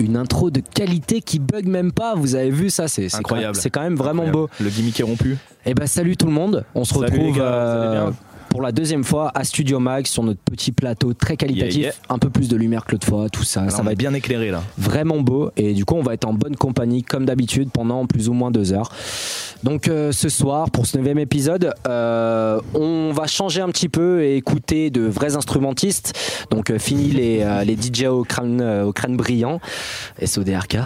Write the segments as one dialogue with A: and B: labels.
A: Une intro de qualité qui bug même pas, vous avez vu ça, c'est c'est
B: Incroyable.
A: quand- C'est quand même vraiment Ah, beau.
B: Le gimmick est rompu.
A: Et ben salut tout le monde, on se
B: Salut les
A: retrouve
B: gars, vous allez
A: euh,
B: bien
A: pour la deuxième fois à Studio Mag sur notre petit plateau très qualitatif,
B: Yeah, yeah.
A: un peu plus de lumière que l'autre fois, tout ça,
B: Alors,
A: ça
B: on
A: va
B: est
A: être
B: bien éclairé là.
A: vraiment beau et du coup on va être en bonne compagnie comme d'habitude pendant plus ou moins deux heures. Donc euh, ce soir pour ce neuvième épisode, euh, on va changer un petit peu et écouter de vrais instrumentistes. Donc euh, fini les, euh, les DJ au crâne, euh, au crâne brillant, SODRK.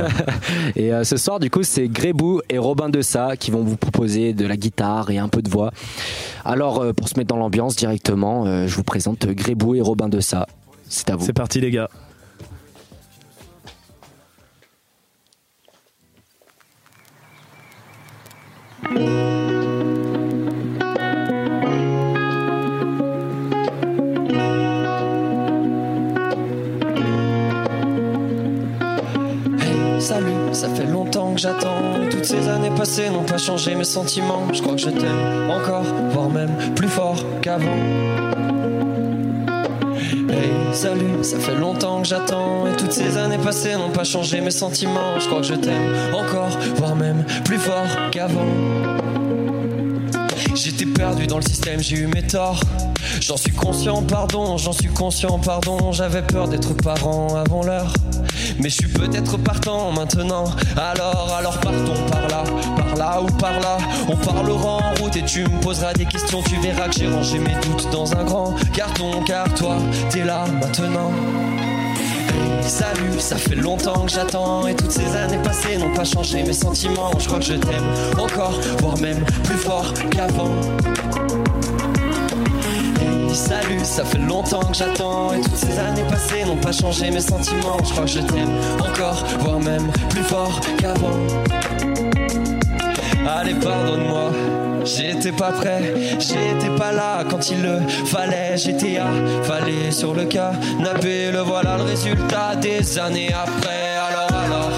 A: et euh, ce soir du coup c'est Grébou et Robin Dessa qui vont vous proposer de la guitare et un peu de voix. Alors euh, pour se mettre dans l'ambiance directement, euh, je vous présente Grébou et Robin Dessa. C'est à vous.
B: C'est parti les gars.
C: Salut, ça fait longtemps que j'attends. Et Toutes ces années passées n'ont pas changé mes sentiments. Je crois que je t'aime encore, voire même plus fort qu'avant. Hey, salut, ça fait longtemps que j'attends. Et toutes ces années passées n'ont pas changé mes sentiments. Je crois que je t'aime encore, voire même plus fort qu'avant. J'étais perdu dans le système, j'ai eu mes torts. J'en suis conscient, pardon, j'en suis conscient, pardon. J'avais peur d'être parent avant l'heure. Mais je suis peut-être partant maintenant. Alors, alors partons par là, par là ou par là. On parlera en route et tu me poseras des questions. Tu verras que j'ai rangé mes doutes dans un grand carton. Car toi, t'es là maintenant. Hey, Salut, ça fait longtemps que j'attends Et toutes ces années passées n'ont pas changé mes sentiments Je crois que je t'aime encore, voire même plus fort qu'avant Hey, Salut, ça fait longtemps que j'attends Et toutes ces années passées n'ont pas changé mes sentiments Je crois que je t'aime encore, voire même plus fort qu'avant Allez, pardonne-moi. J'étais pas prêt, j'étais pas là quand il le fallait. J'étais affalé sur le canapé. Le voilà le résultat des années après. Alors, alors,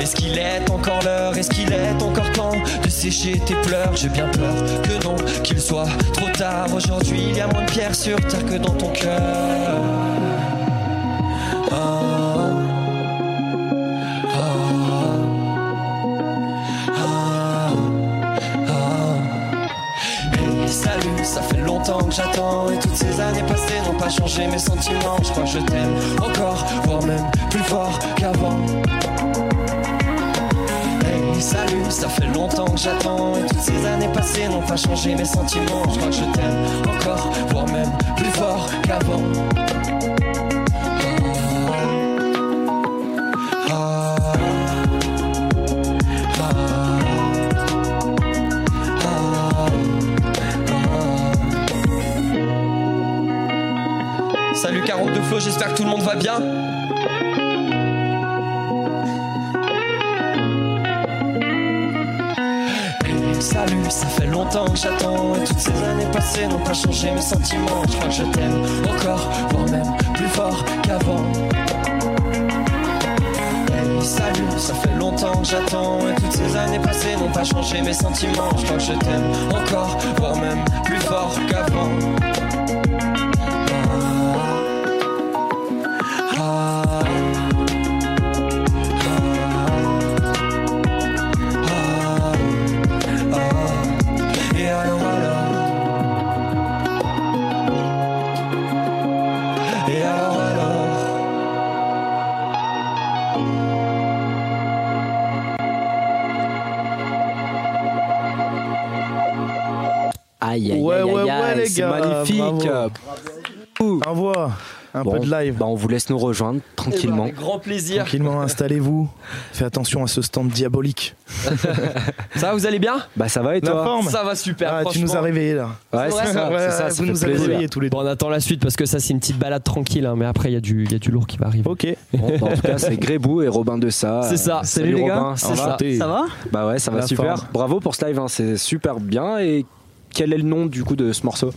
C: est-ce qu'il est encore l'heure Est-ce qu'il est encore temps de sécher tes pleurs J'ai bien peur que non, qu'il soit trop tard. Aujourd'hui, il y a moins de pierres sur terre que dans ton cœur. Ah, ah. Ah, ah. Hey, Salut, ça fait longtemps que j'attends Et toutes ces années passées n'ont pas changé mes sentiments Je crois que je t'aime encore, voire même plus fort qu'avant Hey, Salut, ça fait longtemps que j'attends Et toutes ces années passées n'ont pas changé mes sentiments Je crois que je t'aime encore, voire même plus fort qu'avant Ah, ah. Salut 42 Flo, j'espère que tout le monde va bien. Salut, ça fait longtemps que j'attends Et toutes ces années passées n'ont pas changé mes sentiments Je crois que je t'aime encore, voire même plus fort qu'avant Hey, Salut, ça fait longtemps que j'attends Et toutes ces années passées n'ont pas changé mes sentiments Je crois que je t'aime encore, voire même plus fort qu'avant Ah, ah, ah, ah. Et alors, alors Et alors, alors
A: Aïe, aïe,
B: Ouais,
A: aïe,
B: ouais,
A: aïe,
B: ouais,
A: aïe,
B: les
A: c'est
B: gars,
A: magnifique.
B: bravo. Un voix, un
A: Bon,
B: peu de live.
A: bah, on vous laisse nous rejoindre tranquillement.
C: Avec grand plaisir.
B: Tranquillement, installez-vous. Faites attention à ce stand diabolique.
C: Ça va, vous allez bien
A: Bah ça va et
B: La
A: toi
B: forme
C: Ça va super.
B: Ah, tu nous as
C: franchement.
B: réveillés là.
A: Ouais,
C: C'est vrai,
A: c'est ça,
B: Ouais,
A: c'est ça, ça
B: vous
A: fait
B: nous avez
A: plaisir.
B: réveillés tous les deux.
D: Bon, on attend la suite parce que ça, c'est une petite balade tranquille, hein, mais après, il y, a du- il y a du lourd qui va arriver.
B: Ok.
A: Bon, bah, en tout cas, c'est Grébou et Robin de ça.
D: C'est ça.
A: salut,
D: Salut, les
A: Robin,
D: gars.
A: ça
D: C'est
A: va
D: ça.
B: Santé.
E: Ça va
A: Bah ouais, ça va
B: La
A: super.
B: forme.
A: Bravo pour ce live, hein, c'est super bien. Et quel est le nom du coup de ce morceau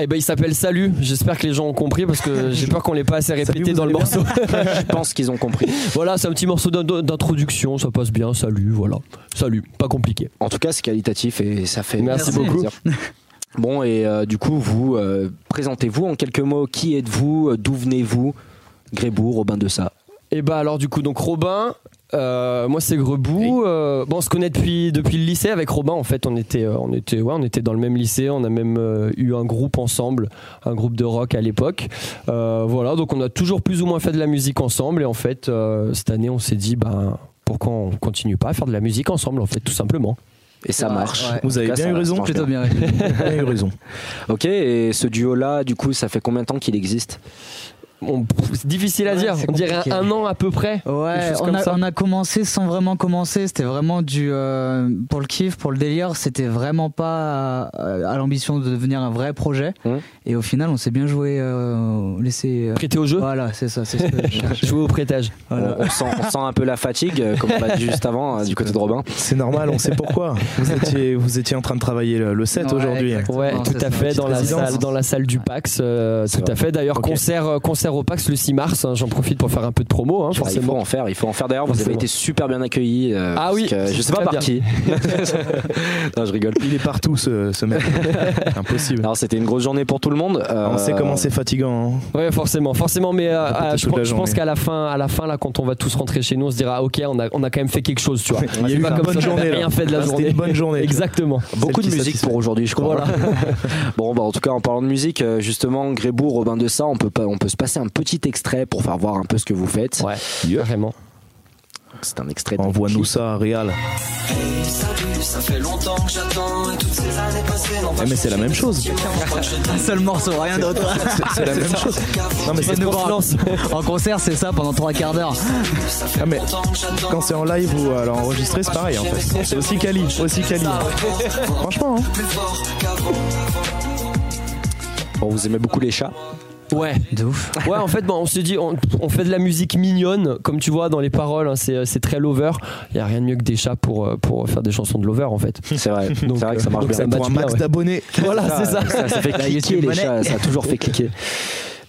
D: Eh ben, il s'appelle Salut. J'espère que les gens ont compris parce que j'ai peur qu'on l'ait pas assez répété
B: vous
D: dans le
B: allez
D: morceau.
A: Je pense qu'ils ont compris.
D: voilà, c'est un petit morceau d'in- d'introduction, ça passe bien. Salut, voilà. Salut, pas compliqué.
A: En tout cas, c'est qualitatif et ça fait.
D: Merci
A: ça fait
D: beaucoup.
A: plaisir. Bon, et euh, du coup, vous euh, présentez-vous en quelques mots. Qui êtes-vous euh, D'où venez-vous Grébourg, Robin de ça.
D: Et bah alors du coup donc Robin, euh, moi c'est Grebou. euh, bon on se connaît depuis depuis le lycée avec Robin en fait on était euh, on était ouais on était dans le même lycée, on a même euh, eu un groupe ensemble, un groupe de rock à l'époque. Euh, voilà donc on a toujours plus ou moins fait de la musique ensemble et en fait euh, cette année on s'est dit ben pourquoi on continue pas à faire de la musique ensemble en fait tout simplement.
A: Et ça
E: Ouais,
A: marche.
E: ouais.
B: Ah, Vous
A: En
B: avez
A: tout cas,
B: bien
A: ça
B: eu raison,
A: marche
E: Plutôt bien réfléchi.
B: Vous avez eu raison.
A: Ok, et ce duo-là, du coup, ça fait combien de temps qu'il existe
D: On- c'est difficile à
E: Ouais,
D: dire,
E: c'est
D: on dirait
E: compliqué.
D: un an à peu près. Des
E: Ouais,
D: choses
E: on
D: comme
E: a,
D: ça.
E: on a commencé sans vraiment commencer. C'était vraiment du euh, pour le kiff, pour le délire. C'était vraiment pas euh, à, l'ambition de devenir un vrai projet.
D: Mmh.
A: Mhm.
E: Et au final, on s'est bien joué, euh, laissé. euh,
D: Prêté au jeu,
E: voilà, c'est ça, c'est ce que je cherche.
D: jouer au prêtage.
E: Voilà.
A: on, on sent, on sent un peu la fatigue, euh, comme on l'a dit juste avant, euh, du côté de Robin.
B: C'est normal, on sait pourquoi. Vous étiez, vous étiez en train de travailler le, le set
E: Ouais,
B: aujourd'hui. hein.
E: exactement.
D: Ouais,
E: Non,
D: tout
E: ça,
D: à
E: c'est
D: fait,
E: une
D: dans la,
E: petite
D: salle,
E: résidence.
D: dans la salle du PAX. euh, tout
A: vrai.
D: à fait. D'ailleurs,
A: Ok.
D: concert, euh, concert au PAX le 6 mars. hein, J'en profite pour faire un peu de
B: Ah,
D: promo, hein,
A: Bah, il faut
D: forcément.
A: en faire, il faut en faire. D'ailleurs, vous avez
D: Forcément.
A: été super bien accueillis. euh,
D: Ah
A: parce
D: oui,
A: que je sais
D: très
A: pas par
D: bien.
A: qui. non, je rigole.
B: Il est partout ce, ce mec. Impossible.
A: Alors, c'était une grosse journée pour tout le monde.
B: on sait
A: Euh,
B: comment c'est fatigant. hein.
D: Ouais, forcément, forcément. Mais euh,
B: On répète
D: euh, je,
B: toute la
D: pense- je pense
B: journée.
D: qu'à la fin, à la fin, là, quand on va tous rentrer chez nous, on se dira, ok, on a, on a quand même fait quelque chose, tu vois.
B: Il y a
D: C'est
B: eu
D: pas
B: une
D: comme
B: bonne
D: si on
B: journée.
D: avait
B: là.
D: rien fait de la
B: Ah,
D: journée.
B: C'était une bonne journée.
D: Exactement.
A: Beaucoup de
B: Celle qui
A: musique
B: satisfait.
A: pour aujourd'hui, je crois.
D: Voilà.
A: bon, bah, en tout cas, en parlant de musique, euh, justement, Grébou, Robin de ça, on peut, pas, on peut se passer un petit extrait pour faire voir un peu ce que vous faites.
D: Ouais, vraiment.
A: C'est un extrait. de
B: Envoie-nous ça à Real.
C: Hey, salut, ça fait longtemps que j'attends et toutes ces années passées. n'ont pas
B: Eh, mais c'est la
C: changé
B: même
C: mes
B: chose.
C: sentiments. Moi, je t'aime
E: Un seul morceau, rien d'autre.
B: C'est la même chose.
C: qu'avant.
B: Non mais c'est
E: Bonne
B: trop-
E: nouvelle. en concert, c'est ça pendant trois quarts d'heure.
C: Ça fait
B: Ah, mais
C: longtemps que j'attends.
B: quand c'est en live ou euh, alors enregistré, c'est pareil en fait. C'est aussi quali, aussi quali.
D: Ah,
B: Franchement, hein.
C: Plus fort qu'avant.
A: Bon, vous aimez beaucoup les chats.
D: Ouais.
E: De ouf.
D: Ouais, en fait, bon, on se dit, on, on fait de la musique mignonne, comme tu vois dans les paroles, hein, c'est c'est très lover. Il y a rien de mieux que des chats pour, euh, pour faire des chansons de lover, en fait.
A: C'est vrai. C'est
D: Donc,
A: vrai que ça marche
D: donc
A: bien. Bah,
B: Pour
D: ça match
B: un
D: bien,
B: max
D: ouais.
B: d'abonnés.
D: Voilà, c'est ça.
A: Ça, ça fait cliquer
E: YouTube
A: les
E: monnaie.
A: chats, ça a toujours fait cliquer.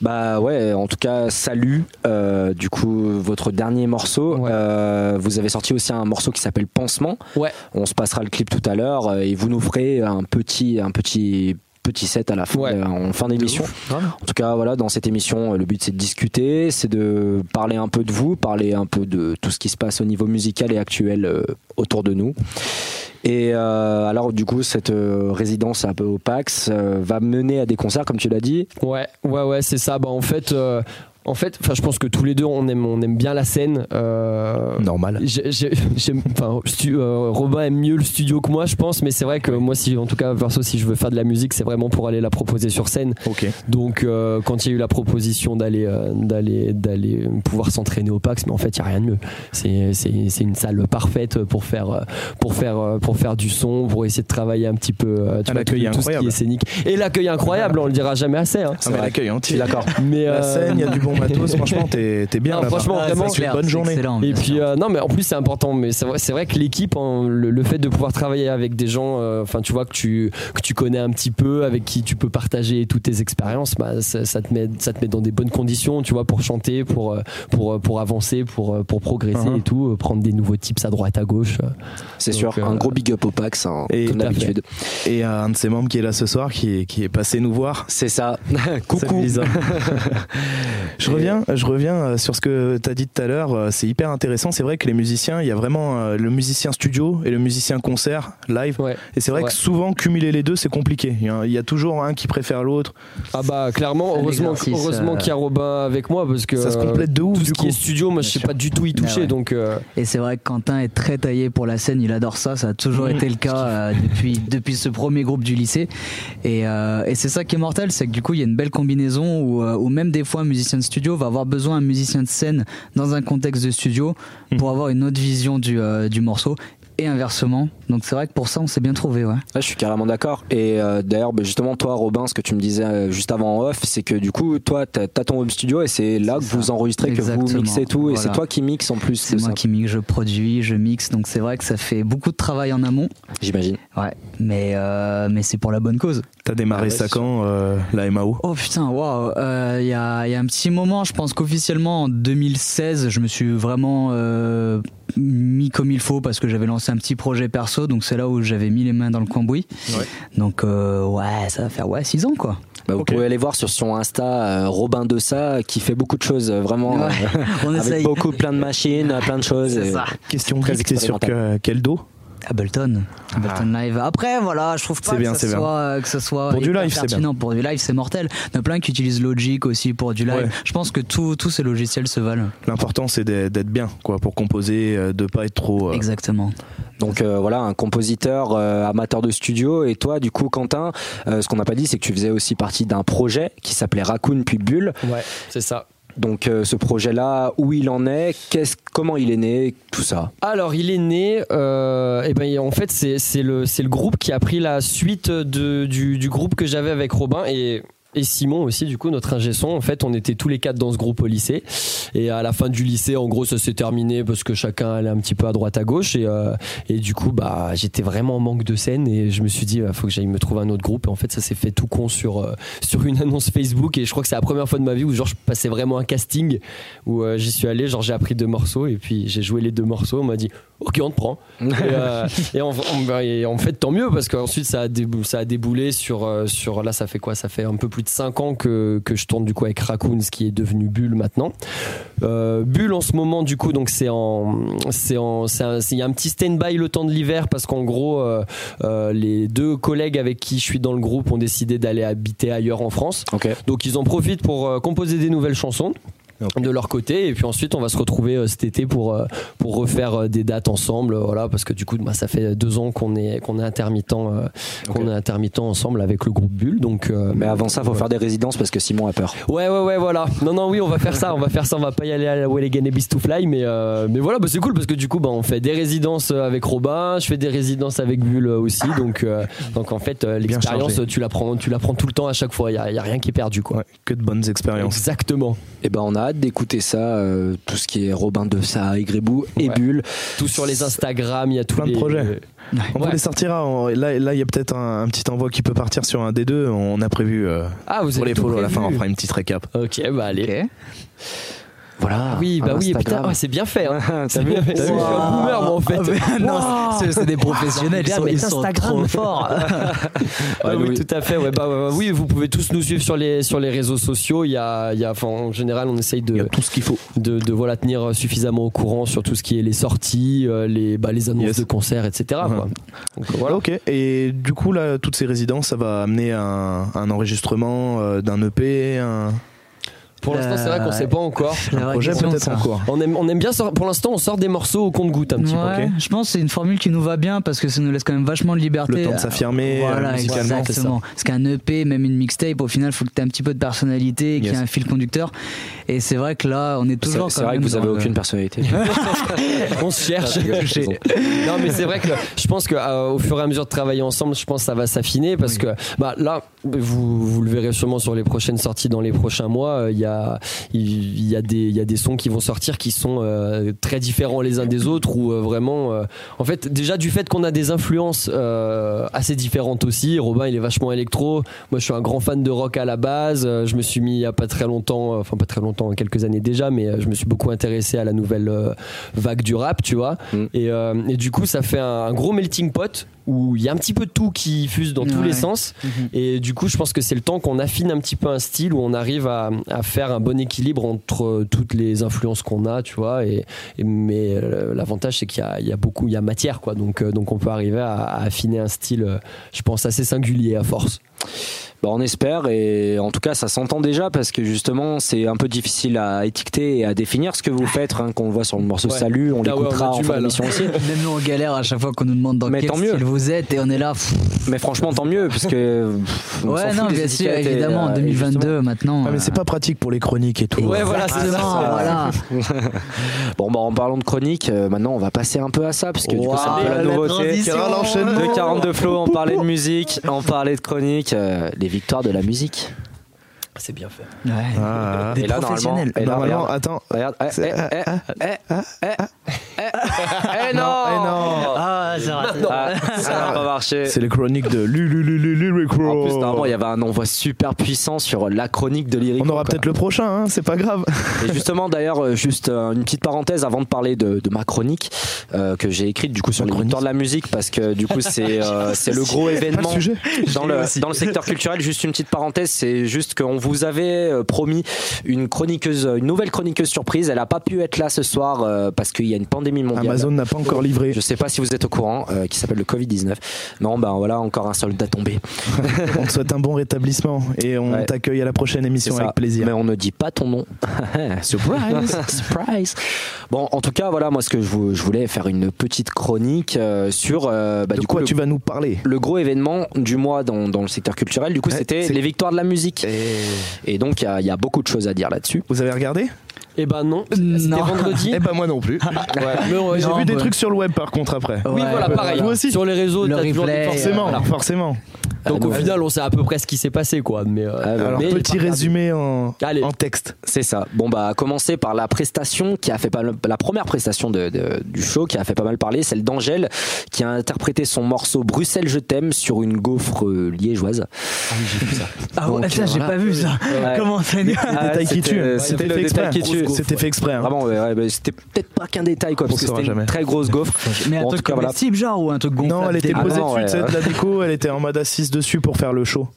A: Bah ouais, en tout cas, salut. Euh, du coup, votre dernier morceau,
D: Ouais.
A: euh, vous avez sorti aussi un morceau qui s'appelle Pansement.
D: Ouais.
A: On se passera le clip tout à l'heure euh, et vous nous ferez un petit, un petit, petit set à la fin,
D: Ouais.
A: euh, en fin d'émission. En tout cas, voilà, dans cette émission, euh, le but c'est de discuter, c'est de parler un peu de vous, parler un peu de tout ce qui se passe au niveau musical et actuel euh, autour de nous. Et euh, alors, du coup, cette euh, résidence un peu au PAX euh, va mener à des concerts, comme tu l'as dit.
D: Ouais, ouais, ouais, c'est ça. Bah, en fait, euh, en fait, enfin, je pense que tous les deux, on aime, on aime bien la scène. Euh,
B: Normal.
D: j'ai- j'ai- j'aime- enfin, stu- euh, Robin aime mieux le studio que moi, je pense. Mais c'est vrai que moi, si, en tout cas, perso, si je veux faire de la musique, c'est vraiment pour aller la proposer sur scène.
B: Ok.
D: Donc, euh, quand il y a eu la proposition d'aller, euh, d'aller, d'aller pouvoir s'entraîner au Pax, mais en fait, il y a rien de mieux. C'est, c'est, c'est une salle parfaite pour faire, euh, pour faire, euh, pour faire du son, pour essayer de travailler un petit peu. euh, Tu
B: Un
D: vois,
B: accueil
D: tout- tout ce qui
B: incroyable.
D: est scénique. Et l'accueil incroyable, on le dira jamais assez. hein.
B: Ah, mais l'accueil
A: Je suis
B: entier.
A: d'accord.
D: Mais
B: La
D: euh,
B: scène, il y a du bon matos. Franchement, t'es t'es bien
D: Non,
B: là.
D: franchement,
E: Ah,
D: vraiment,
B: c'est une bonne journée.
D: Et puis euh, non mais en plus c'est important mais c'est vrai, c'est vrai que l'équipe hein, le, le fait de pouvoir travailler avec des gens euh, enfin tu vois que tu que tu connais un petit peu avec qui tu peux partager toutes tes expériences bah, ça, ça te met ça te met dans des bonnes conditions tu vois pour chanter pour euh, pour euh, pour avancer pour euh, pour progresser
B: Mhm.
D: et tout euh, prendre des nouveaux tips à droite à gauche euh.
A: C'est sûr,
D: Donc, euh,
A: un gros big up au PAX, hein,
B: et
A: comme
D: tout à fait.
A: d'habitude.
B: Et euh, un de ses membres qui est là ce soir, qui est, qui est passé nous voir.
A: C'est ça.
B: Salut,
A: Coucou.
B: Lisa. je reviens, je reviens euh, sur ce que tu as dit tout à l'heure. euh, C'est hyper intéressant. C'est vrai que les musiciens, il y a vraiment euh, le musicien studio et le musicien concert live.
D: ouais
B: Et c'est vrai
D: Ouais.
B: que souvent cumuler les deux, c'est compliqué. Il y a- il y, a toujours un qui préfère l'autre.
D: ah bah clairement
E: Un
D: heureusement
E: exercice,
D: heureusement
E: euh,
D: qu'il y a Robin avec moi parce que
B: Ça se
D: euh,
B: complète de ouf
D: tout ce
B: du
D: qui
B: coup.
D: est studio moi je
E: Bien
D: sais
E: sûr. Ah
D: pas du tout y toucher
E: ouais.
D: donc euh,
E: Et c'est vrai que Quentin est très taillé pour la scène, il adore ça, ça a toujours
B: Mmh.
E: été le cas euh, depuis, depuis ce premier groupe du lycée. Et, euh, et c'est ça qui est mortel, c'est que du coup il y a une belle combinaison où, euh, où même des fois un musicien de studio va avoir besoin d'un musicien de scène dans un contexte de studio pour avoir une autre vision du, euh, du morceau. Et inversement, donc c'est vrai que pour ça on s'est bien trouvé, ouais.
A: Ouais, Ah, je suis carrément d'accord. Et euh, d'ailleurs, bah, justement, toi, Robin, ce que tu me disais euh, juste avant en off, c'est que du coup, toi, t'as t'as ton home studio et c'est là que
E: C'est ça.
A: vous enregistrez, que vous
E: Exactement.
A: mixez tout. Et
E: Voilà.
A: c'est toi qui mixes en plus.
E: C'est
A: de
E: moi
A: ça.
E: qui mixe, je produis, je mixe, donc c'est vrai que ça fait beaucoup de travail en amont,
A: J'imagine.
E: ouais. Mais, euh, mais c'est pour la bonne cause.
B: T'as démarré
A: Ah ouais,
B: ça
A: c'est
B: quand, euh, la MAO
E: Oh putain, waouh! Euh, Il y, a, il y a un petit moment, je pense qu'officiellement en 2016, je me suis vraiment euh, mis comme il faut parce que j'avais lancé un petit projet perso, donc c'est là où j'avais mis les mains dans le cambouis.
B: Ouais.
E: Donc euh, ouais, ça va faire ouais 6 ans quoi.
A: Bah, vous
B: Ok.
A: pouvez aller voir sur son Insta euh, Robin Dessa qui fait beaucoup de choses, euh, vraiment.
E: Ouais,
A: euh,
B: Ah,
E: On
A: avec
E: essaye.
A: beaucoup, plein de machines, euh, plein de choses.
E: C'est
A: et-
E: ça.
B: Question
A: Très
B: geek, t'es sur que- quel dos
E: Ableton, Ableton Live. Après, voilà, je trouve
B: Ah.
E: pas
B: C'est
E: que,
B: bien,
E: ça
B: c'est bien.
E: soit, euh, que ça soit
B: Pour du
E: hyper
B: live, c'est bien.
E: pertinent. Pour du live, c'est mortel. Il y en a plein qui utilisent Logic aussi pour du live.
B: Ouais.
E: Je pense que tous tous ces logiciels se valent.
B: L'important c'est d'être d'être bien, quoi, pour composer, euh, de pas être trop. euh,
E: Exactement.
A: Donc euh, voilà, un compositeur euh, amateur de studio. Et toi, du coup, Quentin, euh, ce qu'on n'a pas dit, c'est que tu faisais aussi partie d'un projet qui s'appelait Raccoon puis Bulle.
D: Ouais, c'est ça.
A: Donc euh, ce projet-là, où il en est, qu'est-ce, comment il est né, tout ça.
D: Alors, il est né. Euh, et ben, en fait, c'est c'est le, c'est le groupe qui a pris la suite de, du, du groupe que j'avais avec Robin et. Et Simon aussi, du coup, notre ingé son. En fait, on était tous les quatre dans ce groupe au lycée. Et à la fin du lycée, en gros, ça s'est terminé parce que chacun allait un petit peu à droite, à gauche. Et, euh, et du coup, bah, j'étais vraiment en manque de scène. Et je me suis dit, il faut que j'aille me trouver un autre groupe. Et en fait, ça s'est fait tout con sur, euh, sur une annonce Facebook. Et je crois que c'est la première fois de ma vie où, genre, je passais vraiment un casting où euh, j'y suis allé, genre j'ai appris deux morceaux et puis j'ai joué les deux morceaux. On m'a dit ok on te prend et, euh, et en, en- et en fait tant mieux parce qu'ensuite ça a, débou- ça a déboulé sur euh, sur là ça fait quoi Ça fait un peu plus de cinq ans que, que je tourne du coup avec Raccoon, ce qui est devenu Bulle maintenant. Euh, Bulle en ce moment du coup donc c'est en c'est en c'est un- c'est- il y a un petit stand-by le temps de l'hiver parce qu'en gros euh, euh, les deux collègues avec qui je suis dans le groupe ont décidé d'aller habiter ailleurs en France.
A: Ok.
D: Donc ils en profitent pour euh, composer des nouvelles chansons
B: Ok.
D: de leur côté et puis ensuite on va se retrouver euh, cet été pour euh, pour refaire euh, des dates ensemble euh, voilà parce que du coup bah, ça fait deux ans qu'on est qu'on est intermittent euh, qu'on
A: Ok.
D: est intermittent ensemble avec le groupe Bulle donc euh,
A: Mais avant ça, faut
D: ouais.
A: faire des résidences parce que Simon a peur.
D: Ouais, ouais, ouais, voilà. Non, non, oui, on va faire ça, on va faire ça, on va pas y aller à la Well Again et Beast to Fly, mais, euh, mais voilà, bah, c'est cool parce que du coup, bah, on fait des résidences euh, avec Robin, je fais des résidences avec Bulle euh, aussi, donc, euh, donc en fait, euh,
B: Bien
D: l'expérience,
B: chargé.
D: tu la prends, tu la prends tout le temps à chaque fois, il y a, y a rien qui est perdu, quoi.
B: ouais, que de bonnes expériences.
D: Exactement.
A: Et ben on a hâte d'écouter ça, euh, tout ce qui est Robin Dessa, Grébou et
D: Ouais.
A: Bulle.
D: Tout sur les Instagram, il y a tout
B: Plein de projets. On
D: euh, Ouais.
B: vous les sortira. on- là, là, il y a peut-être un, un petit envoi qui peut partir sur un des deux. On a prévu euh,
D: Ah, vous
B: pour
D: avez
B: les
D: tout
B: follow à la fin.
D: prévu.
B: On fera une petite récap.
D: Ok, bah allez.
E: Ok.
A: Voilà.
D: Oui, bah
A: un
D: oui,
A: Instagram.
D: putain, ouais, c'est bien fait. hein.
A: T'as vu
D: C'est- je suis un boomer, moi, en fait.
E: Ah, non,
D: Wow.
E: c'est- c'est des professionnels, ils
A: Ah,
D: Regarde,
E: sont,
D: mais
E: ils sont
D: Instagram.
E: trop forts.
D: Ouais,
A: Ouais,
D: oui,
A: oui.
D: tout à fait. Ouais, bah, ouais, oui, vous pouvez tous nous suivre sur les, sur les réseaux sociaux. Il y a, il y a, enfin, en général, on essaye de,
B: tout ce qu'il faut.
D: de, de, voilà, tenir suffisamment au courant sur tout ce qui est les sorties, euh, les, bah, les annonces
B: Yes.
D: de concerts, etc.
B: Ouais.
D: quoi. Donc, voilà.
B: Ok. Et du coup, là, toutes ces résidences, ça va amener un, un enregistrement euh, d'un EP, un,
D: Pour l'instant, c'est vrai qu'on
E: Euh,
D: sait pas encore.
E: La
B: un
E: vraie
B: projet
E: question,
B: peut-être
E: ça.
B: en cours.
D: On aime, on aime bien, sor- pour l'instant, on sort des morceaux au compte-goutte un petit peu.
E: Ouais, Je pense que c'est une formule qui nous va bien parce que ça nous laisse quand même vachement de liberté.
B: Le temps de
E: Euh,
B: s'affirmer, euh,
E: Voilà,
B: musicalement,
E: exactement. Parce qu'un EP, même une mixtape, au final, faut que tu aies un petit peu de personnalité, et qu'il y ait
B: Yes.
E: un fil conducteur. Et c'est vrai que là, on est
A: C'est
E: toujours.
A: c'est
E: quand
A: vrai que
E: même
A: vous avez
E: dans le-
A: aucune personnalité.
D: On se cherche.
A: Touché.
D: non mais c'est vrai que je pense que euh, au fur et à mesure de travailler ensemble je pense que ça va s'affiner parce que bah là vous, vous le verrez sûrement sur les prochaines sorties dans les prochains mois euh, il y a il y a des il y a des sons qui vont sortir qui sont euh, très différents les uns des autres ou euh, vraiment euh, en fait déjà du fait qu'on a des influences euh, assez différentes aussi Robin il est vachement électro moi je suis un grand fan de rock à la base Euh, je me suis mis il y a pas très longtemps euh, enfin pas très longtemps quelques années déjà mais euh, je me suis beaucoup intéressé à la nouvelle euh, vague du rap tu vois et, euh, et du coup, ça fait un, un gros melting pot où il y a un petit peu de tout qui fuse dans tous
E: Ouais.
D: les sens.
E: Mhm.
D: Et du coup, je pense que c'est le temps qu'on affine un petit peu un style où on arrive à, à faire un bon équilibre entre euh, toutes les influences qu'on a, tu vois. Et, et- mais euh, l'avantage, c'est qu'il y a, il y a beaucoup, il y a matière, quoi. Donc, euh, donc on peut arriver à, à affiner un style, euh, je pense, assez singulier à force.
A: Bah, on espère et en tout cas ça s'entend déjà parce que justement c'est un peu difficile à étiqueter et à définir ce que vous faites hein, qu'on le voit sur le morceau
D: Ouais.
A: Salut on
D: Ah ouais, on
A: l'écoutera
D: a
A: en
D: du
A: fin
D: mal, hein.
A: d'émission aussi
E: Même nous, on galère à chaque fois qu'on nous demande dans
A: Mais
E: quel
A: tant mieux.
E: style vous êtes et on est là. pff,
A: mais franchement tant mieux parce que pff, on s'en
E: ouais,
A: fout
E: non,
A: des
E: bien sûr,
A: étiquettes et,
E: évidemment, en
A: euh, et justement,
E: 2022, maintenant.
B: Ah, mais c'est
E: euh,
B: pas pratique pour les chroniques et tout. hein.
D: Ouais, voilà, c'est
E: Exactement,
D: ça.
E: voilà.
A: Bon, bah, en parlant de chronique, euh, maintenant on va passer un peu à ça, parce que du coup, c'est un peu
E: Waouh,
A: la
E: la
A: nouveauté.
E: transition. Quel enchaînement.
A: De 42 flots, on parlait de musique, on parlait de chronique, euh, les victoires de la musique.
D: C'est bien fait.
E: Ouais.
B: Ah,
E: Des
A: Et là,
E: professionnels.
A: normalement- et là,
B: normalement,
A: regarde.
B: attends.
A: Regarde, eh, eh,
B: C'est-
A: eh, eh, eh, eh, eh, eh, eh, non,
B: eh, non.
E: Ah,
F: va, ça va.
A: Ah, ça n'a pas marché.
B: C'est les chroniques de Lulululululululululululululululululululululululululululululululululululululululululululululululululul.
A: En plus, normalement, il y avait un envoi super puissant sur la chronique de Lyrico.
B: On aura
A: quoi.
B: peut-être le prochain, hein, c'est pas grave.
A: Et justement, d'ailleurs, euh, juste euh, une petite parenthèse avant de parler de, de ma chronique euh, que j'ai écrite du coup sur
B: Ma
A: les
B: chronique.
A: victoires de la musique parce que du coup c'est euh, c'est le gros
B: Pas
A: événement
B: le sujet.
A: dans le, dans le secteur culturel, juste une petite parenthèse, c'est juste qu'on vous avait euh, promis une chroniqueuse, une nouvelle chroniqueuse surprise. Elle n'a pas pu être là ce soir euh, parce qu'il y a une pandémie mondiale.
B: Amazon n'a pas encore livré.
A: Je sais pas si vous êtes au courant, euh, qui s'appelle le Covid-19. Non, ben voilà, encore un soldat tombé.
B: On te souhaite un bon rétablissement et on
A: Ouais.
B: t'accueille à la prochaine
A: C'est
B: émission
A: ça.
B: avec plaisir.
A: Mais on ne dit pas ton nom. Surprise! Surprise! Bon, en tout cas, voilà, moi, ce que je, vou- je voulais faire une petite chronique euh, sur. euh, bah,
B: de
A: du
B: quoi
A: coup,
B: tu
A: le,
B: vas nous parler
A: le gros événement du mois dans, dans le secteur culturel, du coup,
B: Ouais,
A: c'était
B: c'est-
A: les victoires de la musique.
B: Et
A: Et donc, il y a- il y a beaucoup de choses à dire là-dessus.
B: Vous avez regardé
D: Eh ben non, c'était
E: Non.
D: vendredi.
B: Eh ben moi non plus.
A: Ah,
D: Mais on-
B: J'ai
E: Non,
B: vu des
E: bah-
B: trucs sur le web par contre après.
D: Oui,
E: Ouais,
D: voilà,
E: ouais,
D: pareil.
E: voilà.
B: aussi.
D: Sur les réseaux,
E: Le
D: t'as toujours des
E: replay,
D: forcément.
B: Forcément,
D: Voilà.
B: forcément.
D: Donc
A: Ah,
D: au
A: non.
D: final, on sait à peu près ce qui s'est passé, quoi. Mais euh,
A: Ah, bah,
B: Alors
A: mais-
B: petit résumé en,
D: Allez.
B: en texte.
A: C'est ça. Bon bah à commencer par la prestation qui a fait pas mal- la première prestation de- de- du show qui a fait pas mal parler, celle d'Angèle qui a interprété son morceau Bruxelles je t'aime sur une gaufre euh, liégeoise.
E: Ah ouais,
A: Donc,
E: tiens, j'ai
A: voilà.
E: pas vu ça.
A: Ouais.
E: Comment ça
A: Ah,
B: détail qui
A: c'était-
B: tue.
A: euh,
B: C'était
A: C'était le
B: fait
A: détail
B: exprès.
A: qui tue.
B: C'était fait exprès. hein.
A: Vraiment, ouais, ouais, bah, c'était peut-être pas qu'un détail quoi,
B: On
A: parce que
B: saura
A: c'était
B: jamais.
A: une très grosse gaufre.
E: Mais un
A: Bon, en
E: truc
A: tout cas,
E: comme
A: voilà.
E: les Steve Jobs ou un truc gonflable
B: Non, elle était
E: des-
A: Ah
B: posée
A: non,
B: dessus,
A: ouais.
B: tu sais, de la déco, elle était en mode assise dessus pour faire le show.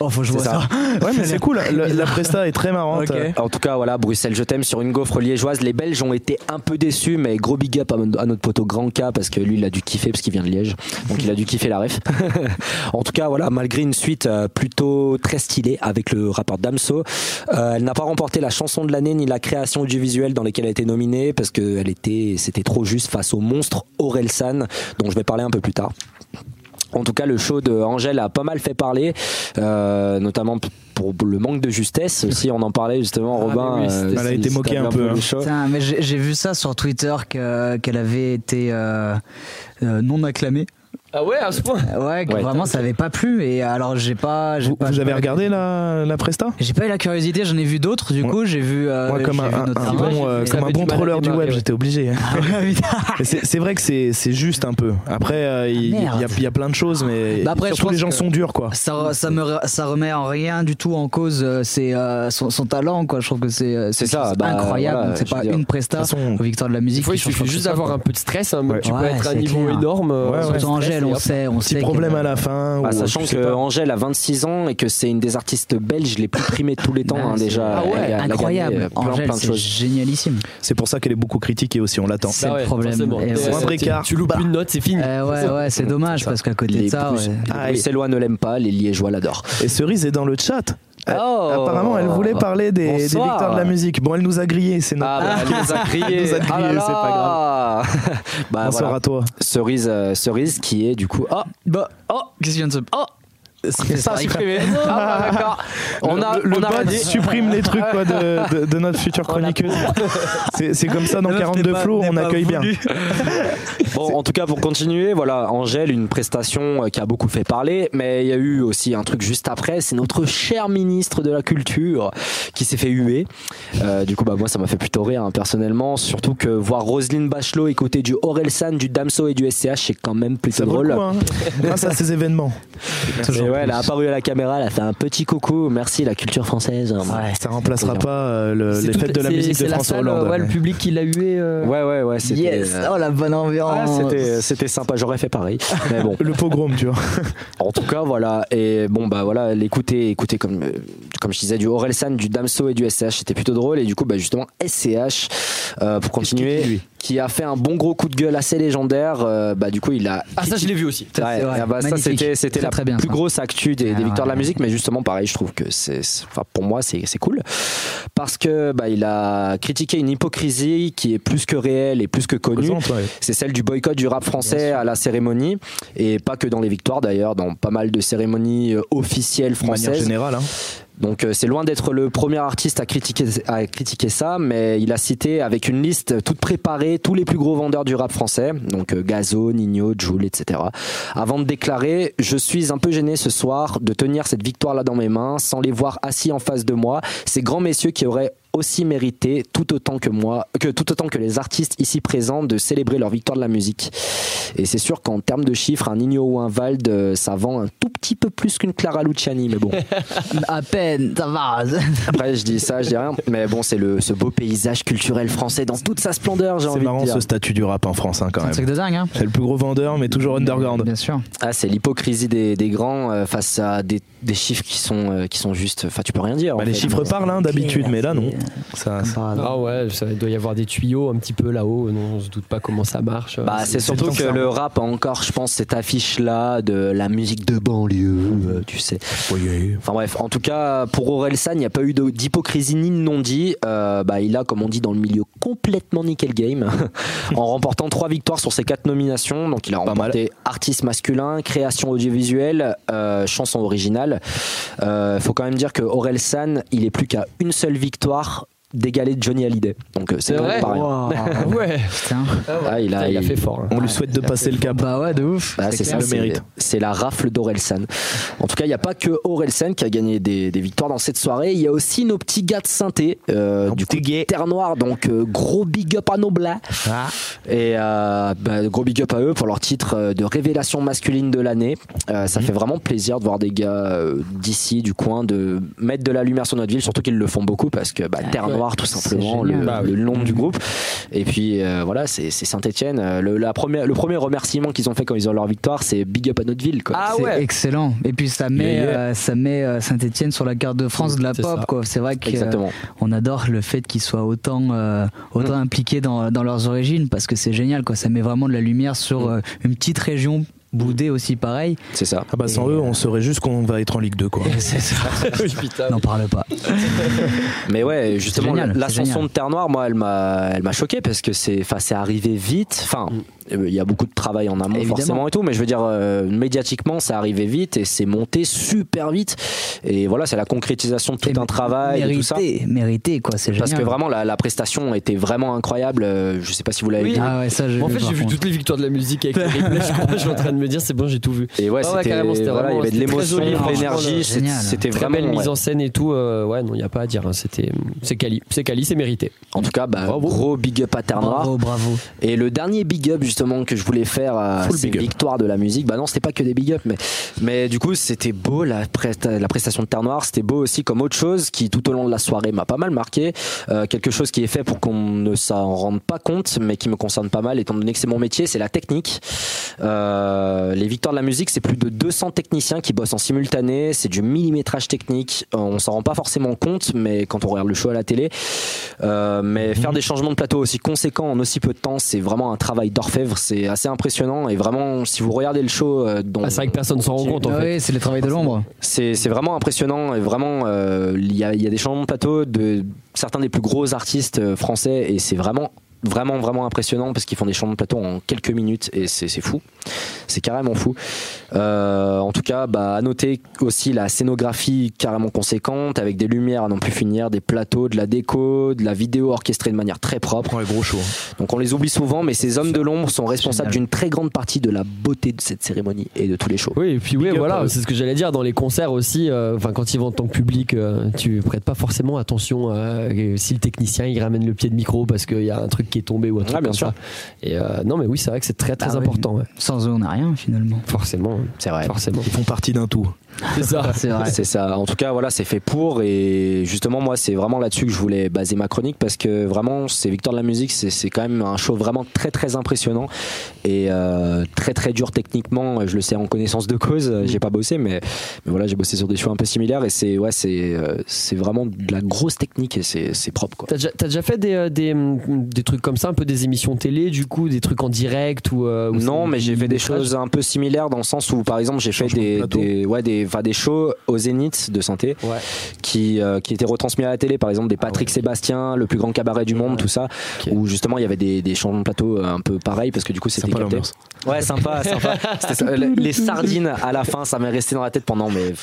E: Oh, faut que je vois
A: C'est
E: ça.
A: ça.
B: Ouais, mais c'est cool, hein. la, la presta est très marrante.
E: Ok.
B: Euh,
A: En tout cas, voilà, Bruxelles, je t'aime sur une gaufre liégeoise. Les Belges ont été un peu déçus, mais gros big up à mon- à notre poteau Grand K parce que lui, il a dû kiffer parce qu'il vient de Liège. Donc, il a dû kiffer la ref. en tout cas, voilà, malgré une suite euh, plutôt très stylée avec le rapport d'Amso, euh, elle n'a pas remporté la chanson de l'année ni la création audiovisuelle dans lesquelles elle a été nominée parce que elle était, c'était trop juste face au monstre Orelsan, dont je vais parler un peu plus tard. En tout cas, le show de Angèle a pas mal fait parler, euh, notamment p- pour le manque de justesse. Aussi, on en parlait justement,
D: Ah,
A: Robin.
D: mais oui,
A: euh,
D: c'était-
B: Elle a été
A: si
B: moquée
A: t'avais
B: un peu,
A: le
B: hein.
A: show.
E: Putain, mais j'ai j'ai vu ça sur Twitter que- qu'elle avait été euh, euh, non acclamée. Euh,
D: Ah ouais, à ce point.
E: Ouais, que
A: Ouais.
E: vraiment ça avait pas plu. Et alors j'ai pas, j'ai
B: Vous,
E: pas-
B: vous
E: j'ai
B: avez
E: pas-
B: regardé la, la presta
E: J'ai pas eu la curiosité. J'en ai vu d'autres. Du
B: Moi-
E: coup, j'ai vu. euh,
B: Moi, comme
E: j'ai
B: un,
E: vu
B: un-
E: notre
B: un
E: travail,
B: bon, euh,
E: j'ai fait-
B: comme un
D: j'avais
B: bon
D: du mal à
B: troller du
D: démarrer,
B: web,
D: ouais.
B: j'étais obligé. hein.
E: Ah ouais, putain.
B: Mais C'est c'est vrai que c'est c'est juste un peu. Après, euh, il il y, a-
E: merde.
B: il y a plein de choses, mais
E: Bah après, je
B: surtout les
E: pense
B: gens
E: que-
B: sont durs, quoi.
E: Ça, re- ça, me, re- ça remet en rien du tout en cause euh, ses, euh, son, son talent, quoi. Je trouve que c'est euh,
A: C'est
E: quelque
A: ça,
E: chose
A: bah,
E: incroyable.
A: voilà,
E: Donc, c'est
A: je veux
E: pas
A: dire,
E: une
B: De
E: presta
B: toute façon,
E: aux Victoires de la musique.
D: Des fois, il
E: qui change
D: suffit
E: quoi
D: juste
E: que ce
D: d'avoir
E: soit,
D: un peu de stress. hein, mais
B: Ouais.
D: Tu peux
E: Ouais,
D: être à un
E: c'est
D: niveau
E: clair.
D: énorme. euh,
B: Ouais,
D: sans
B: ouais.
E: Surtout
D: stress,
E: Angèle,
D: et
E: on
D: hop.
E: sait, on
B: petit
E: sait.
B: problème
E: qu'elle-
B: à la fin.
A: Bah,
B: ou
A: sachant
B: oh, je sais
A: que
B: pas.
A: Angèle a 26 ans et que c'est une des artistes belges les plus primées de tous les temps
E: Bah,
A: hein,
E: c'est-
A: déjà.
D: Ah ouais,
A: Elle a- elle a gagné, euh,
E: incroyable.
A: plein,
E: Angèle,
A: plein de
E: c'est
A: choses.
E: génialissime.
B: c'est pour ça qu'elle est beaucoup critiquée aussi, on l'attend.
E: C'est
D: Bah
E: le
D: ouais,
E: problème.
D: forcément.
E: Et
D: Et
E: ouais.
D: c'est-
B: Un vrai
D: tu-
B: quart.
D: Tu loupes
B: Bah.
D: une note, c'est fini.
E: Eh ouais, ouais, c'est dommage parce qu'à côté de
A: Les
E: ça,
A: Bruxelles-
E: ouais.
A: les
B: Ah, elle-
A: Bruxellois ne l'aiment pas, les Liégeois l'adorent.
B: Et Cerise est dans le chat. Elle-
A: Oh.
B: Apparemment, elle voulait parler des, des
A: Bonsoir.
B: victoires de la musique. Bon, elle nous a grillé, c'est notre.
A: Ah, bah, elle nous a crié,
B: nous a
A: Ah là
B: crié, c'est pas
A: là. bah,
B: Bonsoir
A: voilà.
B: à toi.
A: Cerise, euh, cerise qui est du coup. Ah,
E: Bah, oh, qu'est-ce qui vient de se. Oh C'est ça,
A: supprimé. Ah, bah, d'accord. On
B: Le-
A: a,
B: le, le
A: on a
B: bot
A: radié.
B: supprime les trucs quoi, de, de- de notre future chroniqueuse. C'est c'est comme ça, dans 42 flots, on accueille bien.
A: Bon, en tout cas, pour continuer, voilà, Angèle, une prestation euh, qui a beaucoup fait parler, mais il y a eu aussi un truc juste après, c'est notre cher ministre de la Culture qui s'est fait huer. Euh, du coup, bah, moi, ça m'a fait plutôt rire, hein, personnellement, surtout que voir Roselyne Bachelot écouter du Orelsan, du Damso et du SCH, c'est quand même plutôt
B: Ça vaut
A: drôle.
B: le coup, hein. grâce à ces événements.
A: Et ouais, elle a apparu à la caméra, elle a fait un petit coucou, merci la culture française.
B: Ça remplacera
A: Plaisir.
B: pas euh, le-
D: C'est
B: les
D: tout-
B: fêtes de la
D: c'est-
B: musique de
D: c'est
B: François
D: salle,
B: Hollande.
D: ouais, le
B: mais-
D: public qui l'a hué. euh,
A: Ouais, ouais, ouais, c'était.
E: Yes Oh la bonne
A: Ah,
E: ambiance
A: c'était c'était sympa, j'aurais fait pareil. Mais bon.
B: Le pogrom, tu vois.
A: En tout cas, voilà. Et bon, bah voilà, l'écouter, écouter comme, euh, comme je disais, du Orelsan, du Damso et du SCH, c'était plutôt drôle. Et du coup, bah justement, SCH, euh, pour continuer, qui a fait un bon gros coup de gueule assez légendaire. euh, bah du coup, il a.
D: Ah, ça, je l'ai vu aussi.
E: Ça,
A: Ouais,
E: c'est vrai.
A: ah bah, ça,
E: Magnifique.
A: c'était c'était
E: Très,
A: la
E: très bien,
A: plus
E: ça.
A: grosse actu des, des
E: Ah,
A: victoires de la
E: ouais.
A: musique mais justement pareil je trouve que c'est c'est- enfin pour moi c'est c'est cool parce que bah il a critiqué une hypocrisie qui est plus que réelle et plus que connue
B: Présente, ouais.
A: c'est celle du boycott du rap français à la cérémonie et pas que dans les victoires d'ailleurs dans pas mal de cérémonies euh, officielles
B: De manière
A: françaises
B: générale. hein.
A: donc euh, c'est loin d'être le premier artiste à critiquer à critiquer ça mais il a cité avec une liste toute préparée tous les plus gros vendeurs du rap français donc euh, Gazo, Nino, Joule etc avant de déclarer je suis un peu gêné ce soir de tenir cette victoire là dans mes mains sans les voir assis en face de moi ces grands messieurs qui auraient aussi mérité, tout autant que moi, que tout autant que les artistes ici présents, de célébrer leur victoire de la musique. Et c'est sûr qu'en termes de chiffres, un Igno ou un Vald, euh, ça vend un tout petit peu plus qu'une Clara Luciani, mais bon.
E: À peine, ça va.
A: Après, je dis ça, je dis rien, mais bon, c'est le ce beau paysage culturel français dans toute sa splendeur, j'ai
B: C'est
A: envie de
B: marrant
A: dire.
B: ce statut du rap en France hein, quand
E: C'est un
B: même.
E: truc de dingue, hein.
B: C'est le plus gros vendeur, mais toujours underground.
E: Bien sûr.
A: Ah, c'est l'hypocrisie des, des grands euh, face à des, des chiffres qui sont euh, qui sont juste. Enfin, tu peux rien dire. en
B: Bah, les
A: fait.
B: chiffres parlent hein, d'habitude, mais là non. Ça, ça-
D: Ah ouais, ça, il doit y avoir des tuyaux un petit peu là-haut. Non, on se doute pas comment ça marche.
A: Bah, c'est surtout
B: le temps
A: que
B: que Euh, ça
A: le rap a encore, je pense, cette affiche-là de la musique de banlieue, euh, tu sais. Enfin bref, en tout cas, pour Orelsan, il n'y a pas eu de- d'hypocrisie ni de non-dit. Euh, bah, il a, comme on dit dans le milieu, complètement nickel game en remportant trois victoires sur ses quatre nominations. Donc il a
B: mal.
A: remporté artiste masculin, création audiovisuelle, euh, chanson originale. Euh, faut quand même dire que Orelsan, il est plus qu'à une seule victoire d'égaler Johnny Hallyday. Donc euh, c'est
D: C'est
A: quand
D: vrai
A: même pas rien.
D: Ah ouais.
E: Putain.
A: Ah, il, a,
D: il a
A: il-
D: fait fort. hein.
B: on lui souhaite Ah de passer le cap.
E: Bah ouais, de ouf.
A: bah, c'est ça,
E: clair.
B: le
A: c'est-
B: mérite.
A: C'est la rafle d'Orelsan. En tout cas, il n'y a pas que Orelsan qui a gagné des, des victoires dans cette soirée. Il y a aussi nos petits gars de synthé, euh,
B: Nos
A: du coup,
B: petits gays.
A: Terre Noire. Donc, euh, gros big up à nos blas. Et euh, bah, gros big up à eux pour leur titre euh, de révélation masculine de l'année. Euh,
E: Mhm.
A: ça fait vraiment plaisir de voir des gars euh, d'ici, du coin, de mettre de la lumière sur notre ville. Surtout qu'ils le font beaucoup parce que bah, Terre
E: Ah ouais.
A: Noire, tout
E: C'est
A: simplement,
E: génial. Mhm.
A: le,
D: Bah oui.
A: le nom du groupe. Et puis euh, voilà, c'est Saint-Etienne. le, la première, le premier remerciement qu'ils ont fait quand ils ont leur victoire, c'est Big Up à notre ville. Quoi.
D: Ah
E: C'est
D: ouais.
E: excellent. Et puis ça met,
D: Yeah, yeah.
E: euh, ça met Saint-Etienne sur la carte de France de la
D: C'est
E: pop.
D: ça.
E: quoi. C'est vrai que, euh,
A: Exactement.
E: on adore le fait qu'ils soient autant, euh, autant impliqués dans, dans leurs origines parce que c'est génial. Quoi. Ça met vraiment de la lumière sur euh, une petite région boudée aussi pareil.
A: C'est ça.
B: Ah bah sans eux, on saurait juste qu'on va être en Ligue 2 quoi.
E: C'est ça.
D: Putain.
E: N'en parle pas.
A: Mais ouais, justement,
E: génial, c'est
A: l'ascension
E: génial.
A: de Terre Noire, moi, elle m'a, elle m'a choqué parce que c'est, enfin, c'est arrivé vite. Enfin, euh, il y a beaucoup de travail en amont,
E: Évidemment.
A: forcément et tout. Mais je veux dire, euh, médiatiquement, c'est arrivé vite et c'est monté super vite. Et voilà, c'est la concrétisation de tout
E: Et
A: un travail et tout ça.
E: Mérité, mérité, quoi. C'est génial.
A: Parce que vraiment, la, la prestation était vraiment incroyable. Euh, Je sais pas si vous l'avez
D: Oui.
A: vu.
E: Ah ouais, ça, je
D: en fait, j'ai vu toutes les victoires de la musique avec les replays, je crois. Je suis en train de me dire, c'est bon, j'ai tout vu.
A: Et ouais,
D: Ah ouais,
A: c'était,
D: carrément, c'était
A: voilà, il y
D: vraiment-
A: avait de
D: c'était très
A: l'émotion,
D: joli,
A: de
D: franchement,
A: l'énergie.
D: là.
A: c'est-
E: Génial.
A: C'était
D: Très
A: vraiment
D: belle mise
A: ouais.
D: en scène et tout. euh, ouais, non, il n'y a pas à dire. hein, C'était, c'est quali, c'est quali, c'est mérité.
A: En tout cas, bah,
D: Bravo.
A: gros big up à Terre Noire.
E: Bravo, bravo.
A: Et le dernier big up justement que je voulais faire à
B: Full
A: ces
B: big up.
A: victoires de la musique, bah non c'était pas que des big up mais, mais du coup c'était beau la, presta- la prestation de Terre Noire, c'était beau aussi comme autre chose qui tout au long de la soirée m'a pas mal marqué, Euh, quelque chose qui est fait pour qu'on ne s'en rende pas compte mais qui me concerne pas mal étant donné que c'est mon métier, c'est la technique. Euh, les victoires de la musique c'est plus de 200 techniciens qui bossent en simultané, c'est du millimétrage technique, Euh, on s'en rend pas forcément compte mais quand on regarde le show à la télé, euh,
D: Mhm.
A: mais faire des changements de plateau aussi conséquents en aussi peu de temps, c'est vraiment un travail d'orfèvre, c'est assez impressionnant. Et vraiment, si vous regardez le show, euh, dont-
D: Ah, c'est vrai que personne s'en rend compte en
E: Ah
D: fait.
E: ouais, c'est le travail de l'ombre.
A: c'est c'est vraiment impressionnant. Et vraiment, euh, il y, a, il y a des changements de plateau de certains des plus gros artistes euh, français, et c'est vraiment vraiment vraiment impressionnant parce qu'ils font des changements de plateau en quelques minutes et c'est c'est fou c'est carrément fou Euh, en tout cas bah, à noter aussi la scénographie carrément conséquente avec des lumières à non plus finir des plateaux de la déco de la vidéo orchestrée de manière très propre
B: Ouais, gros show. hein.
A: donc on les oublie souvent, mais ces hommes de l'ombre sont responsables
E: Génial.
A: d'une très grande partie de la beauté de cette cérémonie et de tous les shows.
D: Oui, et puis oui,
B: up,
D: voilà,
B: euh.
D: c'est ce que j'allais dire dans les concerts aussi. euh, Enfin, quand ils vont en tant que public, euh, tu prêtes pas forcément attention euh, si le technicien il ramène le pied de micro parce qu'il y a un truc qui est tombé ou un truc
A: Ah, bien
D: comme
A: sûr.
D: ça. Et euh, non, mais oui, c'est vrai que c'est très très
E: Bah oui.
D: important. ouais.
E: Sans eux, on n'a rien finalement.
D: Forcément,
A: C'est vrai.
D: forcément.
B: Ils font partie d'un tout.
D: C'est ça.
E: C'est vrai.
A: C'est ça. En tout cas, voilà, c'est fait pour. Et justement, moi, c'est vraiment là-dessus que je voulais baser ma chronique parce que vraiment, c'est Victoire de la musique, c'est c'est quand même un show vraiment très très impressionnant et euh, très très dur techniquement. Je le sais en connaissance de cause. J'ai pas bossé, mais, mais voilà, j'ai bossé sur des shows un peu similaires et c'est ouais, c'est euh, c'est vraiment de la grosse technique et c'est c'est propre quoi.
D: T'as déjà, t'as déjà fait des, euh, des, mm, des trucs comme ça, un peu des émissions télé, du coup, des trucs en direct ou. euh, ou
A: Non,
D: c'est-
A: mais j'ai fait des
D: métrage.
A: choses un peu similaires dans le sens où, par exemple, j'ai fait
B: Changement de
A: des,
B: plateau.
A: des, ouais, des, enfin, des shows au Zénith de santé
D: Ouais.
A: qui, euh, qui étaient retransmis à la télé, par exemple
B: Ah
A: des Patrick
D: ouais.
A: Sébastien, le plus grand cabaret du monde, tout ça,
D: Ok.
A: où justement il y avait des, des changements de plateau euh, un peu pareils parce que du coup c'était
B: Sympa
A: capté.
B: l'ambiance.
A: Ouais, sympa, sympa. C'était ça. Les- Les sardines à la fin, ça m'est resté dans la tête pendant, mais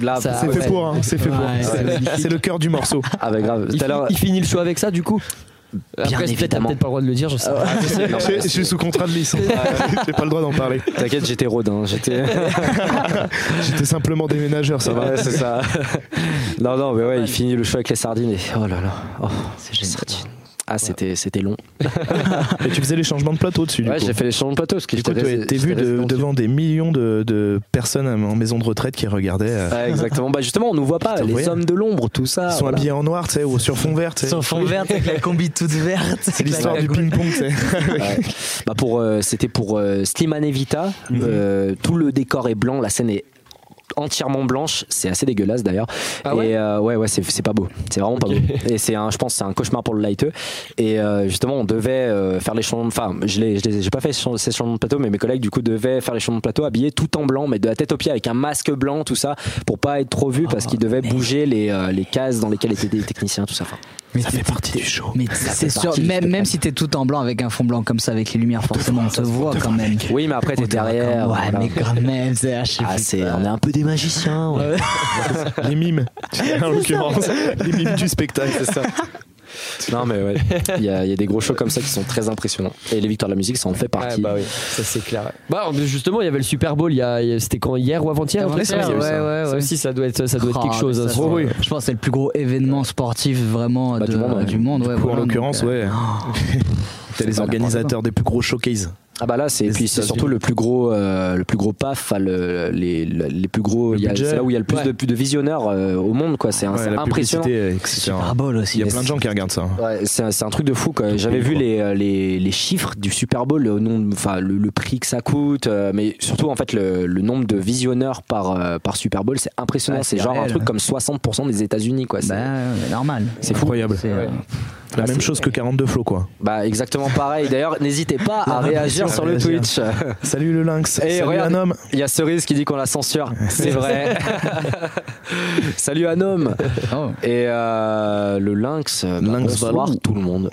A: là,
D: Ça-
B: C'est
D: ouais.
B: fait pour, hein, c'est fait pour.
E: Ouais,
B: C'est- C'est le cœur du morceau.
A: avec grave.
D: Il,
A: Tout à l'heure,
D: fi- il finit le show avec ça, du coup
A: Bien
D: Après, c'est peut-être t'as
A: évidemment.
D: peut-être pas le droit de le dire, je sais pas.
B: Je suis- je suis sous contrat de licence. J'ai pas le droit d'en parler.
A: T'inquiète, j'étais rodin. J'étais.
B: J'étais simplement déménageur, ça va.
A: Ouais, c'est ça. non, non, mais ouais, il finit le show avec les sardines. et- Oh là là. Oh,
E: C'est génial.
A: sardines. Ah, c'était c'était long.
B: Et tu faisais les changements de plateau dessus, du
A: Ouais,
B: coup.
A: j'ai fait les changements de plateau. Parce que
B: Du coup,
A: j'étais
B: t'es
A: resté-
B: t'es vu
A: j'étais resté
B: de-
A: dans-
B: devant des millions de, de personnes en maison de retraite qui regardaient. euh,
A: Ouais, exactement. Bah, justement, on nous voit pas.
B: Putain,
A: les
B: ouais.
A: hommes de l'ombre, tout ça.
B: Ils sont
A: Ah, voilà.
B: habillés en noir, tu sais, ou sur fond vert, tu sais.
E: Son fond vert avec la combi toute verte.
B: C'est l'histoire du ping-pong, tu sais.
A: Bah, pour, euh, c'était pour euh, Slimane Vita. Euh, tout le décor est blanc. La scène est entièrement blanche. C'est assez dégueulasse d'ailleurs.
D: Ah ouais
A: et euh, ouais, ouais, c'est, c'est pas beau. C'est vraiment pas beau. Et c'est un, je pense, que c'est un cauchemar pour le lighteux. Et euh, justement, on devait euh, faire les changements. Enfin, je l'ai, je les ai- j'ai pas fait ces ces changements de plateau, mais mes collègues du coup devaient faire les changements de plateau habillés tout en blanc, mais de la tête aux pieds avec un masque blanc, tout ça, pour pas être trop vu parce qu'ils devaient bouger les, euh, les cases dans lesquelles étaient des techniciens, tout ça. Enfin,
E: Mais
B: Ça
E: t'es-
B: fait partie du show.
E: Mais
A: fait
E: c'est sûr,
A: partie du
E: même, même
A: spectacle.
E: si t'es tout en blanc avec un fond blanc comme ça, avec les lumières, forcément, on te voit quand même.
A: oui, mais après
E: On
A: t'es
E: te voit
A: derrière.
E: quand même. Ouais,
A: voilà.
E: mais quand même, c'est
A: Ah, c'est, on est un peu des magiciens. ouais.
B: Les mimes, en l'occurrence. Les mimes du spectacle, c'est ça.
A: Non, mais ouais. Il y, a, il y a des gros shows comme ça qui sont très impressionnants. Et les victoires de la musique, ça en fait
D: Ouais,
B: Ah,
A: partie.
D: bah oui, ça c'est clair. Bah justement, il y avait le Super Bowl, il y a- il y a- c'était quand hier ou avant-hier
E: Avant-hier,
D: un truc comme ça, il y a eu
E: ouais,
D: ça.
E: ouais,
D: Ça
E: ouais.
D: aussi, ça doit être, ça doit être quelque chose. hein, ça.
E: Je pense que Ah, c'est le plus gros événement sportif vraiment
A: Bah,
E: de-
A: du
E: du
A: monde,
E: monde.
A: ouais.
E: ouais,
B: Pour en
E: voilà,
B: l'occurrence,
E: donc, euh,
B: ouais. T'as les
E: pas
B: organisateurs des plus gros showcases.
A: Ah bah là c'est et
B: Les
A: puis c'est
B: États-Unis.
A: surtout le plus gros euh, le plus gros paf enfin, le- les, le- les plus gros
B: Le
A: il y a-
B: budget.
A: c'est là où il y a le plus
D: Ouais.
A: de plus de visionneurs euh, au monde quoi c'est un- c'est
B: Ouais, la
A: impressionnant
B: publicité, euh, etc.
E: Super Bowl
B: Il
E: aussi.
B: y a plein de gens qui regardent ça. hein.
A: Ouais, c'est un, c'est un truc de fou quoi. J'avais vu
B: quoi.
A: les, euh, les, les chiffres du Super Bowl, le, nombre, enfin, le, le prix que ça coûte, euh, mais surtout en fait le, le nombre de visionneurs par, euh, par Super Bowl, c'est impressionnant.
B: Ah,
E: Ouais,
A: c'est
E: c'est
A: genre un
E: réel.
A: truc comme 60% des États-Unis quoi. C'est-
E: Bah, ouais, normal.
A: C'est fou.
B: Incroyable.
E: C'est, euh,
B: La
A: Ah,
B: même
A: c'est-
B: chose que 42 flots, quoi.
A: Bah exactement pareil. D'ailleurs, n'hésitez pas à réagir sur le
B: Réagir.
A: Twitch.
B: Salut le lynx.
A: Eh,
B: Salut
A: regarde.
B: un homme.
A: Il y a Cerise qui dit qu'on la censure. C'est vrai. Salut un homme.
E: oh.
A: Et euh, le Lynx, euh, bah,
B: Lynx
A: bonsoir
B: Balou.
A: tout le monde.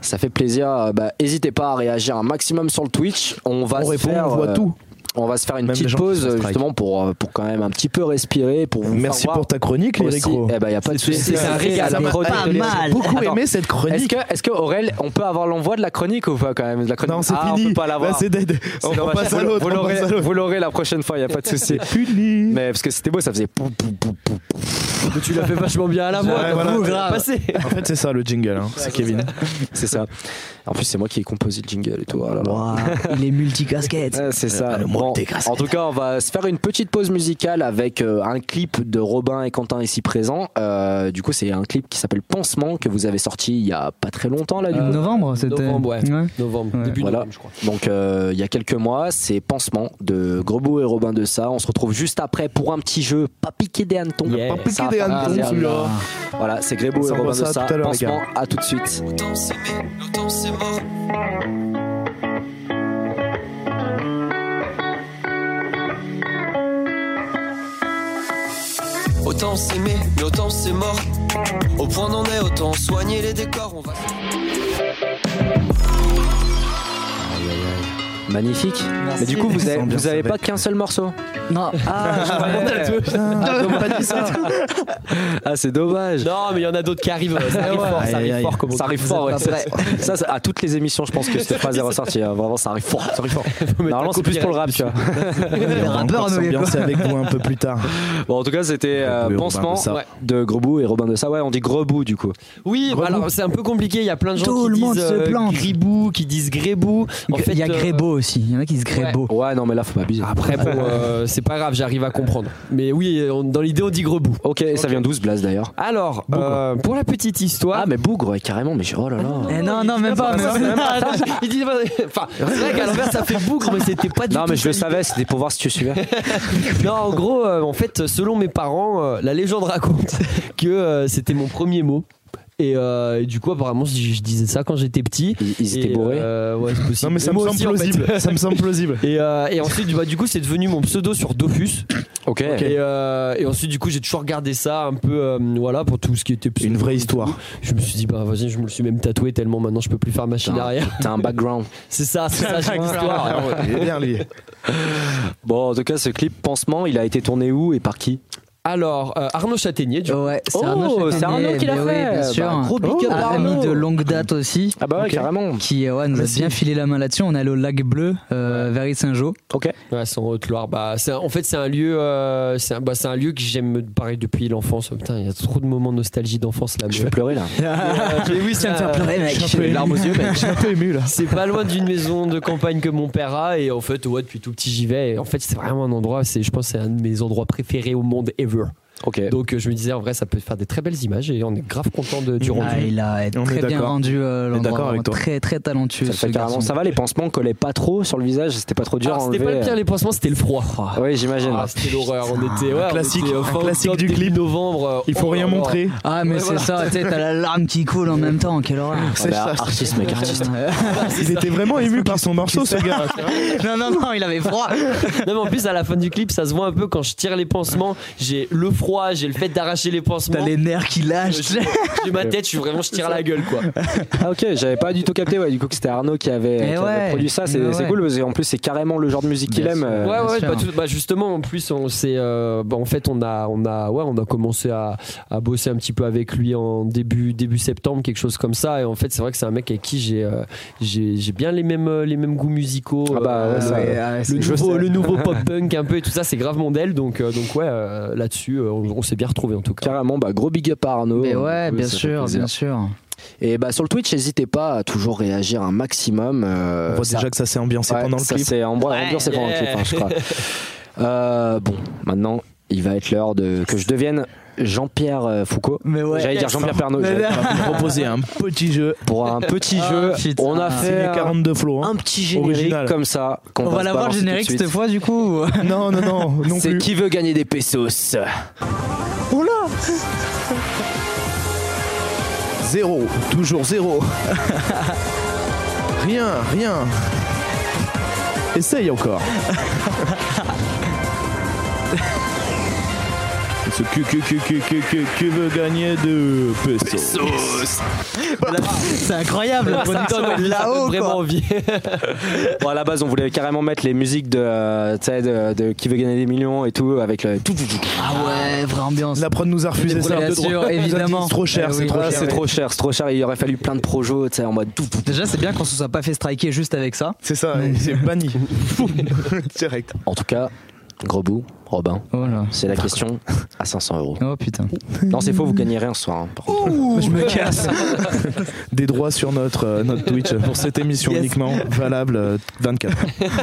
A: Ça fait plaisir. Euh, Bah, N'hésitez pas à réagir un maximum sur le Twitch. On va
B: On
A: se
B: répond,
A: faire,
B: on voit
A: euh,
B: tout.
A: On va se faire une
B: Même les
A: petite
B: gens qui
A: pause
B: se strike.
A: justement pour, euh, pour quand même un petit peu respirer. Pour vous
B: Merci
A: faire
B: pour ta chronique,
A: voir
B: les
A: aussi.
B: Gros.
A: Eh ben, y a pas de
D: C'est-
A: souci.
D: c'est un
A: Merci
D: régal,
A: à
D: mais
A: Mauro.
E: pas mal.
B: Beaucoup
A: Attends.
B: aimé cette
A: Est-ce
B: chronique.
A: que, est-ce que Aurel, on peut avoir l'envoi de la chronique ou pas quand même de la chronique
B: Non, c'est
A: Ah,
B: fini.
A: On peut pas
B: Là,
A: l'avoir.
B: c'est dead.
A: C'est
B: On
A: dommage.
B: passe à
A: Vous-
B: l'autre.
A: vous
B: on
A: l'aurez-
B: passe à l'autre.
A: Vous l'aurez la prochaine fois. Il y a pas de souci.
B: Fini.
A: Mais parce que c'était beau, ça faisait. pou, pou, pou, pou, pou.
D: Mais tu l'as fait vachement bien à la voix.
B: Ouais,
D: t'as
B: voilà.
D: tout passé.
B: En fait, c'est ça le jingle. hein. C'est Kevin.
A: C'est ça. En plus, c'est moi qui ai composé le jingle et tout. oh là là.
E: Waouh, il est multicasquette.
A: Ouais, c'est ça.
E: le monde
A: Bon,
E: des grâces.
A: en tout cas, on va se faire une petite pause musicale avec euh, un clip de Robin et Quentin ici présents. Euh, du coup, c'est un clip qui s'appelle Pansement que vous avez sorti il y a pas très longtemps là. Du coup.
D: Euh,
E: novembre, c'était.
D: novembre, ouais.
E: Ouais.
D: hein. Novembre,
E: Ouais.
D: début
A: Voilà.
D: novembre, je crois.
A: Donc euh, il y a quelques mois, c'est Pansement de Grebou et Robin de ça. On se retrouve juste après pour un petit jeu, pas piquer des hannetons. Ah,
D: Yeah. Pas
A: Ça va
B: piquer des
A: faire
B: hannetons,
A: plaisir.
B: celui-là.
A: ah. Voilà, c'est Grebou
B: On
A: et Robin de
B: s'envoie
A: ça.
B: ça tout à l'heure, les gars.
A: Pansement, à tout de suite.
C: Autant s'aimer, autant s'aimer. Autant s'aimer, mais autant c'est mort. Au point d'en est, autant soigner les décors. On va.
A: Magnifique. Mais du coup, vous avez, vous avez pas qu'un seul morceau.
E: Non, ah, je croyais-
A: Ah, c'est dommage.
D: Non, mais il y en a d'autres qui arrivent. euh, Ça arrive fort, ça arrive
B: aïe.
D: fort comme
A: Ça arrive fort, ouais.
E: Vous êtes pas
A: Ça, ça- à toutes les émissions, je pense que cette phrase est ressortie. hein. Vraiment, ça arrive fort. Ça arrive fort. Normalement, c'est plus pour le rap, tu vois.
E: les rappeurs, nous, les gars.
B: s'ambiancer avec vous un peu plus tard.
A: Bon, en tout cas, c'était euh,
B: Grebou et
A: Pansement
B: Robin de Sa.
A: ouais, de Grebou et Robin de Ça. Ouais, on dit Grebou du coup.
D: Oui,
B: Grebou.
D: alors c'est un peu compliqué. Il y a plein de gens
E: Tout
D: qui
E: le monde
D: disent
E: se
D: euh,
E: plante.
D: Gribou, qui disent Grébou. En fait,
E: Il y a
D: euh,
E: Grébo aussi. Il y en a qui se Grébo.
A: Ouais, non, mais là, faut pas abuser.
D: Après, bon, euh, c'est pas grave, j'arrive à comprendre. Mais oui, on- dans l'idée, on dit Grebou.
A: Ok, ça vient d'où ce blaze d'ailleurs
D: Alors, euh, pour la petite histoire. bah,
A: Ah, mais bougre, ouais, carrément, mais je- oh là là.
E: Eh non, non, même pas. même pas.
D: Il dit pas- Enfin, c'est vrai qu'à l'inverse, ça fait bougre, mais c'était pas du
A: Non,
D: tout.
A: mais je le
D: ça.
A: savais, c'était pour voir si tu suivais.
D: Non, en gros, euh, en fait, selon mes parents, euh, la légende raconte que euh, c'était mon premier mot. Et, euh, et du coup, apparemment, je, je disais ça quand j'étais petit.
A: Ils, ils
D: Et,
A: étaient bourrés.
D: euh, ouais, c'est possible.
B: Non, mais ça me
D: Moi
B: semble
D: aussi, en fait.
B: plausible. Ça me semble plausible.
D: Et, euh, et ensuite, bah, du coup, c'est devenu mon pseudo sur Dofus.
A: Ok.
D: Et, euh, et ensuite, du coup, j'ai toujours regardé ça un peu, euh, voilà, pour tout ce qui était pseudo.
B: Une vraie histoire.
D: Je me suis dit, bah vas-y, je me le suis même tatoué tellement maintenant je peux plus faire machine
A: Putain.
D: arrière.
A: T'as un background.
D: C'est ça, c'est ça, j'ai une histoire.
B: Il est bien lié.
A: Bon, en tout cas, ce clip Pansement, il a été tourné où et par qui
D: Alors, euh, Arnaud Châtaignier, du coup.
E: Ouais, c'est
A: Oh,
E: Arnaud
A: c'est
E: Châtaignier,
A: Arnaud qui l'a
E: mais
A: fait.
E: ouais, bien
A: Bah,
E: sûr. Ah,
A: gros big up à
E: ami
A: Arnaud.
E: de longue date aussi.
A: Ah bah ouais,
E: Ok.
A: carrément.
E: Qui euh, ouais, nous a bien filé la main là-dessus. On est allé au lac bleu, euh, vers Saint-Jean.
A: Ok.
D: Ouais, c'est en Haute-Loire. Bah, c'est un- en fait, c'est un lieu, euh, c'est un, bah, c'est un lieu que j'aime pareil depuis l'enfance. Oh, putain, il y a trop de moments de nostalgie d'enfance là.
A: Je
D: mais-
A: vais pleurer là.
D: Mais oui, c'est un-
E: mec.
B: J'ai un peu
A: larmes aux
B: ému.
A: yeux, mec.
B: J'ai un peu ému là.
D: C'est pas loin d'une maison de campagne que mon père a et en fait ouais depuis tout petit j'y vais et en fait c'est vraiment un endroit c'est je pense c'est un de mes endroits préférés au monde ever.
A: Ok.
D: Donc euh, je me disais en vrai ça peut faire des très belles images et on est grave content de du rendu.
E: Ah, il a
B: On est
E: très bien
B: d'accord.
E: rendu euh,
B: On est d'accord
E: l'endroit.
B: avec
E: vraiment
B: toi.
E: Très très talentueux.
A: Ça,
E: ce
A: fait carrément,
E: garçon.
A: ça va, les pansements collaient pas trop sur le visage, c'était pas trop dur
D: Alors,
A: à
D: Ah, c'était pas
A: enlever. euh.
D: le pire les pansements c'était le froid.
A: Oui, j'imagine.
D: Ah, c'était l'horreur on était ouais, on
B: classique-
D: était, euh,
B: un
D: fin
B: classique
D: octobre,
B: du
D: début
B: clip.
D: novembre. euh,
B: Il faut
D: oh
B: rien
D: là là.
B: montrer.
E: Ah, mais
D: Ouais,
E: c'est
D: voilà.
E: ça, tu sais, t'as la larme qui coule en même temps, quelle horreur.
A: Ah bah, artiste, mec, artiste.
B: Il était vraiment ému par son morceau, ce gars.
E: non, non, non, il avait froid.
D: Non mais en plus à la fin du clip ça se voit un peu quand je tire les pansements j'ai le froid j'ai le fait d'arracher les
E: T'as
D: pansements.
E: les nerfs qui lâchent.
D: J'ai ma tête je suis vraiment je tire la gueule quoi.
A: Ah ok, j'avais pas du tout capté. Ouais, du coup que c'était Arnaud qui avait,
E: Mais
A: qui avait
E: ouais,
A: produit ça. C'est
E: mais
A: c'est
E: ouais.
A: cool parce qu'en plus c'est carrément le genre de musique qu'il
E: Bien
A: aime.
E: sûr.
A: euh,
D: Ouais,
E: Bien
D: ouais,
E: sûr.
D: bah, tout- bah, justement, en plus, on s'est, euh, bah, en fait, on a, on a, ouais, on a commencé à, à bosser un petit peu avec lui en début, début septembre, quelque chose comme ça. Et en fait, c'est vrai que c'est un mec avec qui j'ai, euh, j'ai, j'ai bien les mêmes, euh, les mêmes goûts musicaux.
A: Ah bah, ouais,
D: euh,
A: ça,
D: le
E: c'est-
D: nouveau, le nouveau pop punk un peu et tout ça, c'est grave mon del. Donc, euh, donc ouais, euh, là-dessus, euh, on, on s'est bien retrouvé en tout cas.
A: Carrément, bah, gros big up à Arnaud.
E: Mais
A: Du
E: ouais,
A: coup,
E: bien
A: ça fait
E: sûr,
A: plaisir.
E: bien sûr.
A: Et bah sur le Twitch, n'hésitez pas à toujours réagir un maximum. euh,
B: On voit
A: ça-
B: déjà que ça s'est ambiancé
A: ouais,
B: pendant le
A: ça
B: clip.
A: s'est embr-
D: Ouais,
A: ambiancé pendant le clip, hein, je crois. Euh, bon, maintenant, il va être l'heure de que je devienne Jean-Pierre euh, Foucault.
E: Mais ouais.
A: J'allais dire Jean-Pierre Pernaut j'allais-
B: Proposer un petit jeu
A: pour un petit
E: Ah,
A: jeu.
E: putain.
A: On a fait
B: signé
A: un-
B: 42 flots. hein.
A: un petit générique
B: Original.
A: comme ça. qu'on
E: On va
A: se
E: l'avoir le
A: balancer tout de
E: générique
A: suite.
E: cette fois, du coup.
B: Non, non, non, non
A: C'est
B: plus.
A: qui veut gagner des pesos
B: Zéro, toujours zéro. rien, rien. Essaye encore. Ce que, que, que, que, que, que, que veut gagner de pesos.
E: C'est incroyable. la production
D: donne envie, ça
E: est
D: donne
E: là-haut,
D: vraiment
E: quoi.
D: envie.
A: Bon, à la base, on voulait carrément mettre les musiques de, euh, tu sais, de, de qui veut gagner des millions et tout, avec le. tout, tout, tout.
E: Ah ouais, vraie ambiance.
B: La prod nous a refusé
E: Des
B: ça.
E: problèmes, bien sûr,
B: Nous a dit,
E: évidemment.
B: C'est trop cher,
E: Eh
B: c'est
E: oui.
B: trop
A: Ah,
B: cher.
A: c'est trop cher, c'est trop cher. Il aurait fallu plein de projets, tu sais, en mode. tout, tout, tout.
E: Déjà, c'est bien qu'on se soit pas fait striker juste avec ça.
B: Ah, C'est ça, c'est banni. Direct.
A: En tout cas, Grebou, Robin,
E: Oh là.
A: c'est la question à 500 euros.
E: Oh putain.
A: Non, c'est faux, vous gagnez rien ce soir. hein, par contre.
E: je me casse.
B: Des droits sur notre, euh, notre Twitch pour cette émission
E: Yes.
B: uniquement valable euh, 24.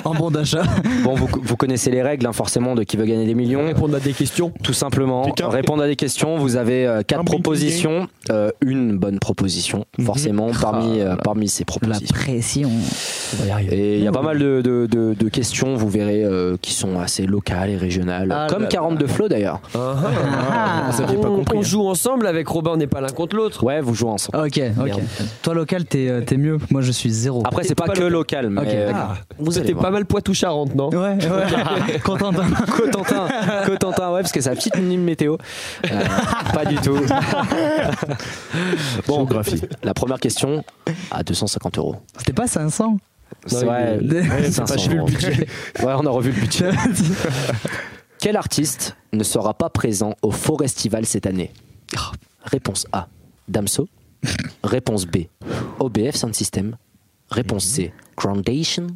E: en bon d'achat.
A: Bon, vous, vous connaissez les règles, hein, forcément, de qui veut gagner des millions.
D: Répondre à des questions.
A: Tout simplement,
B: Quelqu'un
A: répondre à des questions. Vous avez euh, quatre
B: Un bling,
A: propositions, euh, une bonne proposition,
B: Mhm.
A: forcément, parmi,
E: Ah,
A: euh,
E: là.
A: parmi ces
E: La
A: propositions.
E: pression.
A: Et il y a pas mal de, de- de- de questions, vous verrez, euh, qui sont assez locales et régionales.
E: Ah
A: comme
E: là
A: 42 flots d'ailleurs.
E: Ah.
B: Ça, j'ai pas
D: On-
B: compris.
D: On joue ensemble avec Robin, on n'est pas l'un contre l'autre.
A: Ouais, vous jouez ensemble.
E: Ah. Ok, ok.
A: Merde. Ah.
E: Toi, local, t'es euh, t'es mieux. Moi, je suis zéro.
A: Après, c'est
D: t'es
A: pas,
D: pas
A: que
D: local.
A: local, mais
E: Ok.
A: euh,
E: Ah.
A: vous
D: Toi,
A: allez
D: t'es pas
A: voir.
D: mal Poitou-Charentes, non
E: Ouais, ouais. Content.
A: Cotentin, Cotentin, ouais, parce que c'est la petite minime météo. Euh, pas du tout. bon,
B: Géographie.
A: la première question à 250 euros.
E: C'était pas 500
A: C'est ouais,
E: il- Ouais,
A: c'est 500
B: j'ai vu le
A: euros. Ouais, on a revu le budget. Quel artiste ne sera pas présent au Forestival cette année Réponse A. Damso. Réponse B. OBF Sound System. Réponse C. Groundation.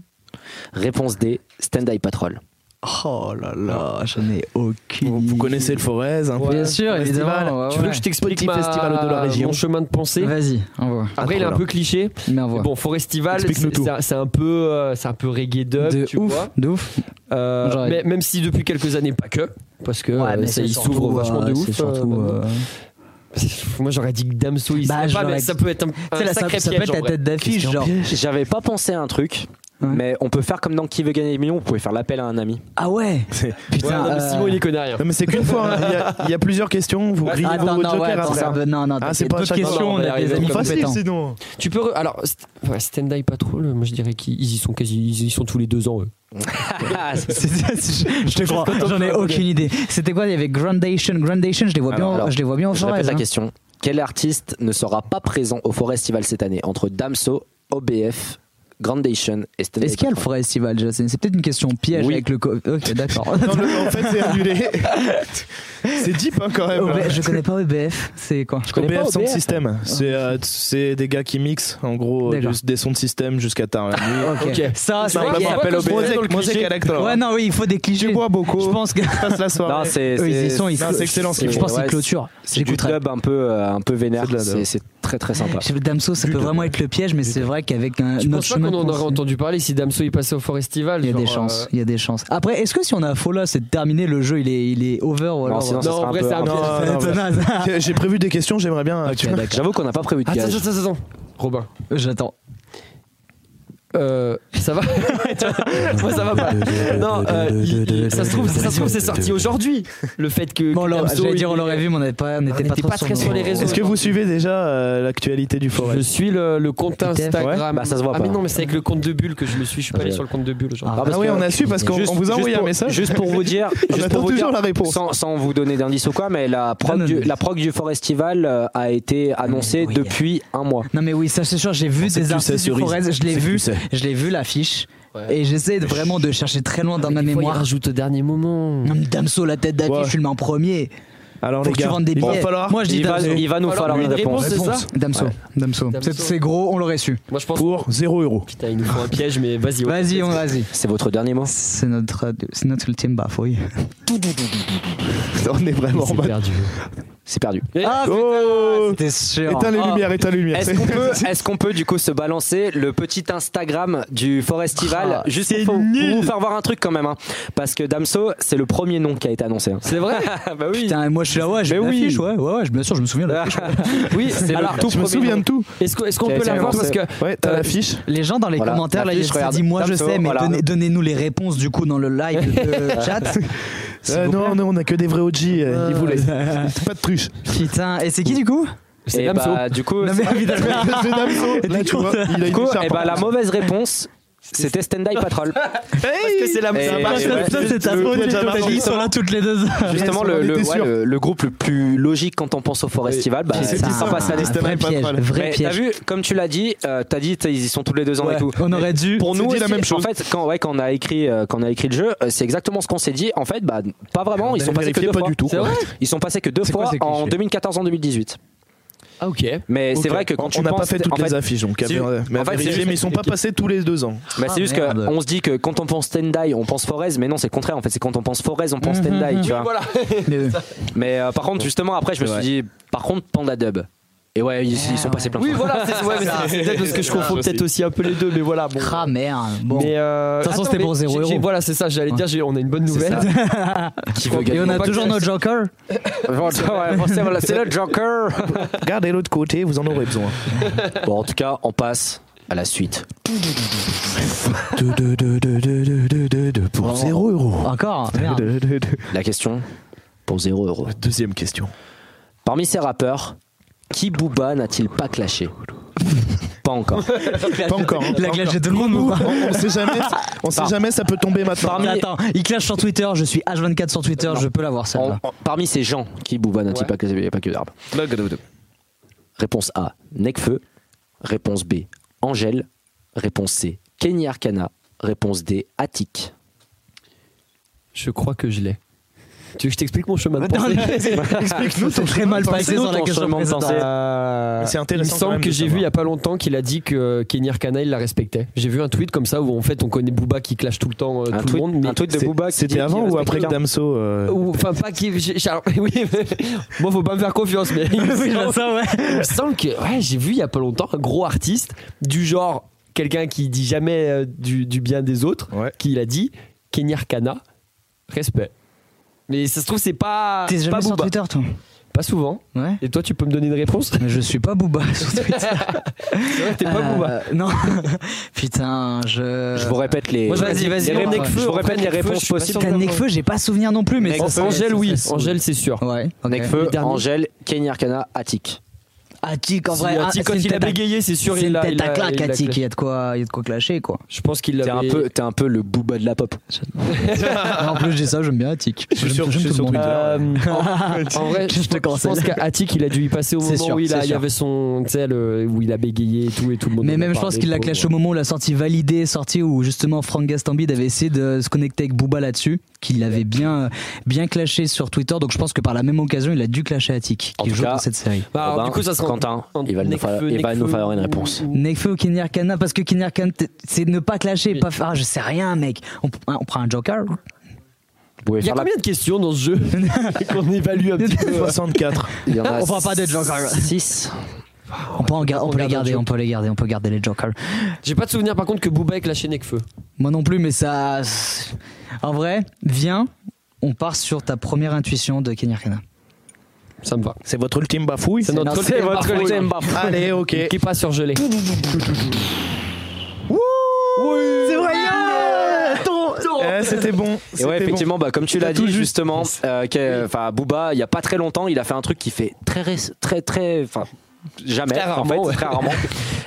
A: Réponse D. Stand Eye Patrol.
E: Oh là là, j'en ai aucune.
B: Vous, vous connaissez le Forez hein. un peu.
E: Bien sûr,
B: Festival.
E: évidemment. ouais,
D: Tu veux
E: ouais.
D: que je t'explique
B: Petit
D: ma-
B: festival de la région.
D: mon chemin de pensée
E: Vas-y, envoie.
D: Après, il est un
B: trop
D: peu cliché.
E: Mais
D: Mais
E: envoie.
D: Ah. Bon, Forestival, c'est
B: Explique-nous tout.
D: c'est un- c'est un peu, euh, c'est un peu reggae dub,
E: de
D: tu
E: ouf,
D: vois.
E: de ouf.
D: Euh,
E: J'arrive.
D: mais- même si depuis quelques années, pas que, parce que euh, ça, il s'ouvre vachement de ouf. euh, Moi, j'aurais dit que Damso, il
E: Bah,
D: serait pas,
E: j'aurais
D: mais
E: dit-
D: ça peut être un,
E: tu sais,
D: un
E: là, ça,
D: sacré
E: ça peut
D: piège.
E: être
D: en
E: la
D: vrai.
E: tête d'affiche, genre.
A: J'avais pas pensé à un truc,
E: Ouais.
A: mais on peut faire comme dans Qui veut gagner des millions, vous pouvez faire l'appel à un ami.
E: Ah ouais.
B: C'est-
D: Ouais,
E: Putain.
D: non, mais
E: euh,
D: Simon, il y connaît rien.
B: Non mais c'est qu'une fois, hein. il y a- il y, a plusieurs questions, vous grillez
E: Attends,
B: vos
E: non,
B: jokers
E: ouais, attends,
B: après.
E: ça veut- non, non,
B: Ah,
E: t'as
B: c'est
E: fait
B: pas
E: d'autres
B: chaque-
E: questions,
D: non, non,
E: on
D: on va
E: a
D: y
E: des
D: arriver.
E: amis
D: Ils
B: Facile,
E: compétents.
B: sinon. hein.
D: Tu peux. re- Alors, st- ouais, Stand Eye Patrol, moi, je dirais qu'ils ils y sont quasi, ils y sont tous les deux ans, eux.
E: Euh, C'est- c'est- je je te crois, j'en ai aucune idée. C'était quoi Il y avait Grandation, Grandation, je les vois bien,
A: Alors,
E: je les vois bien en
A: Je répète
E: forêt.
A: la question. Quel artiste ne sera pas présent au Forestival cette année entre Damso, OBF, Grandation et Stanley
E: Est-ce qu'il y a le
A: Patron.
E: Forestival déjà C'est c'est peut-être une question piège
A: Oui.
E: avec le. co- Ok, d'accord.
B: Non, le- en fait, c'est annulé. c'est deep hein, quand même.
E: OB- je connais pas EBF, c'est quoi
A: connais pas
B: OBF Sound
A: OBF.
B: System, c'est euh, c'est des gars qui mixent en gros
E: D'accord.
B: du- des sons de système jusqu'à tard la nuit.
E: Ok. Ça, Ah, c'est.
B: Ça on appelle
E: Ouais,
B: OBF.
A: Moi, c'est
B: Collector.
E: non, oui, il faut des clichés.
B: Tu bois beaucoup.
E: Je pense que.
B: passe la soirée.
A: Non, c'est
E: Eux, ils y sont, ils
B: non, c'est excellent, ce qu'ils
E: Je
B: font.
E: pense qu'ils
A: Ouais,
E: clôturent.
A: C'est du
E: J'écouterai.
A: club un peu, euh, un peu vénère.
B: C'est de la
A: C'est
B: daube.
A: c'est très très sympa.
E: Je- Damso, ça peut vraiment être le piège, mais c'est vrai qu'avec un
D: Je
E: notre
D: pense pas
E: chemin
D: qu'on en
E: de
D: aurait
E: pensée-
D: entendu parler si Damso il passait au Forestival.
E: Il y a
D: genre,
E: des
D: euh,
E: chances, il y a des chances. Après, est-ce que si on a faux là, c'est terminé, le jeu il est, il est over ou alors euh,
A: sinon, ça
D: Non,
A: serait
D: en
A: un
D: vrai,
A: peu-
D: c'est un
B: Non,
D: piège.
E: C'est
B: non,
E: étonnant, ça.
B: J'ai- J'ai prévu des questions, j'aimerais bien. euh,
E: Ok,
B: tu vois.
E: d'accord. Ah,
A: J'avoue qu'on n'a pas prévu de
D: Attends,
A: gage.
D: attends, attends, attends. Robin,
E: J'attends.
D: euh, ça va Moi, ça va pas. Non, euh, il- il- ça se trouve, ça se trouve, c'est sorti aujourd'hui. Le fait que.
E: Bon,
D: que
E: là,
D: Damso,
E: j'allais
D: il-
E: dire, on l'aurait vu, mais on n'était pas, on n'était pas,
D: n'était
E: trop
D: pas très sur les
E: nos-
D: réseaux.
B: Est-ce que vous suivez déjà euh, l'actualité du
D: Je
B: forêt
D: suis le, le compte
E: ITF,
D: Instagram.
A: ouais. Bah, ça se voit
D: ah,
A: pas.
D: mais non, mais c'est avec le compte de Bulle que je me suis. Je suis pas allé sur le compte de Bulle aujourd'hui.
E: Ah,
B: Ah
A: parce
B: oui,
A: que-
B: on a su parce qu'on
A: Juste-
B: on vous a
A: juste
B: envoyé un
A: pour-
B: message.
A: Juste pour vous dire, juste
B: attend
A: pour vous
B: toujours
A: dire
B: la réponse.
A: Sans, sans vous donner d'indice ou quoi, mais la prog,
E: Donne un
A: du,
E: indice.
A: la prog du Forestival euh, a été annoncée
E: oui.
A: depuis un mois.
E: Non, mais oui, ça c'est sûr, j'ai vu
B: sait que
E: des
B: tu sais,
E: artistes du
B: Cerise.
E: Forez, je l'ai
B: On sait que
E: vu,
B: tu sais.
E: je l'ai vu l'affiche,
D: Ouais.
E: Ah. et j'essaie de- vraiment de chercher très loin dans ma mémoire.
D: rajoute au dernier moment.
E: Non, mais Damso, la tête
B: Ouais.
E: d'affiche, je le mets en premier.
B: Alors
E: Faut
B: les
E: que tu
B: gars,
E: vendes des
B: il va
E: billets.
B: falloir.
E: Moi, je dis
A: Il va,
E: Damso.
A: il va nous
D: Alors,
A: falloir
D: une
A: une réponse.
D: réponse, c'est ça
E: Damso, Damso.
D: Damso.
E: C'est- C'est gros, on l'aurait su.
D: Moi, je pense.
B: pour 0 euros.
D: Putain, il nous faut un piège, mais vas-y.
E: Vas-y, on vas-y.
A: C'est votre dernier mot
E: C'est notre, c'est notre ultime bafouille.
B: On est vraiment
E: bah.
B: en mode.
A: C'est perdu.
D: Ah,
B: Oh
E: T'es sûr
B: Éteins les
A: Ah.
B: lumières, éteins les lumières.
A: Est-ce qu'on peut, est-ce qu'on peut du coup se balancer le petit Instagram du Forestival
D: Ah,
A: juste
D: c'est
A: pour, pour
D: nul.
A: vous faire voir un truc quand même hein. Parce que Damso, c'est le premier nom qui a été annoncé. hein.
D: C'est vrai.
A: bah oui.
E: Putain, moi je suis là, ouais, j'ai
A: Mais oui.
E: l'affiche, ouais, ouais, ouais, je- bien sûr, je me souviens. de l'affiche.
A: oui, c'est
D: Alors,
A: le tout
B: Je me
A: premier
B: souviens
A: nom.
B: de tout.
D: Est-ce qu'on est-ce qu'on
A: Qui a
D: peut
A: été
D: la voir parce
A: annoncé.
D: que
B: Ouais, t'as
D: Euh,
B: l'affiche.
E: Les gens dans les
A: Voilà,
E: commentaires, là,
A: l'affiche,
E: ils se
A: regarde.
E: disent, moi je
A: Damso,
E: sais, mais
A: voilà.
E: donnez- donnez-nous les réponses du coup dans le live de chat. S'il
B: Euh,
E: vous
B: non, non, on a que des vrais OG. euh, Ils voulaient. Pas de truche.
E: plaît. Putain, et c'est qui du coup
A: Et
D: C'est Damso.
A: bah, du coup,
E: Non, mais évidemment.
B: C'est Damso. Là, tu vois, il a
A: du
B: une
A: coup,
B: écharpe.
A: eh ben, la mauvaise réponse, c'était Stand By Patrol.
D: Parce que c'est la
A: Et-
D: c'est
A: Ah,
D: pas-
A: c'est- ouais.
E: c'est ta
B: Le-
E: faute,
B: le-
E: t'as dit, ils sont là toutes les deux heures.
A: Justement, le,
B: on
A: le,
B: était
A: ouais,
B: sûr.
A: le- le groupe le plus logique quand on pense au Forestival, bah, c'est
E: C'est ça,
A: sympa, ça
E: un
A: reste.
E: vrai
B: pas
E: piège,
B: mal.
E: vrai
A: Mais t'as
E: piège.
A: vu, comme tu l'as dit, euh, t'as dit t'sais, ils y sont tous les deux ans
E: Ouais,
A: et tout.
E: on
A: Mais
E: aurait dû.
A: Pour
B: C'est
A: nous,
B: dit la
A: aussi,
B: même
A: en
B: chose.
A: fait, quand, ouais, quand on a écrit, euh, quand on a écrit le jeu, euh, c'est exactement ce qu'on s'est dit. En fait, bah, pas vraiment.
B: On
A: ils sont
B: avait
A: passés que
B: vérifié,
A: deux
B: pas
A: fois.
B: du tout,
A: C'est
B: quoi.
A: vrai Ils sont passés que deux
E: C'est quoi
A: fois
E: ces clichés
A: en 2014 en 2018.
D: Ah, ok.
A: Mais c'est
B: Ok.
A: vrai que quand tu
B: on n'a
A: penses,
B: pas fait toutes
A: en fait,
B: les affiches, donc à
A: c'est-
B: ver- mais à
A: en fait,
B: vérifier,
A: c'est juste-
B: mais ils sont pas passés tous les deux ans.
A: Bah,
E: Ah,
A: c'est juste
E: merde.
A: qu'on se dit que quand on pense Tendai, on pense Forez, mais non, c'est le contraire. En fait, c'est quand on pense Forez, on
B: Mhm,
A: pense Tendai. Tu vois.
E: Mais-
A: Mais euh, par contre, justement, après, je me suis dit, par contre, Panda Dub. Et ouais, ils, ils sont passés plein de
D: Oui,
A: fois.
D: voilà. c'est- ouais, mais c'est- C'est peut-être parce que je confonds peut-être aussi un peu les deux, mais voilà. Bon.
E: Ah merde. Bon.
D: Mais euh,
E: De toute façon,
D: attends,
E: c'était
D: mais
E: pour zéro
D: j'ai-
E: euro.
D: j'ai- Voilà, c'est ça, j'allais dire, j'ai- on a une bonne nouvelle.
A: Qui veut
E: Et
A: gagner
E: on a
D: pas
E: toujours
D: que-
E: notre joker.
A: Bon, ouais, bon, c'est voilà, c'est le Joker.
B: Regardez l'autre côté, vous en aurez besoin.
A: Bon, en tout cas, on passe à la suite.
B: Pour 0 euros.
E: Encore Merde.
A: La question pour 0 euros.
B: Deuxième question.
A: Parmi ces rappeurs, qui Booba n'a-t-il pas clashé Pas encore.
B: Pas encore. hein.
E: Il a glagé tout le monde ou pas
B: On sait jamais, on sait jamais, ça peut tomber maintenant.
A: Parmi-
E: Mais attends, il clash sur Twitter, je suis H24 sur Twitter, je peux l'avoir
A: En-
E: celle-là.
A: en- parmi ces gens, qui Booba n'a-t-il
D: Ouais.
A: pas clashé Il y a pas que des rappeurs. Réponse A, Nekfeu. Réponse B, Angèle. Réponse C, Kenny Arcana. Réponse D, Attic.
D: Je crois que je l'ai. Tu veux que je t'explique mon chemin de
E: Attends,
D: pensée
E: Explique-nous ton très mal passé
A: nous
E: sur la
A: ton
E: question
A: chemin de
E: précédente.
A: pensée.
D: Euh,
B: C'est intéressant
D: Il me
B: quand même
D: semble que
B: de
D: j'ai vu
B: savoir.
D: il y a pas longtemps qu'il a dit que Kenny Arcana il la respectait. J'ai vu un tweet comme ça où en fait on connaît Booba qui clash tout le temps euh,
A: Un
D: tout
A: tweet-
D: le monde. mais-
A: un tweet de
B: C'est-
A: Booba qui-
B: C'était
A: qui
B: avant ou
A: respecte
B: après que
A: quelqu'un.
B: Damso euh,
D: Ou- Enfin pas qui. j'ai- j'ai- alors, oui, mais- moi faut pas me faire confiance mais il me
E: Oui, je vois
D: semble,
E: ça, ouais.
D: il me semble que ouais, j'ai vu il y a pas longtemps un gros artiste du genre quelqu'un qui dit jamais euh, du, du bien des autres
B: Ouais.
D: qui l'a dit Kenny Arcana respect. Mais ça se trouve c'est pas
E: T'es jamais
D: pas
E: sur
D: Booba.
E: Twitter, toi
D: Pas souvent.
E: Ouais.
D: Et toi tu peux me donner une réponse
E: Mais je suis pas Booba sur Twitter.
D: C'est vrai, T'es pas
E: Euh,
D: Booba.
E: Non. Putain, je.
A: Je vous répète les.
D: Moi, vas-y,
A: les-
D: vas-y,
A: les
E: on
A: réponses-
D: Nekfeu,
A: je vous
D: on
A: répète
D: prend
A: les
D: Nekfeu,
A: réponses
D: je suis pas
A: possibles.
D: sûr.
E: Putain, Nekfeu, j'ai pas souvenir non plus, mais ça
D: Angèle, oui.
E: ça-
D: Angèle, c'est sûr.
E: Ouais. ok.
A: Nekfeu, Angèle, Kenny Arcana, Attic.
E: Attic, en
D: Si,
E: vrai.
D: Attic,
E: ah,
D: quand
E: c'est une
D: il a
E: tête à-
D: bégayé, c'est sûr,
E: C'est
D: il
E: une
D: a.
E: tête
D: il
E: à
D: a-
E: claque,
D: il a
E: Attic. Il y a de quoi, il y a de quoi clasher, quoi.
D: Je pense qu'il
A: T'es
D: l'avait. Euh,
A: un, peu- t'es un peu le booba de la pop.
E: en plus, j'ai ça, j'aime bien Attic.
B: Je suis sûr- je suis sur Twitter.
D: Euh, en, en vrai,
E: Je
D: je,
E: te
D: pense
E: cancel.
D: qu'à Attic, il a dû y passer au
E: C'est
D: moment
E: sûr,
D: où il, a- il
E: c'est sûr.
D: avait son, tu sais, le- où il a bégayé et tout et tout le monde. en
E: Mais
D: a
E: même, je
D: parlé, Bah,
E: pense qu'il l'a
D: pauvre.
E: clashé au moment où la sortie validée est sortie, où justement Frank Gastambide avait essayé de se connecter avec Booba là-dessus, qu'il l'avait bien, euh, bien clashé sur Twitter. Donc je pense que par la même occasion, il a dû clasher Attic,
A: En
E: qui
A: tout
E: joue
A: cas,
E: dans cette série.
D: Bah, alors,
A: Robin,
D: du coup, ça sera
A: Quentin,
D: en-
A: il va nous
D: Nekfeu,
A: falloir- il va
D: Nekfeu
A: nous falloir une
D: ou-
A: réponse.
D: ou-
E: Nekfeu ou Kenyar Kana Parce que Kenyar Kana, t- c'est ne pas clasher,
D: Oui.
E: pas faire. Ah, je sais rien, mec. On, ah, on prend un Joker
A: Vous pouvez
D: Il y a
A: faire la-
D: combien de questions dans ce jeu qu'on évalue un petit peu
B: 64.
A: il y en a
E: On prend pas de Joker.
A: 6.
E: On peut, en gar- on
D: On
E: peut les
D: garde un
E: garder,
D: Joker.
E: on peut les garder, on peut garder les Jokers.
D: J'ai pas de souvenir par contre que Booba ait clashé Nekfeu.
E: Moi non plus, mais ça. En vrai, viens, on part sur ta première intuition de Kenyar Kana.
D: Ça me va.
B: C'est votre ultime bafouille
D: C'est notre ultime bafouille.
B: Allez, ok.
D: Qui est pas surgelé.
B: C'est vrai
A: hein.
B: Eh, C'était bon.
A: Et ouais,
B: c'était bon.
A: effectivement, bah, comme tu l'as
B: tout
A: dit
B: juste.
A: justement, euh, qu'est- enfin Booba, il y a pas très longtemps, il a fait un truc qui fait très ré- très très enfin jamais
D: Très
A: en
D: rarement,
A: fait,
D: ouais.
A: très rarement.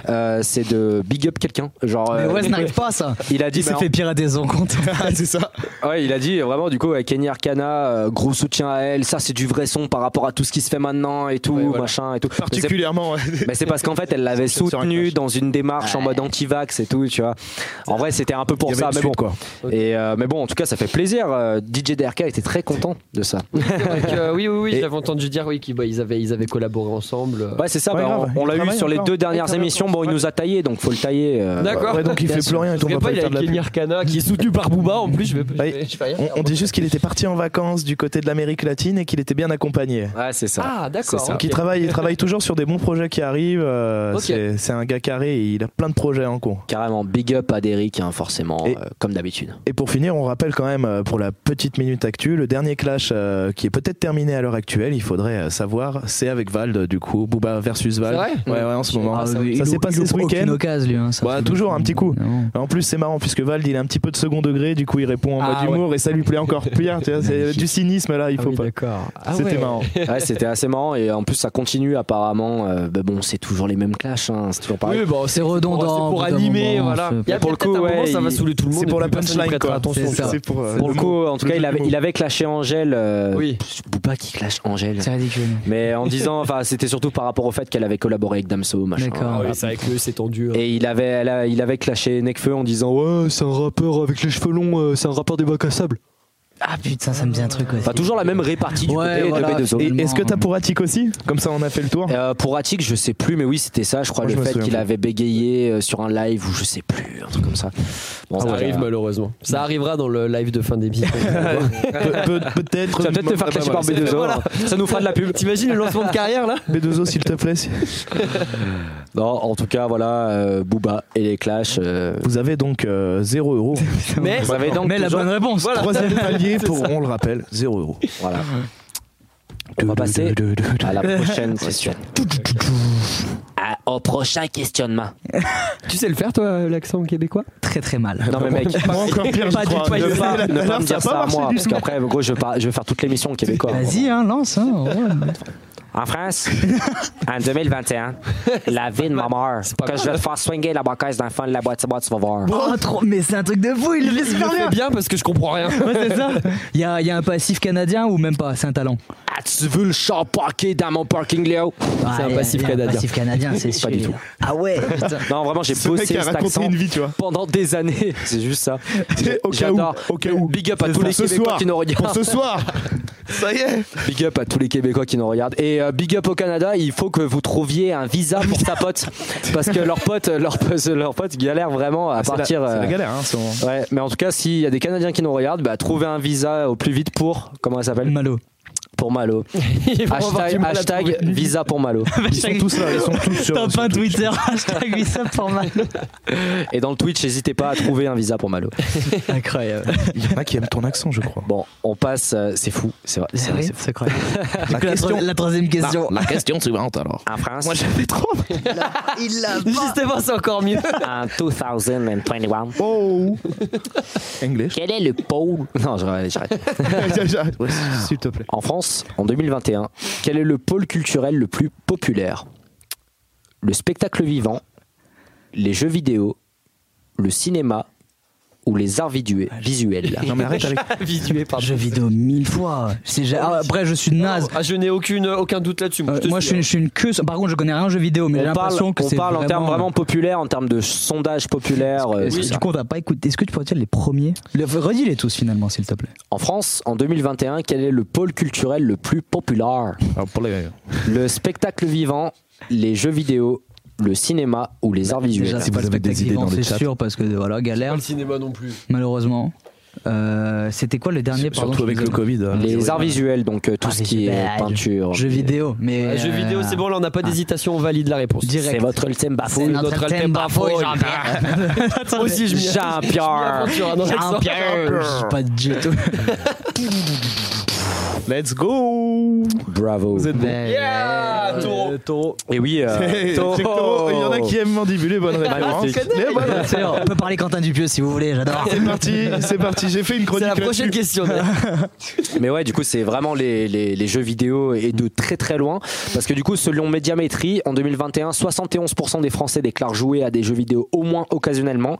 A: Euh, c'est de big up quelqu'un, genre
E: Mais
A: euh,
E: ouais, ça n'arrive pas ça.
A: il a dit
E: Il s'est
A: bah,
E: fait pirater son compte.
B: C'est ça.
A: Ouais, il a dit euh, vraiment du coup avec Kenny Arcana, euh, gros soutien à elle, ça c'est du vrai son par rapport à tout ce qui se fait maintenant et tout,
D: Ouais, voilà.
A: machin et tout. Mais c'est-
B: Particulièrement. ouais.
A: Mais c'est parce qu'en fait elle l'avait
B: Ça, c'est un
A: soutenu
B: clash.
A: dans une démarche en mode anti-vax et tout, tu vois. En vrai c'était un peu pour
B: Il y avait
A: ça,
B: une
A: mais bon.
B: suite, quoi.
A: Et euh, mais bon en tout cas ça fait plaisir. euh, DJ DRK était très content de ça.
D: Donc, euh, oui, oui, oui,
A: Et-
D: j'avais entendu dire oui, qu'ils bah, ils avaient, ils avaient collaboré ensemble. euh.
A: Ouais, c'est ça. bah,
B: Ouais, grave,
A: on
B: il
A: on l'a eu
B: travaille
A: sur les
B: encore.
A: deux
B: Il
A: dernières
B: travaille
A: émissions.
B: encore,
A: Bon, il
B: ouais.
A: nous a taillé, donc faut le tailler. euh,
D: D'accord.
B: Ouais, donc il
D: Bien
B: fait
D: sûr.
B: plus rien et
D: Parce
B: tout. On
D: que
B: va pas
D: pas, il
B: lui
D: y a
B: faire de la pub.
D: Kenny Arcana qui est soutenu par Booba en plus. Je vais, je
B: Ouais.
D: vais- je vais rien
B: On,
D: faire.
B: on dit juste qu'il était parti en vacances du côté de l'Amérique latine et qu'il était bien accompagné.
A: Ouais, c'est ça.
D: Ah,
A: C'est
D: d'accord.
A: ça.
D: ok.
A: Donc,
B: Qui travaille, il travaille toujours sur des bons projets qui arrivent. euh,
D: Ok.
B: c'est- C'est un gars carré, et il a plein de projets en cours.
A: Carrément, big up à Derrick, hein, forcément,
B: Et-
A: euh, comme d'habitude.
B: Et pour finir, on rappelle quand même euh, pour la petite minute actu, le dernier clash euh, qui est peut-être terminé à l'heure actuelle, il faudrait euh, savoir, c'est avec Vald du coup, Booba versus Vald.
D: C'est
B: ouais, ouais, en ce moment.
E: Ah,
B: ça
E: il
B: s'est
E: loupe- il
B: passé
E: loupe
B: ce week-end.
E: Aucune occasion, lui. hein, ça.
B: Ouais, toujours un petit coup.
E: Non.
B: En plus, c'est marrant puisque Vald il a un petit peu de second degré, du coup il répond en
D: Ah,
B: mode humour et ça lui plaît encore pire. tu vois, c'est du cynisme là, il
D: Ah
B: faut
D: oui,
B: pas.
D: D'accord. Ah
B: C'était
D: ouais.
B: marrant.
A: Ouais, c'était assez marrant. Et en plus, ça continue apparemment. Euh, bah bon, c'est toujours les mêmes clashs. hein, c'est toujours pareil.
D: Oui, bon,
E: Oh, C'est redondant,
D: pour-
E: au
D: C'est
E: bout
D: pour
E: d'un
D: animer,
E: moment,
D: voilà.
E: c'est-
D: Il y a
A: Pour le
D: peut-être
A: coup,
D: un moment,
A: ouais,
D: ça va
A: il-
D: saouler tout le monde.
B: C'est
D: et
B: pour
D: plus
B: la
D: personne n'y
B: punchline
D: prêtera
B: quoi.
D: attention.
E: C'est ça.
B: C'est pour, euh,
A: Pour
B: le
A: le
B: mot.
A: coup, en tout
B: Le
A: cas, il
B: jeu
A: avait,
B: de mots.
A: il avait clashé Angèle. euh,
D: Oui.
A: Booba qui clash Angèle.
E: C'est ridicule.
A: Mais en disant, enfin, c'était surtout par rapport au fait qu'elle avait collaboré avec Damso, machin.
E: D'accord.
D: Ah
A: voilà.
D: oui, c'est vrai que c'est tendu. hein.
A: Et il avait, elle a- il avait clashé Nekfeu en disant Ouais, c'est un rappeur avec les cheveux longs, euh, c'est un rappeur des bacs à sable.
E: Ah putain, ça me dit un truc aussi.
A: Enfin, toujours la même répartie du
E: Ouais,
A: côté
E: voilà.
A: de B2O.
B: Et est-ce que t'as pour Attic aussi Comme ça, on a fait le tour.
A: Euh, pour Attic, je sais plus, mais oui, c'était ça. Je crois
B: Moi, je
A: le
B: me
A: fait
B: souviens
A: qu'il
B: plus.
A: avait bégayé euh, sur un live ou je sais plus, un truc comme ça. Bon,
D: Ça
A: c'est
D: arrive
A: pas grave.
D: malheureusement. ah Ça arrivera dans le live de fin d'émission.
B: Pe- pe- peut-être.
A: Tu vas peut-être te faire
B: Ah, bah,
A: clasher
B: voilà,
A: par
B: c'est
A: B2O.
B: fait.
A: hein. Ça nous fera de la pub.
D: T'imagines le lancement de carrière là
B: B2O, s'il te plaît. si-
A: Non, en tout cas, voilà, euh, Booba et les Clash. euh,
B: Vous avez donc 0 euros.
D: Mais
A: vous avez donc
E: Mais la
A: toujours-
E: bonne réponse.
B: Troisième palier pour, on le rappelle, 0 euros.
A: Voilà. On va passer à la prochaine question. À- au prochain questionnement.
D: tu sais le faire toi l'accent québécois
E: Très très mal.
A: Non mais mec,
B: Moi encore pire,
E: Pas
B: je
E: du
B: crois.
E: tout,
A: ne
E: du
A: pas, ne pas me dire
B: Ça a
A: ça
B: pas
A: à
B: marché
A: moi,
B: du
A: parce
B: tout.
A: qu'après, gros, je, vais pas- je vais faire toute l'émission en québécois.
E: Vas-y, hein, lance. Hein, ouais.
A: En France, en 2021, la vie de ma mère,
D: pas
A: que je vais te faire swinguer la bacaise dans le fond de la boîte, c'est bon, tu vas voir.
E: Oh, trop- Mais c'est un truc de fou, il le fait super bien.
D: bien parce que je comprends rien.
E: Ouais, c'est ça. Il y a, il y a un passif canadien ou même pas, c'est un talent.
A: As-tu vu le chat parqué dans mon parking, Léo?
E: Ah, il y a-
D: passif
E: il y a
D: canadien.
E: Passif canadien, c'est sûr.
A: du tout.
E: Ah ouais. putain.
A: Non, vraiment, j'ai
B: Ce mec
A: bossé
B: a
A: cet
B: raconté
A: accent
B: une vie, tu vois.
A: pendant des années. C'est juste ça.
B: C'est Au cas où.
A: J'adore.
B: Au cas où.
A: Big up à tous
B: Pour
A: les
B: ce
A: Québécois
B: soir.
A: qui nous
B: Pour
A: regardent.
B: ce soir. Ça y est.
A: Big up à tous les Québécois qui nous regardent. Et euh, big up au Canada, il faut que vous trouviez un visa pour ta pote. Parce que leur pote, leur, pote- leur pote galère vraiment à
B: Ah, C'est la-
A: partir.
B: C'est
A: euh,
B: la galère, hein, en ce moment.
A: Ouais, mais en tout cas, s'il y a des Canadiens qui nous regardent, bah, trouvez un visa au plus vite pour. Comment elle s'appelle
E: Malo.
A: Pour Malo. Hashtag, hashtag visa pour Malo.
B: Ils sont tous là, ils sont tous sur.
E: Top un Twitter, hashtag lui ça pour Malo.
A: Et dans le Twitch, n'hésitez pas à trouver un visa pour Malo.
E: Incroyable.
B: Il y en a qui aiment ton accent, je crois.
A: Bon, on passe. euh, c'est fou, c'est vrai. c'est vrai, c'est fou.
E: c'est incroyable. Du coup, la, tro- la troisième question. Bah,
B: La question suivante alors.
A: En France,
B: j'avais trop.
E: Il l'a
D: Justement, c'est encore mieux.
A: en 2021,
B: Oh. English.
A: quel est le pôle. Non, j'arrête. j'arrête.
B: Ouais, S'il te plaît.
A: En France, en 2021, quel est le pôle culturel le plus populaire le spectacle vivant, les jeux vidéo, le cinéma ou les arts vidue- visuels.
B: Non mais arrête avec.
D: Visué, pardon.
E: Jeux vidéo mille fois. C'est ja- ah, après, je suis naze.
D: Ah, je n'ai aucune, aucun doute là-dessus.
E: Euh,
D: te
E: moi, je
D: suis, hein.
E: suis, une- je suis une queue. Par contre, je connais rien aux jeux vidéo, mais j'ai
A: on parle,
E: l'impression que
A: on
E: c'est
A: parle en termes vraiment populaires, en termes de sondage populaire. euh,
E: Est-ce que
A: c'est
E: du
A: ça.
E: coup, on va pas écouter. Est-ce que tu pourrais dire les premiers Le- Redis-les tous finalement, s'il te plaît.
A: En France, en 2021, quel est le pôle culturel le plus populaire
B: Alors, Ah, pour les- euh,
A: Le spectacle vivant, les jeux vidéo, le cinéma ou les arts visuels.
E: Déjà,
B: Si
E: c'est pas
B: vous
E: le
B: avez des
E: spectacle
B: idées
E: vivant,
B: dans le
E: c'est
B: chat.
E: sûr, parce que voilà,
D: hein. Pas
E: galère,
D: le cinéma non plus.
E: malheureusement. Euh, C'était quoi le dernier pardon,
B: Surtout
E: je
B: avec
E: vous ai-
B: le Covid. hein.
A: Les arts visuels, donc euh, tout
E: Ah,
A: ce qui est
E: visuel.
A: peinture.
E: Jeux vidéo, mais.
D: Ah, Jeux
E: euh,
D: vidéo, c'est bon, là on n'a pas d'hésitation, on valide la réponse.
E: Direct.
A: C'est votre ultime
E: euh, C'est
A: bafouille.
E: notre,
D: notre
E: thème
D: thème
E: bafouille,
D: bafouille.
E: Jean-Pierre.
D: Moi aussi, je m'y-
A: Jean-Pierre.
D: je m'y aventure hein, dans
E: Ah,
D: l'accent.
E: Jean-Pierre. Je suis pas du tout.
B: Let's go.
A: Bravo.
B: Vous êtes bons.
E: Ben,
D: Yeah, taureau.
A: Et oui, euh,
B: Hey, exactement. Il y en a qui aiment mandibuler, bonne réponse.
A: Magnifique.
B: Les bonnes
E: euh,
B: réponses.
E: c'est- on peut parler Quentin Dupieux si vous voulez, j'adore.
B: C'est parti, c'est parti. J'ai fait une
D: C'est
B: chronique
D: la prochaine
B: là-dessus.
D: question.
A: mais ouais, du coup, c'est vraiment les, les- les jeux vidéo et de très très loin. Parce que du coup, selon Médiamétrie, en 2021, 71% des Français déclarent jouer à des jeux vidéo au moins occasionnellement.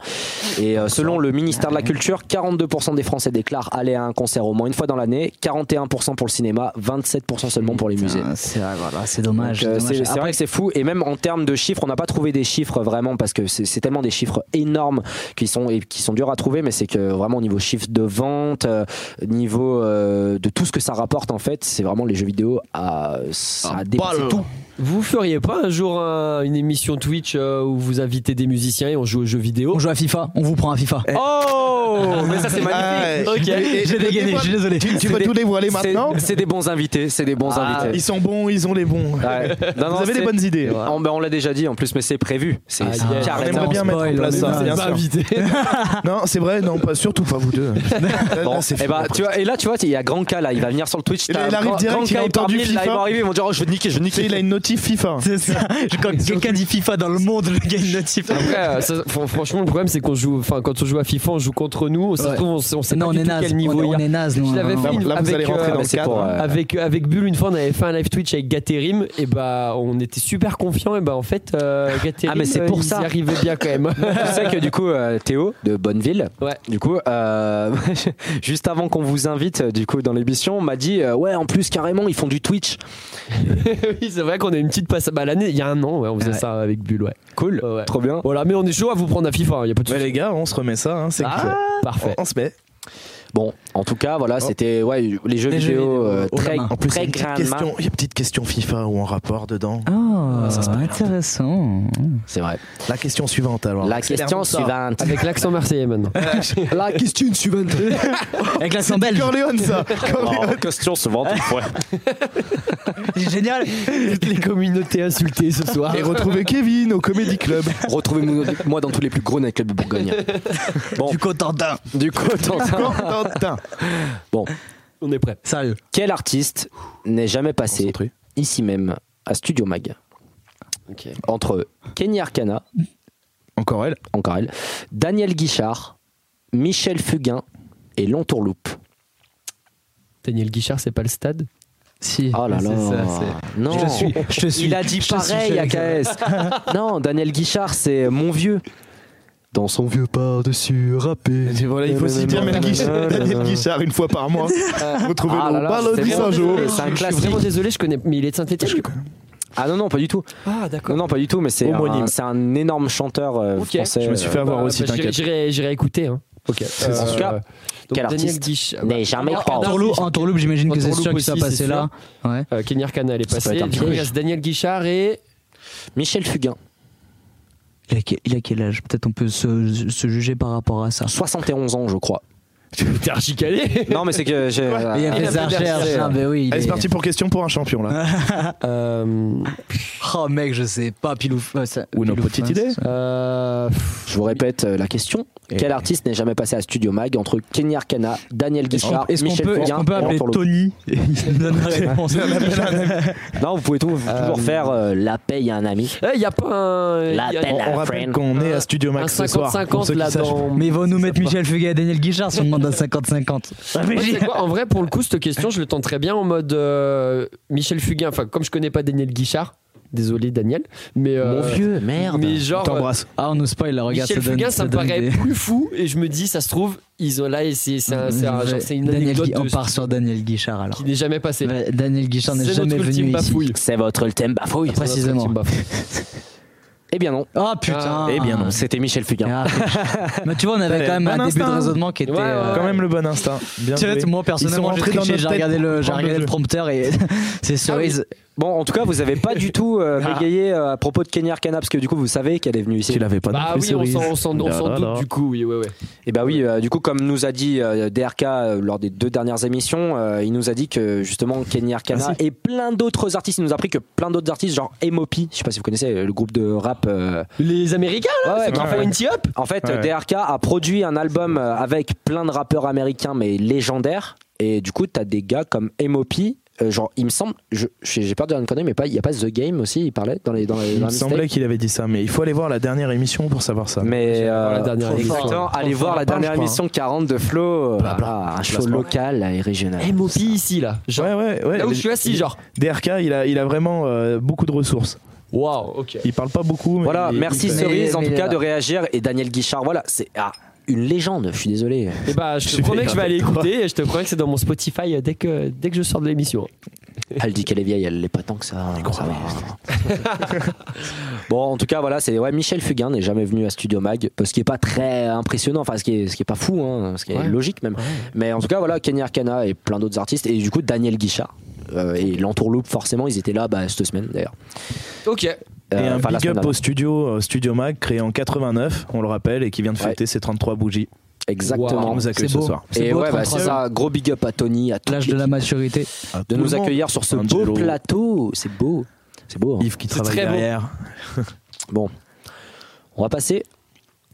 A: Et euh, selon le ministère de la Culture, 42% des Français déclarent aller à un concert au moins une fois dans l'année, 41% pour le cinéma, 27% seulement pour les musées.
E: Putain, C'est ah, voilà, c'est dommage.
A: Donc, euh,
E: dommage.
A: c'est c'est
E: Après,
A: vrai que c'est fou. Et même en termes de chiffres, on n'a pas trouvé des chiffres vraiment parce que c'est c'est tellement des chiffres énormes qui sont et qui sont durs à trouver. Mais c'est que vraiment au niveau chiffre de vente, euh, niveau euh, de tout ce que ça rapporte en fait, c'est vraiment les jeux vidéo à
B: Ah,
A: ça a dépassé Ah, tout.
D: Vous feriez pas un jour un- une émission Twitch euh, où vous invitez des musiciens et on joue aux jeux vidéo
E: on joue à FIFA, on vous prend à FIFA.
D: Oh Mais ça c'est
B: Ah,
D: Ok.
B: et- et-
E: J'ai dégainé, je suis désolé.
B: Tu vas tout dévoiler
A: C'est-
B: maintenant
A: C'est des bons invités, c'est des bons
D: Ah,
A: invités.
B: Ils sont bons, ils ont les bons.
A: Ouais. Non, non,
B: Vous avez des
A: c'est-
B: bonnes idées.
A: On, ben, on l'a déjà dit en plus, mais c'est prévu. C'est
D: Ah,
A: c'est carré.
D: yes.
B: On
E: Arrête,
B: aimerait
E: on
B: bien mettre en
E: spoil,
B: place
E: on
B: ça,
E: est
B: bien
E: pas
B: sûr. Non, c'est vrai, non, pas surtout pas vous deux. Là,
A: Bon,
B: là, Euh, c'est
A: et,
B: fou.
A: bah, tu vois, et là, tu vois, il y a Grand K là, il va venir sur le Twitch.
B: Et là,
A: t'as
B: il arrive
A: Grand-
B: direct,
A: Grand K
B: il a
A: est
B: entendu
A: parmi, Là,
B: FIFA.
A: ils vont arriver, ils vont dire Oh, je veux niquer, je veux
B: Tu sais,
A: niquer.
B: il a une notif FIFA.
E: C'est ça. Quand quelqu'un dit FIFA dans le monde, le gars il notifie.
D: Après, euh, ça- fran- franchement, le problème c'est qu'on joue, enfin, quand on joue à FIFA, on joue contre nous. Ça se
E: Ouais.
D: trouve, on, sait- on sait
E: Non,
D: pas
E: on
D: du
E: est
D: tout
E: naze.
D: quel niveau il y
E: On
D: a.
E: est naze, nous.
D: Je l'avais
E: hein.
D: fait
B: Là,
D: une-
B: là, vous
D: avec,
B: allez rentrer
D: euh,
B: dans
A: mais
B: le
A: c'est pour,
B: cadre. hein.
A: euh,
D: Avec avec Bull une fois, on avait fait un live Twitch avec Gaterim et bah on était super confiant et bah en fait euh, Gaterim
A: Ah, mais c'est pour
D: euh,
A: ça.
D: ils y arrivaient bien quand même.
A: Je sais que du coup, euh, Théo de Bonneville,
D: Ouais.
A: du coup, euh, juste avant qu'on vous invite, euh, du coup, dans l'émission, on m'a dit euh, ouais, en plus carrément, ils font du Twitch.
D: oui, c'est vrai qu'on a une petite passe bah, l'année il y a un an, ouais, on faisait
E: Ouais.
D: ça avec Bull, ouais.
A: Cool,
D: Ouais, ouais.
A: trop bien.
D: Voilà, mais on est chaud à vous prendre à FIFA, il y a pas de
B: Ouais,
D: souci.
B: les gars, on se remet ça, hein, c'est
D: Ah,
B: que-
D: Parfait.
B: On, on se met.
A: Bon, en tout cas, voilà, c'était ouais, les jeux
E: Les jeux
A: vidéo
E: vidéo,
A: euh,
E: au
A: très,
E: gamin.
B: Oh. En plus, il y a
A: très
B: une petite
A: grandement.
B: question, il y a une petite question FIFA ou en rapport dedans.
E: Ah,
B: Ça se parle.
E: intéressant.
A: C'est vrai.
B: La question suivante alors.
A: La
B: Accélérons
A: question
B: ça.
A: suivante.
D: Avec l'accent marseillais maintenant.
A: La question suivante.
E: Avec l'accent belge.
B: Corleone ça. Corleone.
A: question suivante.
E: C'est génial.
D: les communautés insultées ce soir.
B: Et retrouvez Kevin au Comedy Club.
A: Retrouvez-moi dans tous les plus gros nightclubs de Bourgogne. Bon.
E: Du Cotentin.
A: Du coup, Tantin,
B: Quentin.
D: On est prêt.
E: Sérieux.
A: quel artiste n'est jamais passé
B: Concentré.
A: ici même à Studio Mag entre Kenny Arcana,
B: Encore elle.
A: encore elle, Daniel Guichard, Michel Fugain et L'Entourloupe.
D: Daniel Guichard, c'est pas le stade Ah.
E: Si.
A: Oh là
E: c'est
A: là.
E: ça, c'est-
A: non.
E: Je te suis. Je te suis.
A: Il a dit
E: Je te
A: pareil
E: suis, je
A: à
E: suis avec
A: KS. non, Daniel Guichard, c'est mon vieux. Dans son vieux par-dessus râpé.
B: Voilà, il faut aussi dire Mel Guichard, Daniel Guichard une fois par mois. Retrouvez
A: Ah là
B: le
A: là,
B: Palais
A: c'est
B: du
A: bon.
B: Saint-Jean.
A: C'est un
D: Je suis
A: classique.
D: vraiment désolé, je connais, mais il est de Saint-Étienne.
A: Ah non, non, pas du tout.
D: Ah
A: Non, non, pas du tout, mais c'est
B: Homonyme.
A: un, c'est un énorme chanteur euh,
D: Ok.
A: français.
B: Je me suis fait avoir aussi,
D: bah, J'irai
B: t'inquête.
D: j'irai- j'irai écouter. Hein. Ok.
A: ça. En tout cas, quel artiste
D: Guichard. bah,
A: N'est jamais
E: En
A: croire.
E: tourloupe, en tourloupe, j'imagine
D: En
E: que c'est
D: tourloupe
E: sûr que ça
D: aussi, c'est
E: passait
D: sûr.
E: là. Ouais.
D: Euh, Kenny Arcana, elle est
A: Ça peut
D: passée.
A: être un
D: Du coup,
A: piège.
D: il reste Daniel Guichard et.
A: Michel Fugain,
E: Il a, que- il a quel âge Peut-être on peut se, se juger par rapport à ça.
A: 71 ans, je crois.
D: T'es archicalé
A: Non, mais c'est que j'ai.
E: Il a
A: Ah,
E: fait
A: il
E: sa
A: a fait des
E: recherche.
A: recherches.
E: Ah, ben oui, il
B: Allez, c'est
E: est-
B: parti pour question pour un champion là.
D: euh,
E: Oh mec, je sais pas, pilou.
B: Ou nos petites idées.
D: euh,
A: Je vous répète euh, la question. Quel artiste n'est jamais passé à Studio Mag entre Kenny Arcana, Daniel Guichard,
E: Est-ce qu'on
A: Michel
E: peut, est-ce
A: Fugain
E: qu'on peut
A: et
E: appeler
A: Antoine
E: Tony et il donne la réponse
A: Lopez Non, vous pouvez tout-
D: Euh,
A: toujours faire euh, la paix à un ami.
D: Il n'y eh, a pas un.
A: La
D: y a-
A: peine.
B: On
A: Ah,
B: rappelle
A: friend.
B: qu'on est à Studio
D: Un
B: Max ce soir. pour ceux
D: 50-50
B: qui
D: là
B: sachent.
D: dans.
E: Mais ils vont nous mettre Michel Fugain et Daniel Guichard si on demande un 50-50.
D: Moi, tu sais quoi, en vrai, pour le coup, cette question, je le tente très bien en mode euh, Michel Fugain. Enfin, comme je connais pas Daniel Guichard, Désolé, Daniel. Mais, euh,
A: Mon vieux, merde.
D: Mais genre, euh,
B: T'embrasse.
E: Ah, on nous spoil, là, regarde.
D: Michel
E: ça donne,
D: Fugain, ça me
E: donne
D: paraît
E: des-
D: plus fou et je me dis, ça se trouve, ils ont là, et c'est c'est un- c'est un- genre, c'est une
E: Daniel
D: anecdote
E: Gui- On
D: de-
E: part sur Daniel Guichard alors.
D: qui n'est jamais passée.
E: Ouais, Daniel Guichard n'est
D: C'est
E: jamais
D: notre
E: venu
D: ultime
E: ici. Ah,
D: bafouille.
A: C'est votre ultime bafouille.
E: Après, Précisément.
D: C'est notre ultime bafouille.
A: Eh bien non.
E: Oh putain
A: Eh bien non, c'était Michel Fugain.
E: Ah, putain. Mais tu vois, on avait
B: Allez,
E: quand même
B: bon
E: un début
B: instinct.
E: de raisonnement qui était.
D: Ouais, ouais,
E: euh,
B: Quand même le bon instinct. Bien
E: Tu
B: joué.
E: sais, moi personnellement, j'ai
B: rentrés dans
E: triché,
B: notre
E: j'ai
B: tête
E: regardé,
B: pour
E: le, j'ai
B: prendre
E: regardé
B: le
E: le
B: jeu.
E: prompteur et
D: Ah
E: c'est cerise.
A: Bon, en tout cas, vous avez pas du tout euh,
E: Ah.
A: bégayé euh, à propos de Kenya Arcana parce que du coup, vous savez qu'elle est venue ici.
B: Tu l'avais pas
D: Bah
B: non plus,
D: oui, on
B: Cerise.
D: s'en- on s'en on s'en
B: Là, là, là.
D: doute du coup, oui, ouais, ouais.
A: Et bah oui, euh, du coup, comme nous a dit euh, DRK euh, lors des deux dernières émissions, euh, il nous a dit que justement Kenny Arcana et plein d'autres artistes, il nous a appris que plein d'autres artistes, genre Emopi, je sais pas si vous connaissez euh, le groupe de rap. euh,
D: Les Américains, là,
A: Ouais, ouais,
D: c'est
A: bah,
D: qui font
A: ouais.
D: une tie-up
A: En fait,
B: Ouais.
A: DRK a produit un album euh, avec plein de rappeurs américains, mais légendaires. Et du coup, t'as des gars comme Emopi. euh, genre, il me semble, je- j'ai j'ai peur de dire une connerie, mais pas, il y a pas The Game aussi, il parlait dans les dans les.
B: Il
A: dans
B: me
A: les
B: semblait
A: mixtapes.
B: qu'il avait dit ça, mais il faut aller voir la dernière émission pour savoir ça.
A: Mais euh,
D: la dernière
A: trop
D: émission.
A: exactement, allez
B: Trop fort,
A: voir la
B: on parle,
A: dernière
B: je crois,
A: émission 40 de Flo, euh,
B: Bla, bla.
A: ah, un show
B: Placement.
A: local et régional.
D: MOP ici, là. Genre,
B: ouais, ouais, ouais.
D: là où je suis assis,
B: Il-
D: genre.
B: DRK, il a, il a vraiment euh, beaucoup de ressources.
D: Waouh, ok.
B: Il parle pas beaucoup. Mais
A: Voilà,
B: il-
A: merci
B: il-
E: Mais-
A: Cerise en
E: mais
A: tout
E: il est
A: cas
E: là.
A: de réagir et Daniel Guichard, voilà, c'est ah, une légende, je suis désolé.
D: Et bah, je
B: Je
D: te
B: vais
D: promets que je vais aller
B: regarder.
D: écouter et je te promets que c'est dans mon Spotify euh, dès que, dès que je sors de l'émission.
A: Elle dit qu'elle est vieille, elle l'est pas tant que ça. ça va. bon, en tout cas, voilà, c'est ouais, Michel Fugain n'est jamais venu à Studio Mag, ce qui est pas très impressionnant, enfin ce qui est, ce qui est pas fou, hein, ce qui est
D: Ouais.
A: logique même. Mais en tout cas, voilà, Kenny Arcana et plein d'autres artistes et du coup Daniel Guichard euh, et l'entourloupe forcément, ils étaient là bah, cette semaine d'ailleurs.
D: Ok.
B: Et
A: Euh,
B: un
A: enfin, la
B: big
A: semaine
B: up
A: dernière.
B: au studio, euh, Studio Mag, créé en 89, on le rappelle, et qui vient de fêter ses 33 bougies.
A: Exactement.
B: On nous accueille
E: C'est
B: ce
E: beau.
B: soir.
E: C'est
A: Et
E: beau,
A: ouais, bah,
E: 33.
A: c'est ça, gros big up à Tony, à toute
E: L'âge de la
A: l'équipe.
E: maturité.
B: À
A: de
B: tout
A: nous
B: le monde.
A: accueillir sur ce beau
B: Angelo.
A: plateau. C'est beau. C'est beau. hein.
B: Yves qui
D: C'est
B: travaille
D: très beau.
B: derrière.
A: Bon, on va passer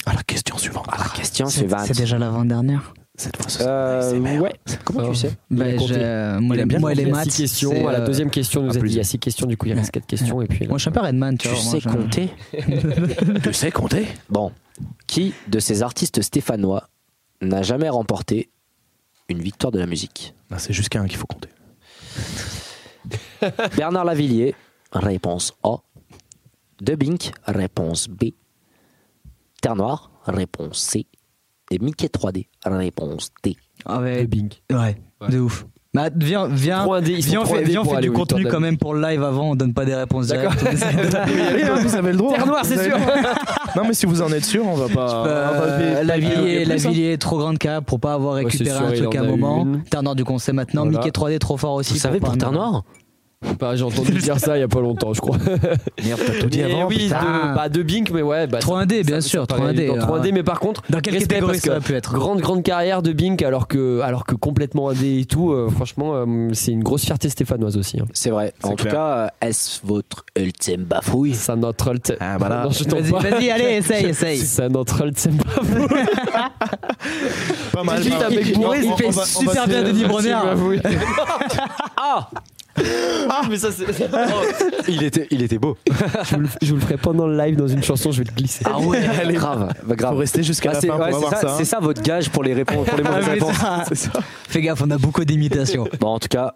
B: À la question suivante. Ah,
A: à la question
E: C'est
A: suivante.
E: c'est déjà l'avant-dernière.
B: Cette fois, ce sera
A: Euh,
B: ASMR.
A: ouais, comment tu
D: Euh,
A: sais
D: Il a
E: Bah,
D: compté.
E: j'ai- euh, Moi,
B: Il a
E: les-
B: bien
E: moi, les
D: Il y a
E: maths.
D: six questions.
E: c'est,
D: à la
E: euh,
D: deuxième question, nous
B: à
D: a dit.
B: plus.
D: Il y a six questions, du coup, il y a quatre questions. Et puis, là-
E: Moi, je suis un peu Redman, tu,
A: Tu
E: vois. moi,
A: sais
E: je-
A: compter
B: Tu sais compter
A: Bon, qui de ces artistes stéphanois n'a jamais remporté une victoire de la musique
B: Non, C'est jusqu'à un qu'il faut compter.
A: Bernard Lavillier, réponse A. De Bink, réponse B. Terre Noire, réponse C. Et Mickey 3D, réponse D.
E: Ah ouais,
D: Bing.
E: ouais, de ouf. Bah, viens, viens,
D: Trois indés, ils sont
E: viens, on
D: trois
E: fait,
D: indés
E: viens, on
D: pour
E: fait
D: aller
E: du
D: au Victor
E: contenu
D: de la
E: quand même pour le live avant, on donne pas des réponses
D: D'accord.
E: directes. Euh,
D: hein.
B: vous avez le droit.
D: Terre noire, c'est sûr.
B: Non, mais si vous en êtes sûr, on va pas. on va
E: Euh,
B: pas-
E: la
B: pas-
E: ville est,
B: plus,
E: la
B: hein.
E: ville est trop grande cap pour pas avoir
D: Ouais, c'est
E: récupéré
D: sûr,
E: un
D: il
E: truc à
D: en
E: un
D: a
E: moment.
D: une.
E: Terre Noire du conseil maintenant.
D: Voilà.
E: Mickey 3D trop fort aussi.
A: Vous savez
E: pas
A: pour Terre
E: nous-
A: Noire
D: Bah, J'ai entendu dire ça il y a pas longtemps, je crois.
B: Merde, t'as tout dit
D: Mais
B: avant.
D: oui,
E: putain.
D: de, bah, de Bink, mais ouais. Bah,
E: 3D, bien
D: ça-
E: sûr,
D: ça paraît
E: 3D,
D: évident.
E: euh,
D: 3D, mais par contre,
E: Dans quelle
D: respect,
E: catégorie
D: parce
E: ça
D: que
E: aurait pu être
D: Grande, grande carrière de Bink, alors que, alors que complètement indé et tout. euh, franchement, euh, c'est une grosse fierté stéphanoise aussi. hein.
A: C'est vrai.
B: C'est
A: en tout
B: clair.
A: cas, euh, est-ce votre ultime bafouille
D: C'est un autre alt.
B: Ah, voilà.
D: Non, je t'en
E: Vas-y,
D: pas.
E: vas-y, allez, essaye, essaye.
D: C'est un autre alt, c'est pas vrai.
B: Pas mal.
D: Juste
B: pas mal.
D: avec
B: On-
D: Bourré,
B: on-
D: il
B: on
D: fait
B: va- on va
E: super
B: se-
E: bien Denis Brogniart.
D: Ah mais ça c'est.
A: Il était, il était beau.
D: je, vous le, je vous le ferai pendant le live dans une chanson, je vais te glisser.
A: Ah ouais, grave, bah, grave.
B: Faut rester jusqu'à
A: Ah,
B: la
A: c'est
B: fin
A: ouais,
B: pour
A: c'est
B: avoir
A: ça,
B: ça. hein.
A: c'est ça votre gage pour les réponses, pour les mauvaises
E: Ah, mais
A: réponses. Ah
E: ça-
B: C'est ça.
E: Fais gaffe, on a beaucoup d'imitations.
A: Bon, en tout cas,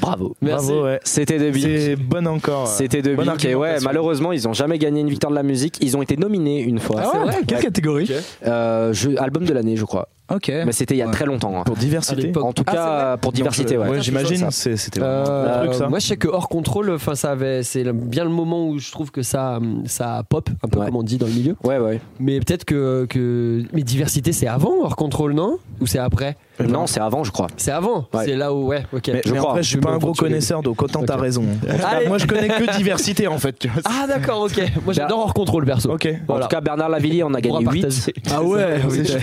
A: bravo.
D: Merci.
B: Bravo, ouais.
A: C'était de Bink.
B: C'est bonne encore. euh,
A: C'était de
B: Bonne
A: Bink. Et ouais,
B: argumentation.
A: malheureusement, ils ont jamais gagné une victoire de la musique. Ils ont été nominés une fois.
E: Ah ouais, Quelle
A: Ouais.
E: catégorie
A: Euh, jeu- album de l'année, je crois.
E: Ok.
A: Mais c'était il y a
E: Ouais.
A: très longtemps. hein.
B: Pour diversité.
D: l'époque.
A: En tout
D: Ah, c'est
A: cas,
D: vrai
A: euh, pour diversité,
B: Donc,
A: ouais.
B: je- Ouais, j'imagine.
A: Ça.
B: c'est- C'était vraiment
D: Euh,
B: un truc, ça.
D: moi je sais que hors contrôle, enfin ça avait, c'est le- bien le moment où je trouve que ça, hum, ça pop un peu
A: Ouais.
D: comme on dit dans le milieu.
A: Ouais, ouais.
D: Mais peut-être que, que, mais diversité c'est avant hors contrôle non Ou c'est après
A: Non, c'est avant, je crois.
D: C'est avant.
A: Ouais.
D: C'est là où ouais. Ok.
B: Mais,
A: je
B: mais
A: crois.
B: après, je suis
D: Je
B: pas
D: me
B: un gros
D: fortune.
B: connaisseur, donc autant t'as
D: Ok.
B: raison. Bah,
D: Allez.
B: Moi, je connais que diversité, en fait. tu vois.
D: Ah d'accord. Ok. Moi j'adore hors contrôle perso.
B: Ok.
A: En tout cas, Bernard Lavillier, on a
D: On pourra
A: gagné 8.
D: partager.
E: Ah ouais,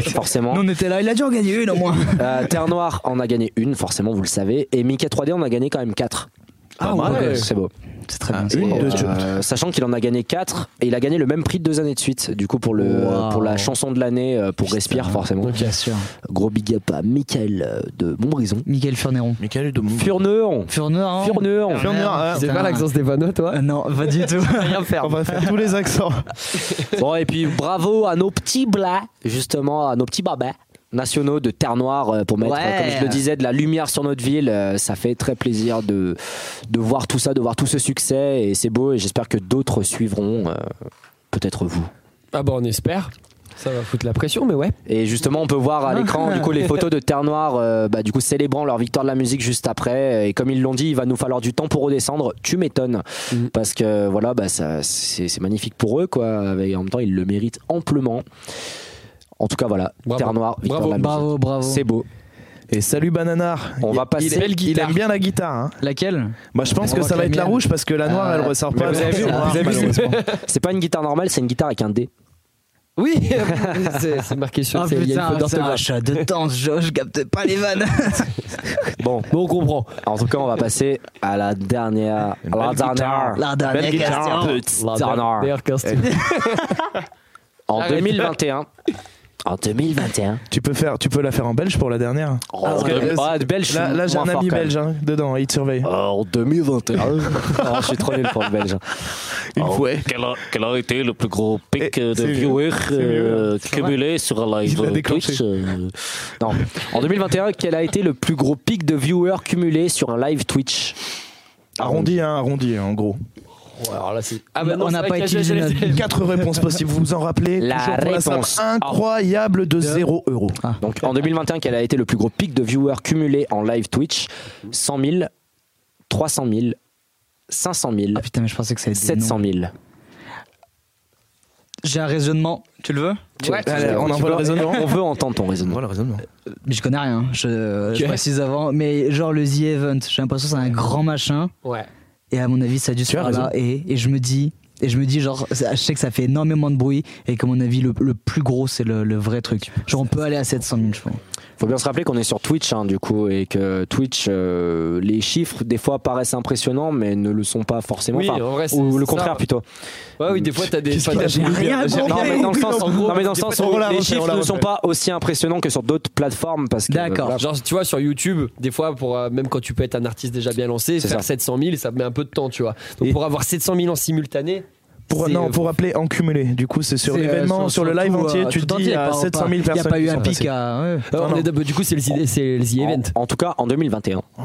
A: Forcément.
E: Nous, on était là, il a dû en gagner une au moins.
A: Euh, Terre Noire en a gagné une, forcément, vous le savez. Et Mickey 3D en a gagné quand même 4.
D: Ah ouais.
A: hein, C'est beau.
E: C'est très
B: Ah,
E: bien.
B: une,
A: Et,
B: deux,
A: euh,
B: tu-
A: sachant qu'il en a gagné 4 et il a gagné le même prix deux années de suite du coup pour, le,
E: Wow.
A: pour la chanson de l'année euh, pour Respire forcément
E: Bien sûr.
A: gros big up à Michael euh, de Montbrison
E: Michael Furneron.
B: Michael de
E: Mmh.
B: Mont-
A: Furneon
E: Furneron.
A: Furneon
B: Furneron, ouais.
D: hein. C'est
E: Putain.
D: pas l'accent stéphano toi
E: Euh, Non, pas du tout.
D: Rien faire.
B: On va faire tous les accents.
A: bon et puis bravo à nos petits blats justement à nos petits babins nationaux de Terre Noire euh, pour mettre,
E: Ouais.
A: euh, comme je le disais, de la lumière sur notre ville. Euh, Ça fait très plaisir de, de voir tout ça, de voir tout ce succès et c'est beau et j'espère que d'autres suivront, euh, peut-être vous.
D: Ah bah on espère. Ça va foutre la pression, mais ouais.
A: Et justement, on peut voir à l'écran du coup les photos de Terre Noire, euh, bah, du coup célébrant leur victoire de la musique juste après. Et comme ils l'ont dit, il va nous falloir du temps pour redescendre. Tu m'étonnes,
D: Mhm.
A: parce que voilà, bah, ça, c'est, c'est magnifique pour eux, quoi. Et en même temps, ils le méritent amplement. En tout cas, voilà,
D: Bravo.
A: Terre Noire, victoire
D: Bravo.
A: de la musique.
E: Bravo, bravo.
A: C'est beau.
B: Et salut Bananar.
A: On
B: Il-
A: va passer-
B: il,
D: Belle
B: il
D: guitare.
B: aime bien la guitare. Hein.
E: Laquelle
B: Bah, je pense
E: On
B: que
E: voit
B: ça
E: que
B: va
E: la
B: être la
E: mienne.
B: rouge parce que la noire
E: Ah,
B: elle ressort pas. hein.
D: vous avez vu, vous avez vu,
B: malheureusement.
A: C'est pas une guitare normale, c'est une guitare avec un dé.
D: Oui, c'est c'est marqué sur
E: Oh
D: c'est- il y a une faute
E: putain, c'est un
D: d'orthographe.
E: chat de temps, je, je capte pas les vannes.
A: Bon,
D: Bon, on comprend.
A: en tout cas, on va passer à la dernière,
B: Une
A: la
B: belle guitare.
A: dernière,
E: La dernière
B: Belle guitare.
E: question.
A: petite Terre Noire.
D: D'ailleurs, quand c'est-
A: En
D: Arrête.
A: 2021. En 2021.
B: Tu peux faire, tu peux la faire en belge pour la dernière.
A: Oh,
B: Parce que-
A: ah, de belge, je suis
B: Là, là, j'ai
A: moins
B: un
A: fort
B: ami
A: quand même. Ah,
B: belge hein, dedans. Il te surveille.
A: En 2021. Oh, je suis trop nul pour le belge. hein.
B: Une
F: Oh,
B: fois.
F: quel, a, quel a été le plus gros pic
B: Eh,
F: euh, de
B: c'est mieux,
F: viewers
B: c'est
F: euh,
B: mieux.
F: cumulé sur un live
B: Il l'a
F: euh,
B: déclenché.
F: Twitch euh,
A: Non. En 2021, quel a été le plus gros pic de viewers cumulé sur un live Twitch
B: Arrondi, hein, arrondi, en gros.
D: Ah bah non,
E: On n'a
D: c'est vrai
E: pas
D: que
E: utilisé
D: j'ai-
E: notre-
D: j'ai-
B: Quatre réponses possibles. Vous vous en rappelez
A: La
B: Toujours pour somme
A: réponse.
B: incroyable de 0 euros.
A: Donc en 2021, quel a été le plus gros pic de viewers cumulé en live Twitch 100 000, 300 000, 500 000,
E: Ah putain, mais je pensais que ça allait être des
A: 700
E: noms.
A: 000.
E: J'ai un raisonnement, tu le veux
B: Allez, on
A: Tu
B: envoie
A: veux-
B: le raisonnement.
A: On veut entendre ton raisonnement.
B: le raisonnement.
E: Mais je connais rien, je, je
D: Ok.
E: précise avant. Mais genre le The Event, j'ai l'impression que c'est un grand machin.
D: Ouais.
E: Et à mon avis, ça a dû se
B: Tu as
E: faire là. Et, et je me dis. Et je me dis, genre, ça- je sais que ça fait énormément de bruit, et qu'à mon avis, le, le plus gros, c'est le, le vrai truc. Genre, on peut aller à 700 000, je pense.
A: Faut bien se rappeler qu'on est sur Twitch hein, du coup et que Twitch, euh, les chiffres des fois paraissent impressionnants mais ne le sont pas forcément.
D: Oui,
A: Enfin,
D: en vrai, c'est-
A: ou le
D: c'est
A: contraire
D: ça.
A: plutôt.
D: Ouais, oui, des fois, t'as des.
B: Qu'est-ce qu'il a, j'ai
D: t'as-
B: lu bien, j'ai-
A: Non mais dans le sens,
D: En gros,
A: non, mais dans le sens où
B: on l'a
A: les
B: refait, on
A: chiffres
B: l'a
A: ne sont
B: refait.
A: pas aussi impressionnants que sur d'autres plateformes parce que
E: D'accord.
A: voilà.
D: Genre, tu vois, sur YouTube, des fois, pour, euh, même quand tu peux être un artiste déjà bien lancé,
A: C'est
D: faire
A: ça.
D: 700 000, ça met un peu de temps, tu vois. Donc,
B: Et-
D: pour avoir 700 000 en simultané.
B: Pour,
D: c'est,
B: non,
D: euh,
B: pour rappeler en cumulé. Du coup, c'est sur
E: C'est, euh,
B: l'événement, sur, le
E: tout,
B: live
E: euh,
B: entier. tu
E: tout
B: te dis
E: entier,
B: à
E: pas-
B: 700 000 personnes.
E: pas- Il n'y a pas
B: qui
E: eu
B: sont
E: un pic
B: passées.
E: à. ouais.
D: euh,
B: non.
D: on est- bah, du coup, c'est le, c'est le The
A: En-
D: Event.
A: En, tout cas, en 2021,
B: Oh.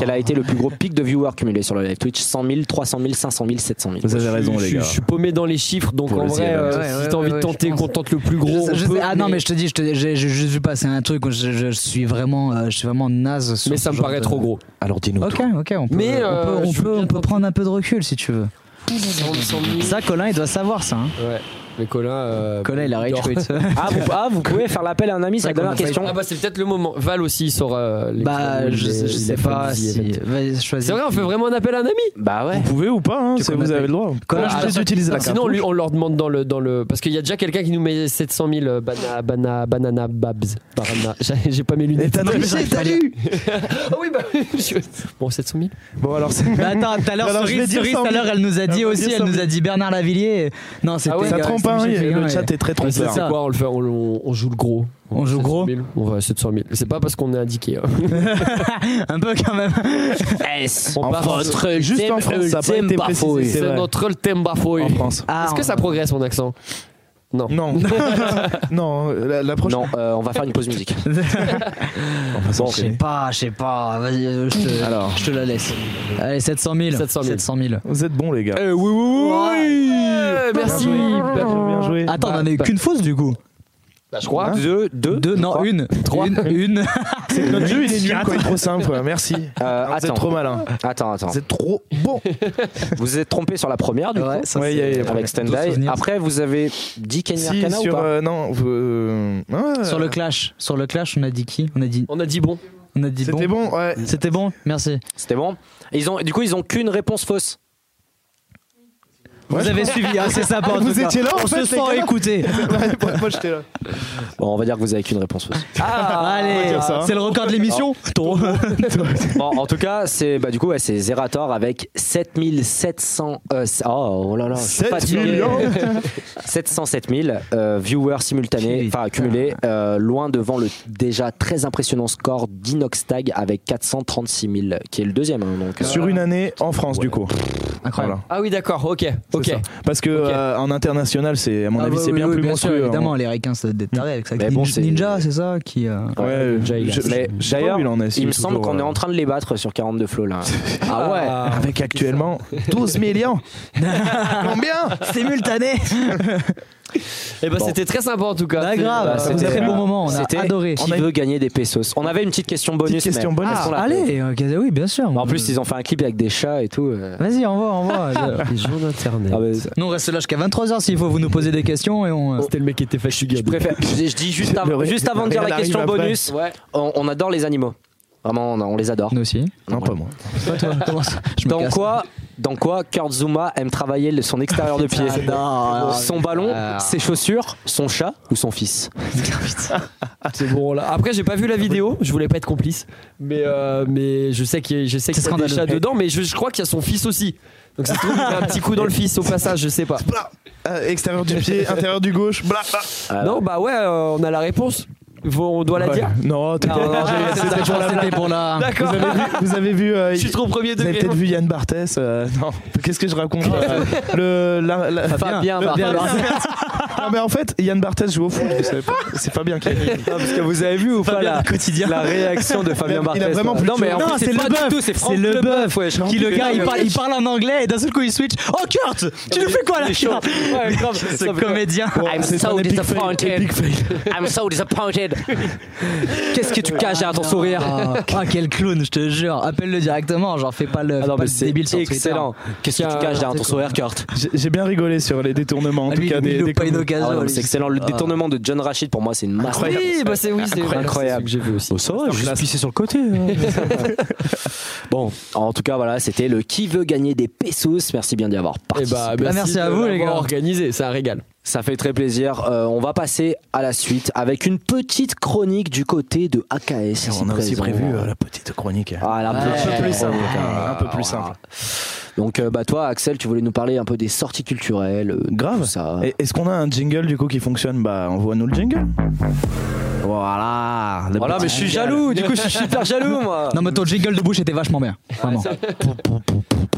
A: quel a été le plus gros pic de viewers cumulé sur le live Twitch 100 000, 300 000, 500 000, 700 000.
B: Vous avez raison,
D: je,
B: les
D: je-
B: gars.
D: je suis paumé dans les chiffres, donc
B: Pour
D: en
B: le
D: vrai,
B: The Event.
D: euh,
E: Ouais,
D: si
E: ouais,
D: t'as envie
E: ouais,
D: de
E: ouais,
D: tenter,
E: je pense.
D: qu'on tente le plus gros.
E: Je-
D: on
E: je
D: peut,
E: sais- ah non mais je te dis, je te- j'ai j'ai juste vu passer un truc, où je, je suis vraiment, euh, je suis vraiment naze. Sur
D: mais
E: ce
D: ça me
E: genre
D: paraît
E: de-
D: trop gros.
B: Alors dis-nous
E: Ok,
B: tout.
E: ok, on peut,
D: Mais,
E: on
D: euh,
E: peut- on
D: je suis
E: peut-
D: bien
E: on peut
D: content.
E: prendre un peu de recul si tu veux.
D: 100 000.
E: Ça, Colin, il doit savoir ça. hein.
D: Ouais. Mais Colin. euh,
E: Colin, il a rage
D: dort.
E: quit.
A: Ah vous, ah, vous pouvez faire l'appel à un ami, c'est la
E: Ouais, qu'on
A: dernière
E: a failli-
A: question.
D: Ah bah c'est peut-être le moment. Val aussi il sort. euh, les
E: bah,
D: les-
E: je,
D: les-
E: sais- je
D: les
E: sais pas
D: The
E: si.
D: Event.
E: Vas-y, choisis.
D: C'est vrai, on fait vraiment un appel à un ami.
A: Bah ouais.
B: Vous pouvez ou pas, hein,
E: Tu
B: c'est-
E: connais
B: vous
E: la
B: avez le drois.
E: Colin,
B: Ah,
E: je te-
B: juste utiliser la carte.
D: Bah, Sinon, on, lui- on leur demande dans le. Dans le parce qu'il y a déjà quelqu'un qui nous met 700 000 euh, bana, bana, banana babs. Barana. J'ai j'ai pas mes
B: Et
D: lunettes.
B: t'as triché, t'as lu
D: Ah oui, bah. je- Bon, 700 000
B: Bon, alors c'est.
E: Mais attends, tout à l'heure,
B: Alors, je vais
E: Cerise,
B: dire
E: Cerise,
B: 100
E: tout
B: 000.
E: à l'heure, elle nous a
B: Elle
E: dit
B: va
E: aussi,
B: dire
E: elle
B: 100
E: nous
B: 000.
E: a dit Bernard Lavillier. Non, c'était.
D: Ah ouais,
B: Ça
E: euh,
B: trompe,
E: c'était
B: hein,
E: Michel Fugain,
B: le
E: ouais.
B: chat est très
D: Ouais, c'est
B: trompeur.
E: ça.
D: quoi on, le fait, on, le- on- on joue le gros.
E: On joue
D: 700
E: gros
D: 000, On va à 700 000. C'est pas parce qu'on est indiqué. hein.
E: Un peu quand même.
A: S.
D: On
B: En
D: part
B: France.
D: sur-
B: Juste en France, ça n'a pas
A: ultime
B: été
A: bafouille.
B: précisé. C'est
D: C'est
B: vrai.
D: notre thème bafouille.
B: En France.
E: Ah,
D: Est-ce que
E: on-
D: ça progresse mon accent
B: Non. non, la, la prochaine.
A: Non, euh, on va faire une pause musique.
B: Enfin, ça,
A: Bon,
E: Je
B: c'est-
E: sais pas, je sais pas. Vas-y, euh, je te,
B: Alors.
E: je te la laisse. Allez, 700 000.
D: 700 000.
E: 000.
B: Vous êtes bons, les gars.
D: oui, oui, Euh, Merci.
B: Bien joué.
E: Attends, on en a eu
D: bah-
E: qu'une fausse du coup.
D: Bah, je crois.
A: Deux, deux,
E: Deux, non,
A: trois.
E: une.
D: Trois.
E: Une, une.
B: Notre jeu, il est nul, quoi. Il est trop simple. Merci.
A: Euh,
B: Ah, vous
A: attends.
B: êtes trop malin.
A: Attends, attends.
B: Vous êtes trop bon.
A: Vous êtes trompé sur la première du
E: Ouais,
A: coup
E: ça
B: Ouais,
E: c'est-
B: y a- y
A: avec
B: a-
E: D'autres
A: Stand
E: souvenirs.
A: Après, vous avez dit Kenya
B: Si,
A: Kana ou
B: sur.
A: pas
B: euh, non, vous, euh, ouais.
E: Sur le clash, sur le clash, on a dit qui On a dit,
D: On a dit bon.
E: on a dit
B: C'était
E: bon.
B: bon, ouais.
E: C'était bon, merci.
A: C'était bon ils ont, Du coup, ils ont qu'une réponse fausse.
B: Ouais,
E: Vous
B: je
E: avez suivi, hein, c'est ça. pas en
B: Vous
E: tout cas.
B: étiez là, en
E: On
B: fait,
E: se
B: les
E: sent
B: gars.
E: écouté.
B: Moi, moi, j'étais là.
A: Bon, on va dire que vous avez qu'une réponse fausse.
E: Allez,
B: dire ça, hein.
E: c'est le record de l'émission.
A: Bon, en tout cas, c'est bah, du coup, ouais, c'est Zerator avec 7700. euh, oh, oh là là, je suis
B: 7
A: fatigué.
B: millions
A: 707 000 euh, viewers simultanés,
E: Putain.
A: enfin accumulés, euh, loin devant le déjà très impressionnant score d'Inoxtag avec 436 000, qui est le deuxième. hein, donc, euh,
B: Sur une année en France, du coup.
E: Incroyable.
B: Voilà.
D: Ah oui, d'accord, ok. ok. Ok.
B: ça. Parce que
D: Ok.
B: euh, en international, c'est à mon
E: Ah,
B: avis,
E: ouais,
B: c'est
E: oui,
B: bien
E: oui,
B: plus
E: sûr,
B: monstrueux.
E: évidemment,
B: hein.
E: les Ricains, ça doit être tarés avec ça.
A: Mais bon,
E: Ninja-
A: c'est-
E: Ninja, c'est ça qui. euh,
B: Ouais,
A: Ninja, il a-
B: je- je-
A: Mais
B: je sais pas
A: d'ailleurs,
B: où il en est, s'il
A: Il me
B: est
A: semble
B: toujours,
A: qu'on est
B: euh,
A: en train de les battre sur 42 flots là. ah ouais
B: Avec actuellement 12 millions. Combien
E: Simultané
D: Et ben
A: Bon.
D: c'était très sympa en tout cas.
E: Pas
D: C'est-
E: grave,
D: bah,
E: c'était
D: c'était-
E: un très bon moment, on
A: C'était
E: a adoré.
A: Qui veut gagner des pesos On avait une petite question bonus.
B: Petite question
A: mais-
B: bonus. Ah,
A: Est-ce qu'on l'a fait
E: Allez, ok, oui, bien sûr.
A: En plus, ils ont fait un clip avec des chats et tout. euh.
E: Vas-y, envoie, envoie.
D: Les gens d'internet.
A: Ah bah, c'est-
E: Nous, on reste là jusqu'à 23h s'il faut, vous nous posez des questions et on. euh,
D: bah, C'était le mec qui était fatigué.
A: je préfère. Je je dis juste, avant-
B: Le ré-
A: juste avant de
B: le
A: dire la
B: réel
A: question
B: arrive après.
A: bonus. On, on adore les animaux. Vraiment, on, on les
B: Oh.
A: adore.
E: Nous aussi.
B: Non, pas moi.
E: Pas toi, comment ça Je me
A: Dans
E: casse.
A: quoi, dans quoi Kurt Zuma aime travailler le- son extérieur de pied
B: Ah,
A: Son ballon, ses chaussures, son chat ou son fils
D: C'est bon là. Après j'ai pas vu la vidéo, je voulais pas être complice, mais euh, mais je sais qu'il y a- je sais
E: C'est
D: qu'il y a des
E: scandaleux.
D: chats dedans, mais je, je crois qu'il y a son fils aussi. Donc ça se trouve il a un petit coup dans le fils au passage, je sais pas.
B: Euh, extérieur du pied, intérieur du gauche. Bla, bla.
A: Ah,
D: Non bah ouais, euh, on a la réponse. Faut- on doit la
B: Ouais.
D: dire.
B: Non, t'es-
D: Non, non, j'ai-
B: c'était
E: Ah,
B: pour la blague.
E: C'était pour la.
D: D'accord.
B: Vous avez vu, vous avez vu, euh,
D: Je suis trop premier
B: vous avez
D: degré.
B: peut-être vu Yann Barthès. euh, non, qu'est-ce que je raconte euh, Le la- la-
A: Fabien, Fabien,
B: Ah, mais en fait, Yann Barthès joue au foot. vous savez pas. C'est pas bien.
A: Ah, parce que vous avez vu ou pas la,
E: quotidien.
A: la réaction de Fabien
B: Il a- il a
A: Barthez
B: vraiment plus
A: Non
B: de
A: mais en
E: Non,
A: fait,
E: c'est
A: c'est
E: le
A: pas du
E: bœuf.
A: tout, c'est
E: C'est
A: Franck
E: le
A: le
E: bœuf,
A: bœuf, ouais.
E: Qui le gars il, parle- il parle en anglais et d'un seul coup il switch. Oh Kurt Tu nous fais quoi là Kurt
A: Ouais, grave.
E: Ce
A: Ça me-
E: comédien
B: Oh,
A: I'm so disappointed. I'm so disappointed. Qu'est-ce que tu caches derrière ton sourire
E: Ah ah, quel clown, je te jure. Appelle-le directement, genre fais pas le,
A: Ah
E: fais
A: non,
E: pas
A: mais
E: le
A: c'est
E: débile sur Twitter.
A: excellent. Qu'est-ce que tu caches derrière ton sourire, Kurt
B: J'ai j'ai bien rigolé sur les détournements. En
E: Ah,
B: tout
E: lui,
B: cas,
E: il
B: des,
E: loupe
B: des
E: pas une
B: combos.
E: occasion.
A: Ah non, mais
E: lui.
A: c'est excellent. Le
E: Ah.
A: détournement de John Rachid, pour moi, c'est une masse.
D: Oui, bah c'est oui, c'est
A: Incroyable.
D: c'est celui que j'ai vu
B: Oh,
D: aussi.
A: ça va, juste pisser sur le côté.
B: hein.
A: bon, en tout cas, voilà, c'était le qui veut gagner des pesos. Merci bien d'y
B: Eh
A: avoir
D: Et
A: participé.
D: bah,
E: Ah, merci à vous, les gars.
D: Organisé, c'est un régal.
A: Ça fait très plaisir. Euh, on va passer à la suite avec une petite chronique du côté de AKS.
B: Et
A: ici
B: On a aussi
A: présent.
B: prévu euh, la petite chronique.
A: Ah, la
E: Ouais.
A: petite
E: Un peu plus
A: chronique,
E: simple.
A: hein.
B: Un peu plus simple.
A: Donc, euh, bah, toi, Axel, tu voulais nous parler un peu des sorties culturelles. euh, de
B: Grave.
A: tout Ça.
B: Et- Est-ce qu'on a un jingle du coup qui fonctionne Bah, envoie-nous le jingle. Voilà. le
A: Voilà, mais je suis jaloux. Du coup, je suis super jaloux, moi.
E: Non mais ton jingle de bouche était vachement bien. Vraiment.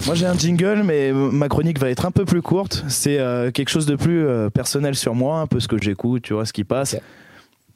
B: Moi j'ai un jingle, mais ma chronique va être un peu plus courte. C'est euh, quelque chose de plus euh, personnel sur moi, un peu ce que j'écoute, tu vois, ce qui passe.
D: Ok.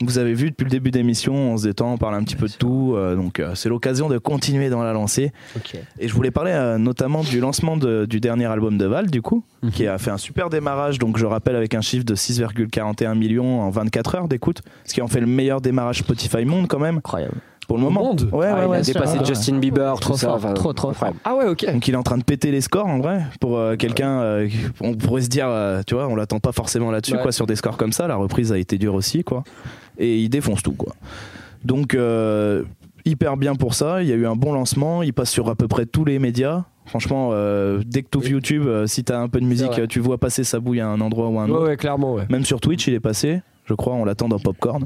B: Vous avez vu depuis le début d'émission, on se détend, on parle un petit peu de tout, euh, donc euh, c'est l'occasion de continuer dans la lancée.
D: Ok.
B: Et je voulais parler euh, notamment du lancement de- du dernier album de Val, du coup,
A: Mhm.
B: qui a fait un super démarrage, donc je rappelle avec un chiffre de 6,41 millions en 24 heures d'écoute, ce qui en fait le meilleur démarrage Spotify monde quand même,
A: Incroyable.
B: pour le moment.
D: monde
B: ouais,
A: Ah,
B: ouais,
A: il
B: ouais.
A: a dépassé
E: sûr.
A: Justin Bieber,
E: Trop
A: tout ça.
E: fort,
A: enfin,
E: trop, trop
A: incroyable.
D: Ah ouais, ok.
B: Donc il est en train de péter les scores en vrai pour euh, quelqu'un. euh, on pourrait se dire, euh, tu vois, on l'attend pas forcément là-dessus
D: Ouais.
B: quoi sur des scores comme ça. La reprise a été dure aussi quoi. Et il défonce tout quoi. Donc euh, hyper bien pour ça. Il y a eu un bon lancement. Il passe sur à peu près tous les médias. Franchement, euh, dès que tu ouvres YouTube, euh, si t'as un peu de musique,
D: vrai.
B: euh, tu vois passer sa bouille à un endroit ou à un
D: Ouais,
B: autre.
D: ouais, clairement, ouais.
B: Même sur Twitch, il est passé. Je crois, on l'attend dans Popcorn.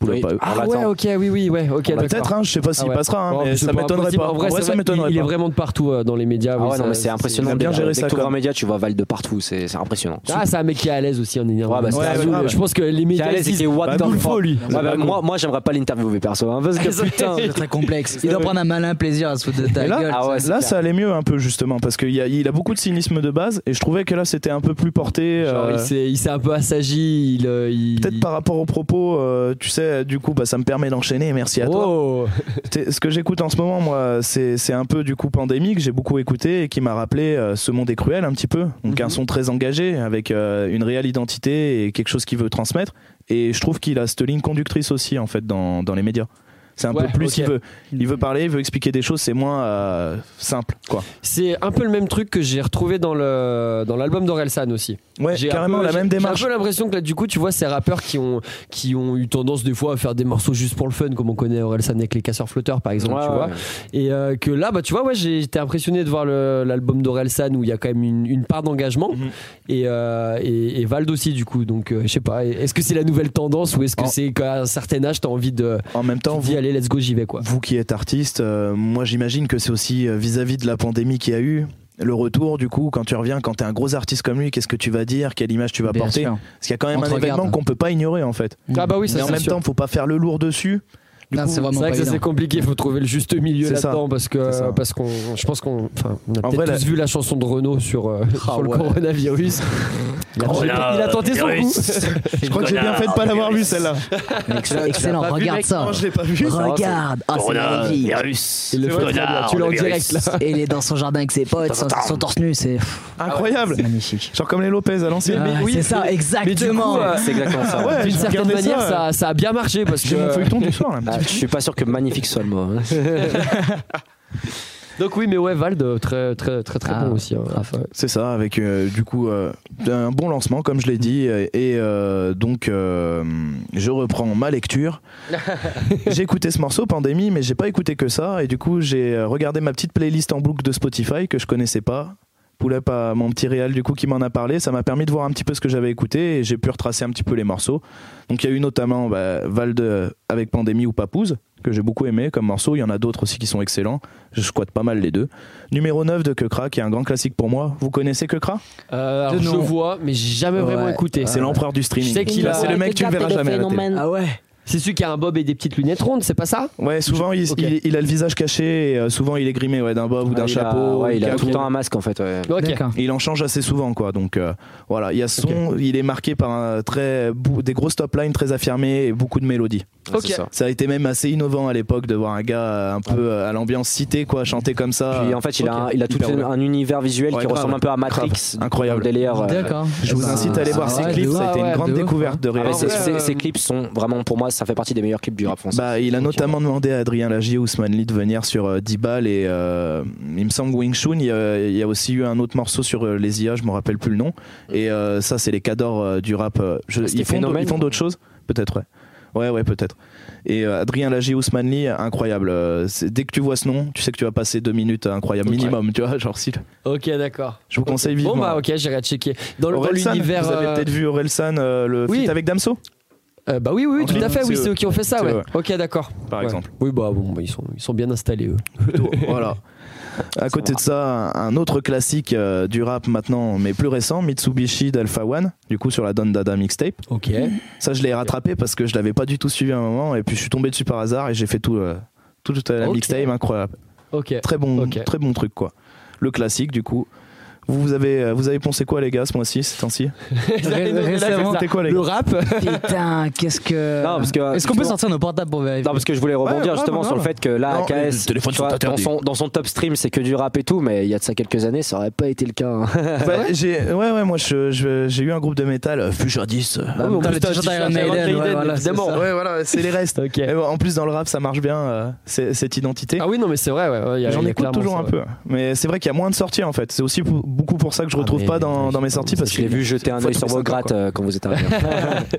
B: Vous l'avez
A: Oui.
B: pas eu.
A: On
D: Ah
A: l'attend.
D: ouais, ok, oui, oui, ouais, ok.
B: Bah,
D: d'accord.
B: Peut-être, hein, je sais pas s'il
D: Ah ouais.
B: passera, hein,
D: Oh,
B: mais
D: c'est
B: ça m'étonnerait
D: impossible.
B: pas.
D: En vrai, ça
B: ça
D: va-
B: m'étonnerait
D: il, il est
B: pas.
D: vraiment de partout euh, dans les médias.
A: Ah
D: oui,
A: ouais,
D: ça-
A: non, mais c'est impressionnant.
B: il a bien
A: dès-
B: géré
A: dès
B: ça,
A: que t'ouvres
B: comme-
A: un média, tu vois Val de partout. C'est c'est impressionnant.
D: Ah, c'est un mec qui est à l'aise aussi en énergie.
A: Ouais, bah, c'est
D: Parce que
B: ouais, grave.
D: je pense que les médias.
A: Qui est à l'aise et qui est what
B: Bah,
A: the
B: nous le
A: fuck.
B: faut, lui.
A: Ouais, bah,
B: Bah,
A: moi, moi j'aimerais pas l'interviewer perso. hein, parce que putain.
E: C'est très complexe. Il doit prendre un malin plaisir à se foutre de ta
B: Et là,
E: gueule.
A: ah ouais,
E: ça.
A: c'est
B: Là,
A: clair.
B: ça allait mieux un peu justement parce qu'il y a, il a beaucoup de cynisme de base et je trouvais que là, c'était un peu plus porté.
D: Genre,
B: euh,
D: il s'est- il s'est un peu assagi. il, euh, il-
B: Peut-être par rapport aux propos, euh, tu sais, du coup, bah, ça me permet d'enchaîner. Merci à toi.
D: Oh.
B: T'es- Ce que j'écoute en ce moment, moi, c'est c'est un peu du coup pandémique. J'ai beaucoup écouté et qui m'a rappelé euh, ce monde est cruel un petit peu. Donc
D: Mhm.
B: un son très engagé avec euh, une réelle identité et quelque chose qu'il veut transmettre. Et je trouve qu'il a cette ligne conductrice aussi en fait dans, dans les médias. C'est un
D: Ouais,
B: peu plus
D: ok. Mm.
B: il veut. Il veut parler, il veut expliquer des choses. C'est moins euh, simple, quoi.
D: C'est un peu le même truc que j'ai retrouvé dans le dans l'album d'Orelsan aussi.
B: Ouais,
D: J'ai un
B: carrément
D: peu-
B: la
D: j'ai-
B: même démarche.
D: J'ai un peu l'impression que là, du coup, tu vois, ces rappeurs qui ont, qui ont eu tendance des fois à faire des morceaux juste pour le fun, comme on connaît Orelsan avec les casseurs flotteurs, par exemple,
A: Ouais,
D: tu
A: ouais.
D: vois. Et euh, que là, bah, tu vois, ouais, j'ai- j'étais impressionné de voir le- l'album d'Orelsan où il y a quand même une, une part d'engagement.
B: Mhm.
D: et, euh, et, et Vald aussi, du coup. Donc, euh, je sais pas, est-ce que c'est la nouvelle tendance ou est-ce que
B: En-
D: c'est qu'à un certain âge, t'as envie de.
B: En même temps,
D: T'en
B: vous,
D: dis, allez, let's go, j'y vais, quoi.
B: vous qui êtes artiste, euh, moi j'imagine que c'est aussi euh, vis-à-vis de la pandémie qu'il y a eu. Le retour, du coup, quand tu reviens, quand t'es un gros artiste comme lui, qu'est-ce que tu vas dire Quelle image tu vas
E: Bien
B: porter
E: sûr.
B: Parce qu'il y a quand même
E: On
B: un
E: te regarde.
B: événement qu'on peut pas ignorer en fait.
D: Ah, bah oui,
B: Mm.
D: ça
B: Mais en
D: c'est
B: même
D: sûr.
B: temps, faut pas faire le lourd dessus. Du
E: Non,
B: coup,
E: c'est
D: C'est
E: vraiment
D: vrai
E: pas
D: que ça,
E: évident.
D: c'est compliqué, faut trouver le juste milieu
B: C'est ça.
D: là-dedans parce
B: C'est ça.
D: que parce qu'on je pense qu'on enfin, on a
B: En
D: peut-être
B: vrai,
D: tous vu la chanson de Renault sur, euh,
B: Ah
D: sur le
A: ouais.
D: coronavirus. Il a,
B: Oh,
D: tenté- il a tenté son coup.
B: Je crois que j'ai bien fait de pas l'avoir vu celle-là.
E: Excellent, excellent,
B: Pas vu,
E: regarde
B: mec,
E: ça.
B: Non, je l'ai pas vu.
E: Regarde, ah, c'est magnifique.
F: virus.
D: Il le fait très bien, tu l'as en direct là.
E: Et il est dans son jardin avec ses potes, son, son torse nu, c'est pff,
B: Incroyable.
E: magnifique.
B: Genre comme les Lopez à l'ancienne.
E: Ah,
D: oui,
E: c'est ça,
D: mais- mais
E: exactement.
D: du coup, euh,
A: C'est exactement ça.
B: Ah ouais,
D: D'une
B: je
D: certaine
B: regardais
D: manière, ça,
B: euh,
D: ça a bien marché parce que.
B: J'ai mon feuilleton du soir là.
A: Ah, je suis pas sûr que magnifique soit le mot. hein.
D: Donc oui, mais ouais, Vald, euh, très très très très
E: Ah,
D: bon aussi. hein.
E: grave.
D: Ouais.
B: C'est ça, avec euh, du coup euh, un bon lancement, comme je l'ai dit, euh, et euh, donc euh, je reprends ma lecture. j'ai écouté ce morceau, Pandémie, mais j'ai pas écouté que ça, et du coup j'ai euh, regardé ma petite playlist en boucle de Spotify que je connaissais pas. Poulep, à mon petit réal du coup qui m'en a parlé, ça m'a permis de voir un petit peu ce que j'avais écouté et j'ai pu retracer un petit peu les morceaux. Donc il y a eu notamment bah, Valde euh, avec Pandémie ou Papouze que j'ai beaucoup aimé comme morceau. Il y en a d'autres aussi qui sont excellents. Je squatte pas mal les deux. Numéro 9 de Kekra, qui est un grand classique pour moi. Vous connaissez Kekra
D: Euh, alors,
E: De
D: je
E: nom.
D: vois, mais j'ai jamais vraiment
E: Ouais.
D: écouté.
B: C'est l'empereur du streaming.
D: Je sais qu'il
B: Ça,
D: a-
B: C'est le mec, tu le verras jamais. à la télé.
E: Ah ouais.
D: C'est celui qui a un bob et des petites lunettes rondes, c'est pas ça
B: Ouais, souvent il,
D: Ok.
B: il- il a le visage caché et euh, souvent Ah, il est grimé ouais, d'un bob ou d'un
A: Ouais, Ah, il a-
B: chapeau.
A: ouais, il a
B: ou
A: tout le
B: d'un-
A: temps un masque en fait. ouais.
D: Ok.
E: D'accord.
B: Il en change assez souvent, quoi. Donc euh, voilà, il y a ce son, il est marqué par un très, bou- des grosses top lines très affirmées et beaucoup de mélodies.
A: Ouais,
D: Ok.
A: c'est ça.
B: Ça a été même assez innovant à l'époque de voir un gars euh, un peu euh, à l'ambiance cité, quoi, chanter comme ça.
A: Puis en fait, il a,
B: Ah, Ok.
A: un- il a tout
B: Hyper
A: un,
B: ouvert.
A: un univers visuel
B: Ouais,
A: qui
B: grave.
A: ressemble un peu à Matrix.
B: Grave. Incroyable.
A: Le délire. euh,
E: D'accord.
B: Je vous
E: Bah,
B: incite à aller voir
E: ah
B: ces
E: ouais,
B: clips,
E: de
B: ça a
E: ouf,
B: été une
E: ouais,
B: grande
E: de ouf.
B: découverte de
A: Ah, mais
B: Réal.
A: ces-
D: ouais,
A: ces-
D: euh,
A: Ces clips sont vraiment, pour moi, ça fait partie des meilleurs clips du rap français.
B: Bah, il a
A: Ok.
B: notamment demandé à Adrien Lagier ou Ousmane Lee de venir sur euh, 10 balles et euh, il me semble Wing Chun. Il y, a, il y a aussi eu un autre morceau sur euh, les IA, je me rappelle plus le nom. Et euh, ça, c'est les cadors euh, du rap. euh, je-
A: Ah, c'était
B: ils font d'autres-
A: Phénomène,
B: ils font d'autres choses Peut-être, ouais. Ouais, ouais, peut-être. Et euh, Adrien Lagier, Ousmane Lee, incroyable. Euh, c'est- dès que tu vois ce nom, tu sais que tu vas passer deux minutes euh, incroyable minimum, tu vois. Genre, si,
D: Ok, d'accord.
B: je vous conseille vivement.
D: Bon bah ok, j'irai checker. Dans le- dans
B: Orelsan,
D: l'univers.
B: vous avez
D: euh,
B: peut-être vu Orelsan euh, le
D: Oui.
B: feat avec Damso,
D: euh, bah oui, oui, oui,
B: En
D: tout à
B: clip,
D: fait. Oui,
B: c'est
D: c'est eux qui ont fait ça.
B: C'est
D: Ouais.
B: eux, ouais.
D: Ok, d'accord.
B: par
D: Ouais.
B: exemple.
D: Oui, bah bon, bah, ils sont ils sont bien installés eux.
B: plutôt. voilà. À côté de ça, un autre classique euh, du rap maintenant, mais plus récent, Mitsubishi d'Alpha One, du coup sur la Don Dada mixtape.
D: Ok.
B: Ça, je l'ai rattrapé parce que je l'avais pas du tout suivi à un moment, et puis je suis tombé dessus par hasard et j'ai fait tout, euh, toute la
D: Ok.
B: mixtape, incroyable.
D: Ok.
B: Très bon,
D: Ok.
B: très bon truc quoi. Le classique du coup. Vous, vous avez, euh, vous avez pensé quoi les gars ce mois-ci, ces temps-ci
E: Ré- récemment,
B: C'était quoi les
D: Bah, Le
B: gars
D: rap.
E: Putain, qu'est-ce que.
A: Non, parce que-
E: Est-ce qu'on peut
A: justement-
E: sortir nos portables pour vérifier
A: Non, parce que je voulais
B: Ouais,
A: rebondir
B: grave,
A: justement sur le
B: grave.
A: fait que là,
B: Non, les
A: AKS,
B: téléphones
A: tu
B: sont
A: vois, dans,
B: interdits.
A: son, dans son top stream, c'est que du rap et tout, mais il y a de ça quelques années, ça aurait pas été le cas. hein.
B: Bah, j'ai- Ouais, ouais, moi je- je- j'ai eu un groupe de métal, euh, Future 10. euh,
E: Ah, mais
D: en
E: t'as
D: plus,
E: le
D: t'as un
E: t-shirt
D: t-shirt
E: Iron Maiden,
D: Iron
E: ouais,
D: Maiden,
E: voilà, c'est
D: évidemment.
E: ça.
B: Ouais, voilà, c'est Eh les restes.
D: Ok.
B: Mais bon, en plus, dans le rap, ça marche bien, euh, c'est- cette identité.
D: Ah oui, non, mais c'est vrai. ouais, ouais, y a-
B: J'en
D: y a
B: écoute
D: clairement
B: toujours
D: ça,
B: un
D: ouais.
B: peu. Mais c'est vrai qu'il y a moins de sorties en fait. C'est aussi pour- beaucoup pour ça que je retrouve
D: mais-
B: pas dans, dans mes sorties parce
A: je l'ai
B: que
A: vu jeter un
B: faut
A: œil sur
B: trouver
A: vos
B: ça, quoi.
A: grattes euh, quand vous êtes arrivé.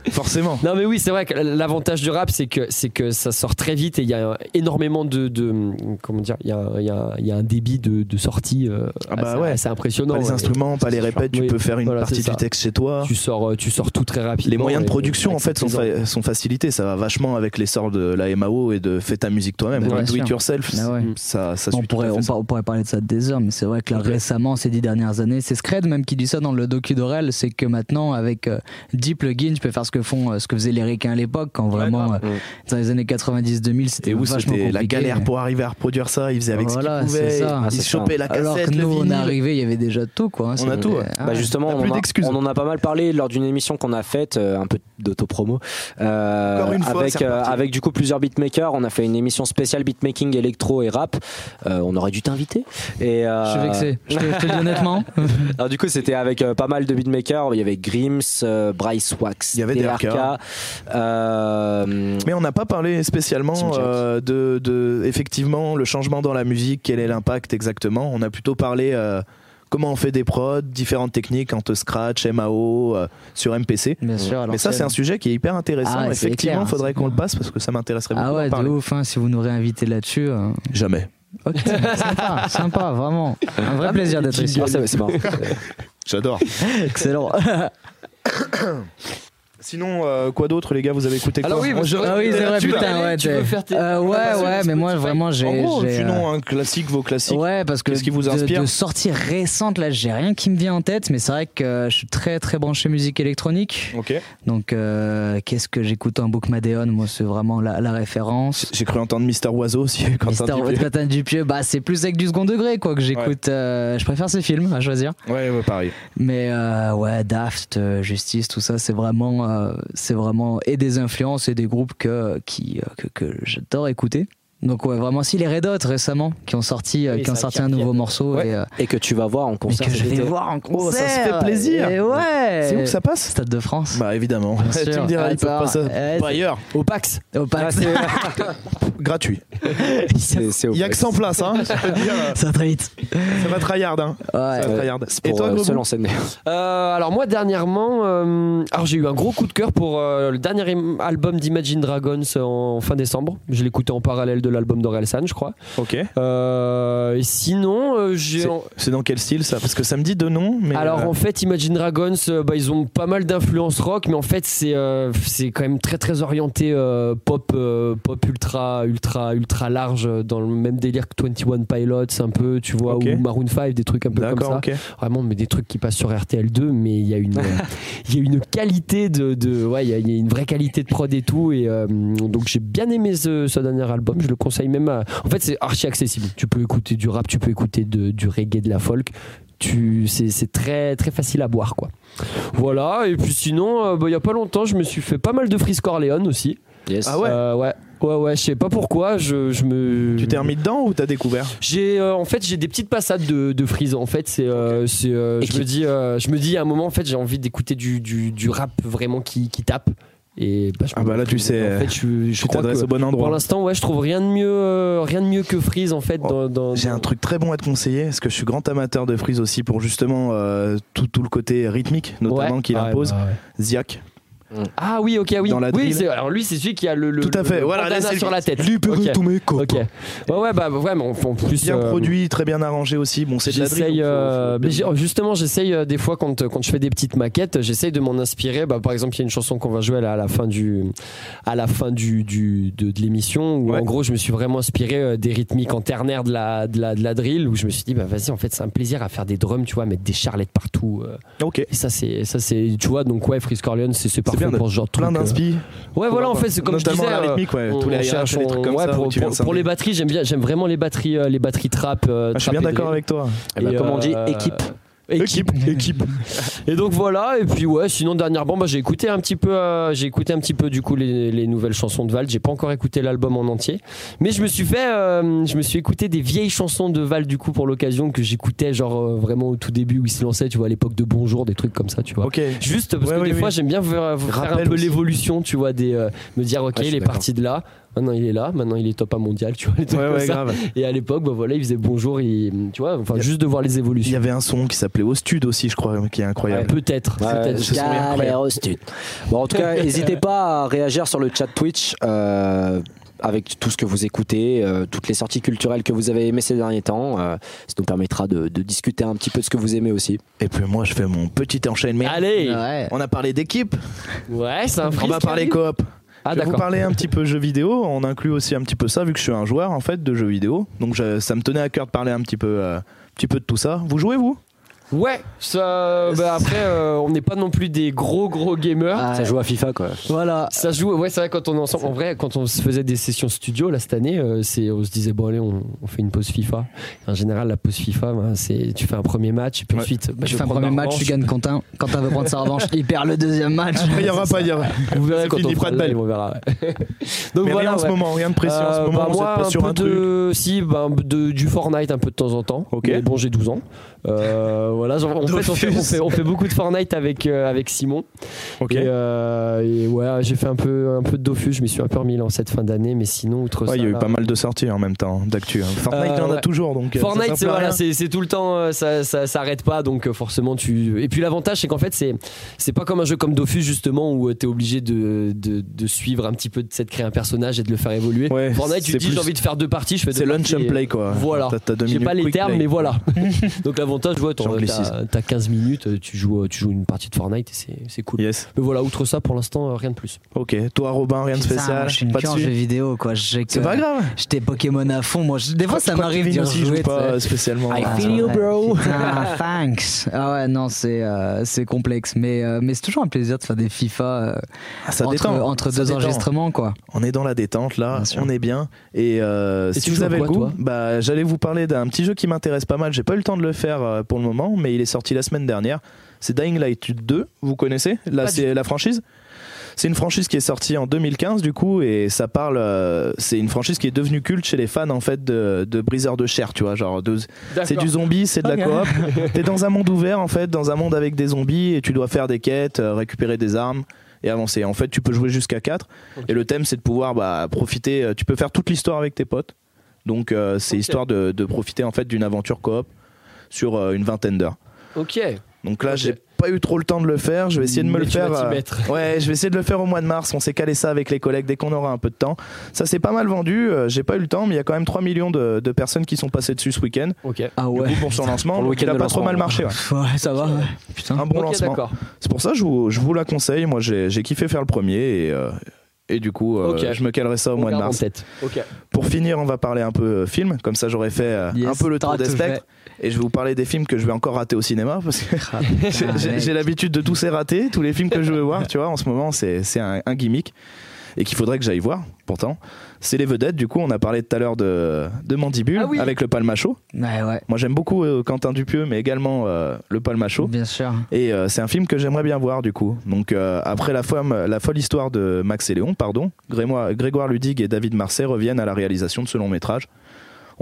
B: forcément.
D: Non mais oui, c'est vrai que l'avantage du rap, c'est que c'est que ça sort très vite et il y a énormément de, de- comment dire, il y a, il y a- il y a un débit de, de sortie euh,
B: Ah bah
D: assez,
B: ouais.
D: assez impressionnant.
B: Pas les
D: ouais.
B: instruments, pas les
D: c'est sûr.
B: répètes, tu
D: Oui,
B: peux faire une
D: voilà,
B: partie
D: c'est
B: du
D: ça.
B: texte chez toi.
D: Tu sors, euh, tu sors tout très rapidement.
B: Les moyens de
D: et-
B: production
D: et
B: en fait sont,
D: c'est plaisant.
B: fa- sont facilités. Ça va vachement avec l'essor de la MAO et de fais ta musique toi-même.
E: Ouais,
B: quoi.
E: bien
B: Do it
E: sûr.
B: yourself.
E: Ah ouais.
B: Ça, ça
E: on
B: suit tout
E: pourrait,
B: à fait
E: on,
B: ça.
E: par- on pourrait parler de ça des heures, mais c'est vrai que là, récemment, ces dix dernières années, c'est Scred même qui dit ça dans le docu d'Orel, c'est que maintenant, avec euh, 10 plugins, tu peux faire ce que font, euh, ce que faisaient les requins à l'époque, quand vraiment,
A: grave.
E: euh, dans les années 90-2000, c'était
B: Et où
E: vachement
B: c'était la
E: compliqué.
B: galère pour arriver à reproduire ça. Ils faisaient avec ce
E: Voilà,
B: qu'ils pouvaient.
E: c'est ça.
A: Ah,
B: Ils
A: c'est
B: se chopaient la
E: Alors que
B: cassette, le
E: nous, on est
B: vinyle.
E: arrivé, il y avait déjà tout, quoi.
B: On a
E: C'était-
B: tout, ouais.
E: Ah
A: Bah
E: ouais.
A: justement,
B: T'as plus
A: on,
B: d'excuses.
A: a, on en a pas mal parlé lors d'une émission qu'on a faite, euh, un peu d'autopromo, euh,
B: Encore une fois,
A: avec,
B: c'est reparti.
A: avec du coup plusieurs beatmakers. On a fait une émission spéciale beatmaking électro et rap. Euh, on aurait dû t'inviter. Et, euh,
E: Je suis vexé. Je te, je te le dis honnêtement.
A: Alors du coup, c'était avec euh, pas mal de beatmakers. Il y avait Grims, euh, Bryce Wax,
B: Il y avait
A: DRK.
B: DRK.
A: euh,
B: Mais on n'a pas parlé spécialement
A: Team Jack.
B: euh, de, de- effectivement le changement dans la musique, quel est l'impact exactement. On a plutôt parlé euh, comment on fait des prods, différentes techniques entre scratch, MAO, euh, sur MPC.
E: Bien sûr. alors
B: Mais ça
E: que-
B: c'est un sujet qui est hyper intéressant.
E: Ah ouais, c'est
B: effectivement,
E: clair,
B: faudrait
E: c'est
B: qu'on le
E: clair.
B: passe parce que ça m'intéresserait beaucoup.
E: Ah ouais,
B: d'en
E: de
B: parler.
E: ouf, hein, si vous nous réinvitez là-dessus. euh,
B: Jamais.
E: ok, sympa, sympa, vraiment. Un vrai plaisir d'être ici.
A: ah, c'est- c'est marrant.
B: J'adore.
E: Excellent.
B: Sinon, euh, quoi d'autre, les gars Vous avez écouté quoi
D: Alors oui,
B: Moi,
D: c'est
B: je-
D: vrai,
E: Ah oui,
D: mais
E: c'est vrai,
D: tu peux
E: putain,
D: aller,
E: ouais,
D: tu peux
E: t'es-
D: faire tes-
E: Euh, ouais,
D: Ah bah,
E: ouais,
D: sur
E: mais moi,
D: Spotify.
E: vraiment, j'ai.
B: En gros,
E: j'ai, euh,
B: sinon, un classique, vos classiques.
E: Ouais, parce que
B: Qu'est-ce qui vous
E: de-
B: inspire
E: de, sorties récentes, là, j'ai rien qui me vient en tête, mais c'est vrai que euh, je suis très très branché musique électronique.
B: Ok.
E: Donc, euh, qu'est-ce que j'écoute en boucle Madeon Moi, c'est vraiment la, la référence.
B: J'ai cru entendre Mister Oiseau aussi quand
E: Mister Quentin Dupieux, bah c'est plus avec du second degré quoi que j'écoute. euh, je préfère ces films à choisir.
B: Ouais, ouais, pareil.
E: Mais euh, ouais, Daft, euh, Justice, tout ça, c'est vraiment, euh, c'est vraiment et des influences et des groupes que qui euh, que, que j'adore écouter. Donc ouais, vraiment si les Red Hot récemment qui ont sorti euh,
D: Oui,
E: qui ont
D: ça,
E: sorti
D: qui
E: un nouveau
D: reviennent.
E: morceau
B: Ouais.
E: et euh,
A: Et que tu vas voir en
E: mais
A: concert.
E: que je
A: cet
E: vais
A: été.
E: voir en concert.
B: Oh, ça se fait plaisir.
E: Et ouais.
B: C'est où que ça passe
E: Stade de France.
B: Bah évidemment.
E: Bien
B: tu
E: sûr.
B: me diras, ils peuvent
E: Attends,
B: pas ça.
E: eh,
B: Pas ailleurs,
D: Au Pax.
E: Au Pax.
B: euh, gratuit.
A: C'est- c'est au
B: Il y a que
A: Pax.
B: 100 places, hein. Je peux te dire,
E: ça va très vite.
B: ça va tryhard, hein.
E: Ouais.
B: Ça va
A: Ouais.
B: tryhard.
A: C'est
B: Et
A: pour
B: toi,
A: euh,
B: Gobo
A: se lancer de mer.
D: Euh, alors moi dernièrement, euh, alors j'ai eu un gros coup de cœur pour euh, le dernier im- album d'Imagine Dragons en, fin décembre. Je l'écoutais en parallèle de l'album d'Orelsan, je crois.
B: Ok.
D: Euh, et sinon, euh, j'ai en-
B: C'est dans quel style ça Parce que ça me dit deux noms, mais.
D: alors
B: euh,
D: en fait Imagine Dragons, euh, bah, ils ont pas mal d'influence rock, mais en fait c'est euh, c'est quand même très très orienté euh, pop euh, pop ultra ultra ultra large euh, dans le même délire que 21 Pilots un peu, tu vois,
B: Ok.
D: ou Maroon 5, des trucs un peu comme ça.
B: D'accord, ok.
D: vraiment mais des trucs qui passent sur RTL2 mais il y a une euh, il y a une qualité de, de ouais il y a- il y, a une vraie qualité de prod et tout et euh, donc j'ai bien aimé ce, ce dernier album je le conseille même à- en fait c'est archi accessible tu peux écouter du rap tu peux écouter de- du reggae de la folk tu c'est c'est très très facile à boire quoi voilà et puis sinon euh, bah, il y a pas longtemps je me suis fait pas mal de Freeze Corleone aussi
A: Yes.
B: Ah ouais
D: Euh, ouais ouais ouais je sais pas pourquoi je, je me
B: Tu t'es remis dedans ou t'as découvert
D: j'ai euh, en fait j'ai des petites passades de, de frise en fait c'est euh, c'est, euh,
A: Et
D: je
A: qui-
D: me dis euh, je me dis à un moment en fait j'ai envie d'écouter du, du, du rap vraiment qui, qui tape et bah, je
B: Ah bah là, tu sais,
D: en fait je, je
B: Tu
D: crois
B: t'adresses
D: que
B: au bon
D: pour
B: endroit.
D: l'instant ouais je trouve rien de mieux euh, rien de mieux que frise en fait
B: Oh,
D: dans, dans-
B: J'ai
D: dans-
B: un truc très bon à te conseiller, parce que je suis grand amateur de frise aussi pour justement euh, tout, tout le côté rythmique, notamment
D: Ouais.
B: qu'il
D: Ouais,
B: impose.
D: bah ouais.
B: Ziak.
D: ah oui ok ah oui
B: Dans la
D: oui
B: drill.
D: c'est- alors lui c'est celui qui a le, le-
B: Tout à
D: le-
B: fait,
D: le
B: voilà,
D: bandana
B: laissez-le.
D: sur la tête
B: Libérez
D: Ok.
B: mes copains.
D: ok ouais ouais bah ouais mais en en plus
B: Bien
D: euh,
B: produit, très bien arrangé aussi. Bon, c'est de la drill,
D: J'essaye,
B: donc faut-
D: euh,
B: faut-
D: mais j'ai- justement, j'essaye euh, des fois quand, euh, quand je fais des petites maquettes, j'essaye de m'en inspirer. Bah, par exemple, il y a une chanson qu'on va jouer à la, à la fin du, à la fin du, du- de, de l'émission où
B: Ouais.
D: en gros, je me suis vraiment inspiré euh, des rythmiques en ternaire de la, de la, de la drill où je me suis dit, bah vas-y, en fait, c'est un plaisir à faire des drums, tu vois, mettre des charlettes partout. euh.
B: Ok.
D: et ça, c'est, ça, c'est, tu vois, donc ouais, Freeze Corleone, c'est, c'est parfait
B: bien de-
D: pour ce genre de
B: Plein
D: truc, euh.
B: d'inspi.
D: Ouais, voilà, en
B: Notamment
D: fait, c'est comme je
B: la
D: disais. euh,
B: rythmique, ouais,
D: on-
B: tous les
D: on
B: hi-hats,
D: cherche,
B: les trucs comme
D: ouais,
B: ça,
D: pour,
B: où tu viens
D: pour-
B: de
D: pour les
B: scinder.
D: batteries, j'aime bien, j'aime vraiment les batteries, euh, les batteries trap. euh,
B: Ah, je suis
D: trap
B: bien
D: et
B: d'accord
D: drill.
B: avec toi.
A: Eh ben,
D: Et,
A: comme on dit,
D: euh,
A: équipe.
D: Équipe, équipe. Et donc voilà. Et puis ouais, sinon dernièrement, bah, j'ai écouté un petit peu, euh, j'ai écouté un petit peu du coup les, les nouvelles chansons de Val. J'ai pas encore écouté l'album en entier, mais je me suis fait, euh, je me suis écouté des vieilles chansons de Val du coup pour l'occasion que j'écoutais genre euh, vraiment au tout début où il se lançait, tu vois, à l'époque de Bonjour, des trucs comme ça, tu vois.
B: Ok.
D: Juste parce
B: Ouais,
D: que
B: oui,
D: des
B: oui.
D: fois j'aime bien faire, faire un
B: Rappel
D: peu
B: aussi.
D: l'évolution, tu vois, des euh, me dire ok,
A: Ah, je suis
D: il est
A: d'accord.
D: parti de là, maintenant il est là, maintenant il est top à mondial, tu vois. les trucs
B: Ouais,
D: comme
B: ouais,
D: ça.
B: grave.
D: Et à l'époque, bah voilà, il faisait Bonjour, il, tu vois, enfin
B: Il y a-
D: juste de voir les
B: Il y
D: évolutions.
B: avait un son qui s'appelait Au Stud aussi, je crois, qui est incroyable.
D: Peut-être.
A: Ouais,
D: peut-être.
B: je- souviens,
A: galère
B: incroyable.
A: au stud. Bon, en tout cas, n'hésitez pas à réagir sur le chat Twitch euh, avec tout ce que vous écoutez, euh, toutes les sorties culturelles que vous avez aimées ces derniers temps. euh, ça nous permettra de, de discuter un petit peu de ce que vous aimez aussi.
B: Et puis moi, je fais mon petit enchaînement.
D: Allez
E: Ouais.
B: On a parlé d'équipe,
D: Ouais, c'est
B: on
D: un
B: va
D: freestyle.
B: parler coop.
D: Ah
B: je vais vous
D: d'accord.
B: parler un petit peu jeux vidéo, on inclut aussi un petit peu ça vu que je suis un joueur en fait de jeux vidéo. Donc je- ça me tenait à cœur de parler un petit peu euh, petit peu de tout ça. Vous jouez vous
D: Ouais, ça, bah, après, euh, on n'est pas non plus des gros gros gamers.
E: Ah,
A: Ça joue à FIFA, quoi.
E: Voilà.
D: Ça joue, ouais, c'est vrai, quand on est ensemble. En vrai, quand on se faisait des sessions studio là cette année, euh, c'est, on se disait, bon, allez, on, on fait une pause FIFA. En général, la pause FIFA, bah, c'est tu fais un premier match, et puis
B: Ouais.
D: ensuite, bah, je
E: tu
D: vais
E: fais un
D: prendre
E: premier
D: ma
E: match, tu
D: revanche.
E: gagnes Quentin. Quentin veut prendre sa revanche, il perd le deuxième match.
D: Ah,
B: Il y aura pas il y aura-
D: Vous verrez
B: C'est
D: quand on
B: fini,
D: fera
B: pas de
D: le
B: belle.
D: live, on verra. ouais. Donc
B: Mais rien
D: voilà.
B: en ce
D: ouais.
B: moment, rien de précis en ce
D: Euh,
B: moment,
D: bah,
B: vous
D: moi,
B: êtes pas
D: un
B: sur
D: peu
B: un truc.
D: de, si, bah, un peu de- du Fortnite un peu de temps en temps.
B: Ok.
D: Mais bon, j'ai 12 ans. Euh, voilà, genre, en fait, on fait, on fait- on fait beaucoup de Fortnite avec euh, avec Simon.
B: OK.
D: Et, euh, et ouais, j'ai fait un peu un peu de Dofus. Je m'y suis un peu remis là en cette fin d'année, mais sinon outre
B: Ouais,
D: ça.
B: il y a eu
D: là-
B: pas mal de sorties en même temps d'actu. hein. Fortnite,
D: Euh,
B: il y en a
D: ouais.
B: toujours donc euh, ça
D: Fortnite,
B: sert
D: c'est
B: plus à
D: voilà,
B: rien.
D: c'est c'est tout le temps, euh, ça, ça s'arrête pas, donc euh, forcément tu. Et puis l'avantage, c'est qu'en fait, c'est c'est pas comme un jeu comme Dofus justement où tu t'es obligé de, de, de suivre un petit peu, de, de créer un personnage et de le faire évoluer.
B: Ouais,
D: Fortnite, tu te
B: c'est
D: dis
B: plus-
D: j'ai envie de faire deux parties, je fais deux
B: C'est lunch
D: parties
B: and
D: et-
B: play quoi.
D: Voilà.
B: T'as- t'as deux
D: J'ai
B: minutes
D: pas les
B: quick
D: termes,
B: play.
D: mais voilà. Donc l'avantage, ouais,
B: J'en
D: t'en-
B: glisse précise.
D: t'as- t'as 15 minutes, tu joues, tu joues une partie de Fortnite et c'est- c'est cool.
B: Yes.
D: Mais voilà, outre ça, pour l'instant, euh, rien de plus.
B: Ok. Toi, Robin, rien de
E: Putain,
B: spécial.
E: moi, je suis une
B: pas
E: queue en jeu
B: dessus.
E: vidéo, quoi. J'ai que-
B: C'est pas grave.
E: J'étais Pokémon à fond, moi. Je- Des fois, ça
B: Quoi
E: m'arrive
B: qu'il
E: d'y
B: vienne aussi, je
E: rejouer.
B: joue pas
E: t'sais.
B: spécialement.
A: I
E: Ah,
A: feel you,
E: ouais.
A: bro.
E: Putain, thanks. Ah ouais, non, c'est euh, c'est complexe, mais euh, mais c'est toujours un plaisir de faire des FIFA euh,
B: Ah, ça
E: entre,
B: détend.
E: entre
B: Ça
E: deux
B: détend.
E: enregistrements, quoi.
B: On est dans la détente là,
E: Bien sûr.
B: on est bien. Et, euh,
D: Et
B: si
D: tu
B: vous
D: joues à
B: avez
D: quoi,
B: le goût,
D: toi
B: bah, j'allais vous parler d'un petit jeu qui m'intéresse pas mal. J'ai pas eu le temps de le faire euh, pour le moment, mais il est sorti la semaine dernière. C'est Dying Light 2. Vous connaissez Là,
D: Pas du
B: c'est la franchise. C'est une franchise qui est sortie en 2015 du coup et ça parle. euh, c'est une franchise qui est devenue culte chez les fans en fait de, de briseurs de chair, tu vois, genre de, c'est du zombie, c'est de la coop. T'es dans un monde ouvert en fait, dans un monde avec des zombies et tu dois faire des quêtes, euh, récupérer des armes et avancer. En fait, tu peux jouer jusqu'à 4 et le thème c'est de pouvoir bah, profiter. euh, Tu peux faire toute l'histoire avec tes potes. Donc euh, c'est
D: Ok.
B: histoire de, de profiter en fait d'une aventure coop sur euh, une vingtaine d'heures.
D: Ok.
B: Donc là,
D: Ok.
B: j'ai pas eu trop le temps de le faire. Je vais essayer de me
D: Mais
B: le
D: tu vas
B: faire.
D: t'y
B: euh,
D: mettre.
B: Ouais, je vais essayer de le faire au mois de mars. On s'est calé ça avec les collègues dès qu'on aura un peu de temps. Ça s'est pas mal vendu. euh, J'ai pas eu le temps, mais il y a quand même 3 millions de, de personnes qui sont passées dessus ce week-end.
D: Ok.
E: Ah
B: Du
E: ouais.
B: coup, pour son lancement,
A: Pour le
B: donc il
A: week-end
B: a
A: de
B: pas trop
A: lancement,
B: mal
A: ouais.
B: marché. ouais.
E: Ouais, ça va. ouais. Putain.
B: Un bon
D: Ok,
B: lancement.
D: d'accord.
B: C'est pour ça que je vous, je vous la conseille. Moi, j'ai j'ai kiffé faire le premier et, euh, et du coup, euh,
D: Ok.
B: je me calerai ça au
D: On
B: mois de
D: garde en
B: mars.
D: tête. Ok.
B: Pour finir, on va parler un peu euh, film. Comme ça, j'aurais fait euh,
E: Yes,
B: un peu le tour
E: t'auras
B: des
E: tout
B: spectres. Et je vais vous parler des films que je vais encore rater au cinéma parce que j'ai-
E: Ah,
B: j'ai
E: mec.
B: j'ai l'habitude de tous les rater. Tous les films que je veux voir, tu vois, en ce moment, c'est c'est un, un gimmick et qu'il faudrait que j'aille voir. Pourtant, c'est les vedettes. Du coup, on a parlé tout à l'heure de, de Mandibule
D: Ah oui.
B: avec le Palmacho.
E: Ouais, ouais.
B: Moi, j'aime beaucoup euh, Quentin Dupieux, mais également euh, le Palmacho.
E: Bien sûr.
B: Et euh, c'est un film que j'aimerais bien voir du coup. Donc euh, après la, femme, la folle histoire de Max et Léon, pardon, Grémoire- Grégoire Ludig et David Marseille reviennent à la réalisation de ce long métrage.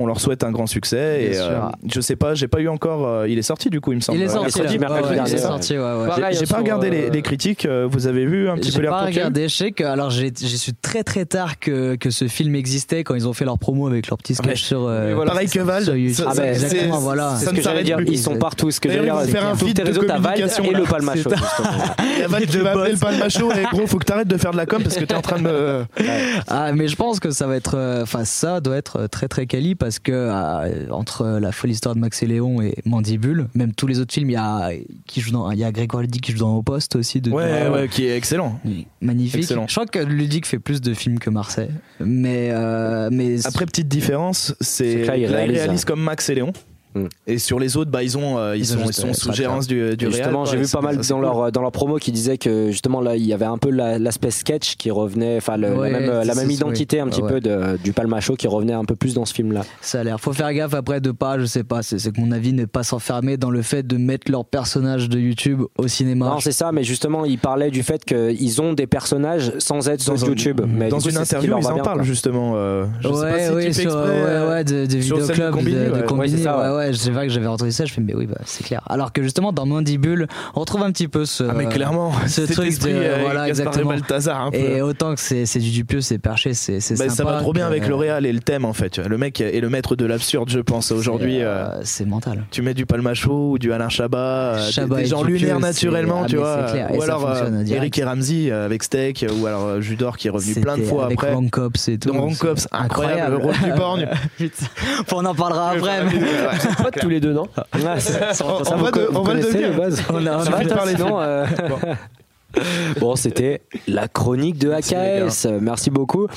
B: On leur souhaite un grand succès
E: Bien
B: et
E: sûr.
B: euh, je sais pas, j'ai pas eu encore. euh, il est sorti du coup, il me semble. Euh,
E: Il est
A: mercredi,
E: sorti. là.
A: mercredi
E: Ouais, ouais, il est
A: dernier,
E: sorti, ouais, ouais.
D: Pareil,
B: J'ai
D: sur,
B: pas regardé
D: euh,
B: les, les critiques. euh, vous avez vu un petit peu
E: J'ai
B: les
E: pas
B: retours qu'il y a eu
E: regardé, je sais que alors j'ai j'ai su très très tard que, que ce film existait quand ils ont fait leur promo avec leur petit sketch
B: Ouais.
E: sur euh,
B: Ah, Mais voilà. Pareil que Vald.
E: sur YouTube. Ah, bah,
B: Ça-
A: ça-
E: exactement,
B: c'est-
E: voilà.
A: ben, C'est
B: Ça
A: ce
B: ne
A: que j'allais
B: s'arrête
A: dire.
B: plus.
A: Ils sont partout. Ce que
B: D'ailleurs,
A: j'allais
B: ils vont
A: dire,
B: faire un
A: tous
B: feed
A: tes
B: de
A: réseaux, t'as Vald
B: communication,
A: et
B: là.
A: le Palmacho. justement.
B: Il y a Val qui m'a appelé le Palmacho et gros, faut que t'arrêtes de faire de la com parce que t'es en train de me.
E: Ah, mais je pense que ça va être, euh, enfin ça doit être euh, très très quali parce que euh, entre euh, la folle histoire de Max et Léon et Mandibule, même tous les autres films, il y a qui joue dans, il y a Grégoire Ludig qui joue dans Au Poste aussi. De,
B: Ouais, ouais, qui est excellent.
E: Oui, Magnifique.
B: Excellent.
E: Je crois que Ludig fait plus de films que Marseille, mais euh, mais
B: Après, petite différence,
A: C'est
B: c'est
A: que là,
B: là,
A: ils
B: ils réalisent,
A: réalisent, hein.
B: comme Max et Léon.
A: Hmm.
B: Et sur les autres, bah, ils, ont, euh, ils,
E: Ils
B: sont,
E: ont
B: ils
E: juste,
B: sont
E: euh,
B: sous
E: pas de
B: gérance du, du
A: Et
B: Real,
A: justement,
B: quoi,
A: j'ai
B: et
A: vu
B: ça,
A: pas mal
B: ça, c'est
A: dans
B: cool.
A: leur euh, dans leur promo qui disait que justement là il y avait un peu la- l'aspect sketch qui revenait, enfin le-
E: Ouais,
A: la même, euh, la
E: c'est-
A: même
E: c'est-
A: identité un
E: ouais.
A: petit
E: Ouais,
A: peu de- du Palmacho qui revenait un peu plus dans ce film là.
E: Ça a l'air. Faut faire gaffe après de pas, je sais pas, c'est c'est que mon avis n'est pas s'enfermer dans le fait de mettre leurs personnages de YouTube au cinéma.
A: Non, c'est ça, mais justement, il parlait du fait qu'ils ont des personnages sans être sur
B: Dans un-
A: YouTube. Mais
B: dans
A: du coup,
B: une
A: c'est ce qui
B: interview,
A: leur
B: ils
A: va
B: en
A: bien,
B: parlent
A: quoi.
B: justement. euh, je sais
E: ouais,
B: pas si
E: ouais,
B: tu fais
E: sur,
B: exprès,
E: ouais,
B: euh,
E: ouais, de, de
B: sur celle de
E: vidéoclubs, de,
B: Combini,
E: de
B: ouais.
E: Combini,
A: Ouais, c'est ça,
E: ouais,
A: ouais.
E: ouais, je sais que j'avais entendu ça, je fais, mais oui, bah, c'est clair. Alors que justement, dans Mandibule, on retrouve un petit peu ce.
B: Ah, mais
E: euh,
B: clairement,
E: ce
B: cet
E: truc de-
B: esprit, euh, Gaspard
E: voilà,
B: de
E: exactement.
B: Balthazar, un peu.
E: Et autant que c'est c'est du Dupieux, c'est perché, c'est c'est
B: Bah,
E: sympa.
B: ça va trop bien
E: que-
B: avec le Real et le thème en fait. tu vois. Le mec est le maître de l'absurde, je pense. Aujourd'hui,
E: c'est,
B: euh,
E: euh, C'est mental.
B: tu mets du Palmacho ou du Alain Chabat, euh, des-
E: Chabat
B: des,
E: et
B: gens
E: Dupieux,
B: lunaires
E: c'est-
B: naturellement,
E: ah,
B: tu
E: mais
B: vois.
E: c'est clair, et
B: Ou
E: ça
B: alors
E: fonctionne
B: euh,
E: direct.
B: Eric et Ramsey euh, avec Steak, ou alors euh, Judor qui est revenu plein de
E: C'était
B: fois
E: avec
B: après.
E: Ron Cops et tout.
B: Dans Ron Cops, incroyable, le rôle du borgne.
E: Putain. on en parlera après. mais-
D: Pas tous les deux, non
A: Ouais, c'est- ça,
B: On-
A: ça,
B: on
A: vous
B: va
A: co-
B: de-
A: vous
B: on va le
A: connaissez,
B: devenir.
A: de base
E: On a- on a-
A: Ça va,
B: de
A: toi,
B: parler.
A: sinon, euh, Bon, c'était la chronique de
B: Merci, les
A: AKS. Merci beaucoup.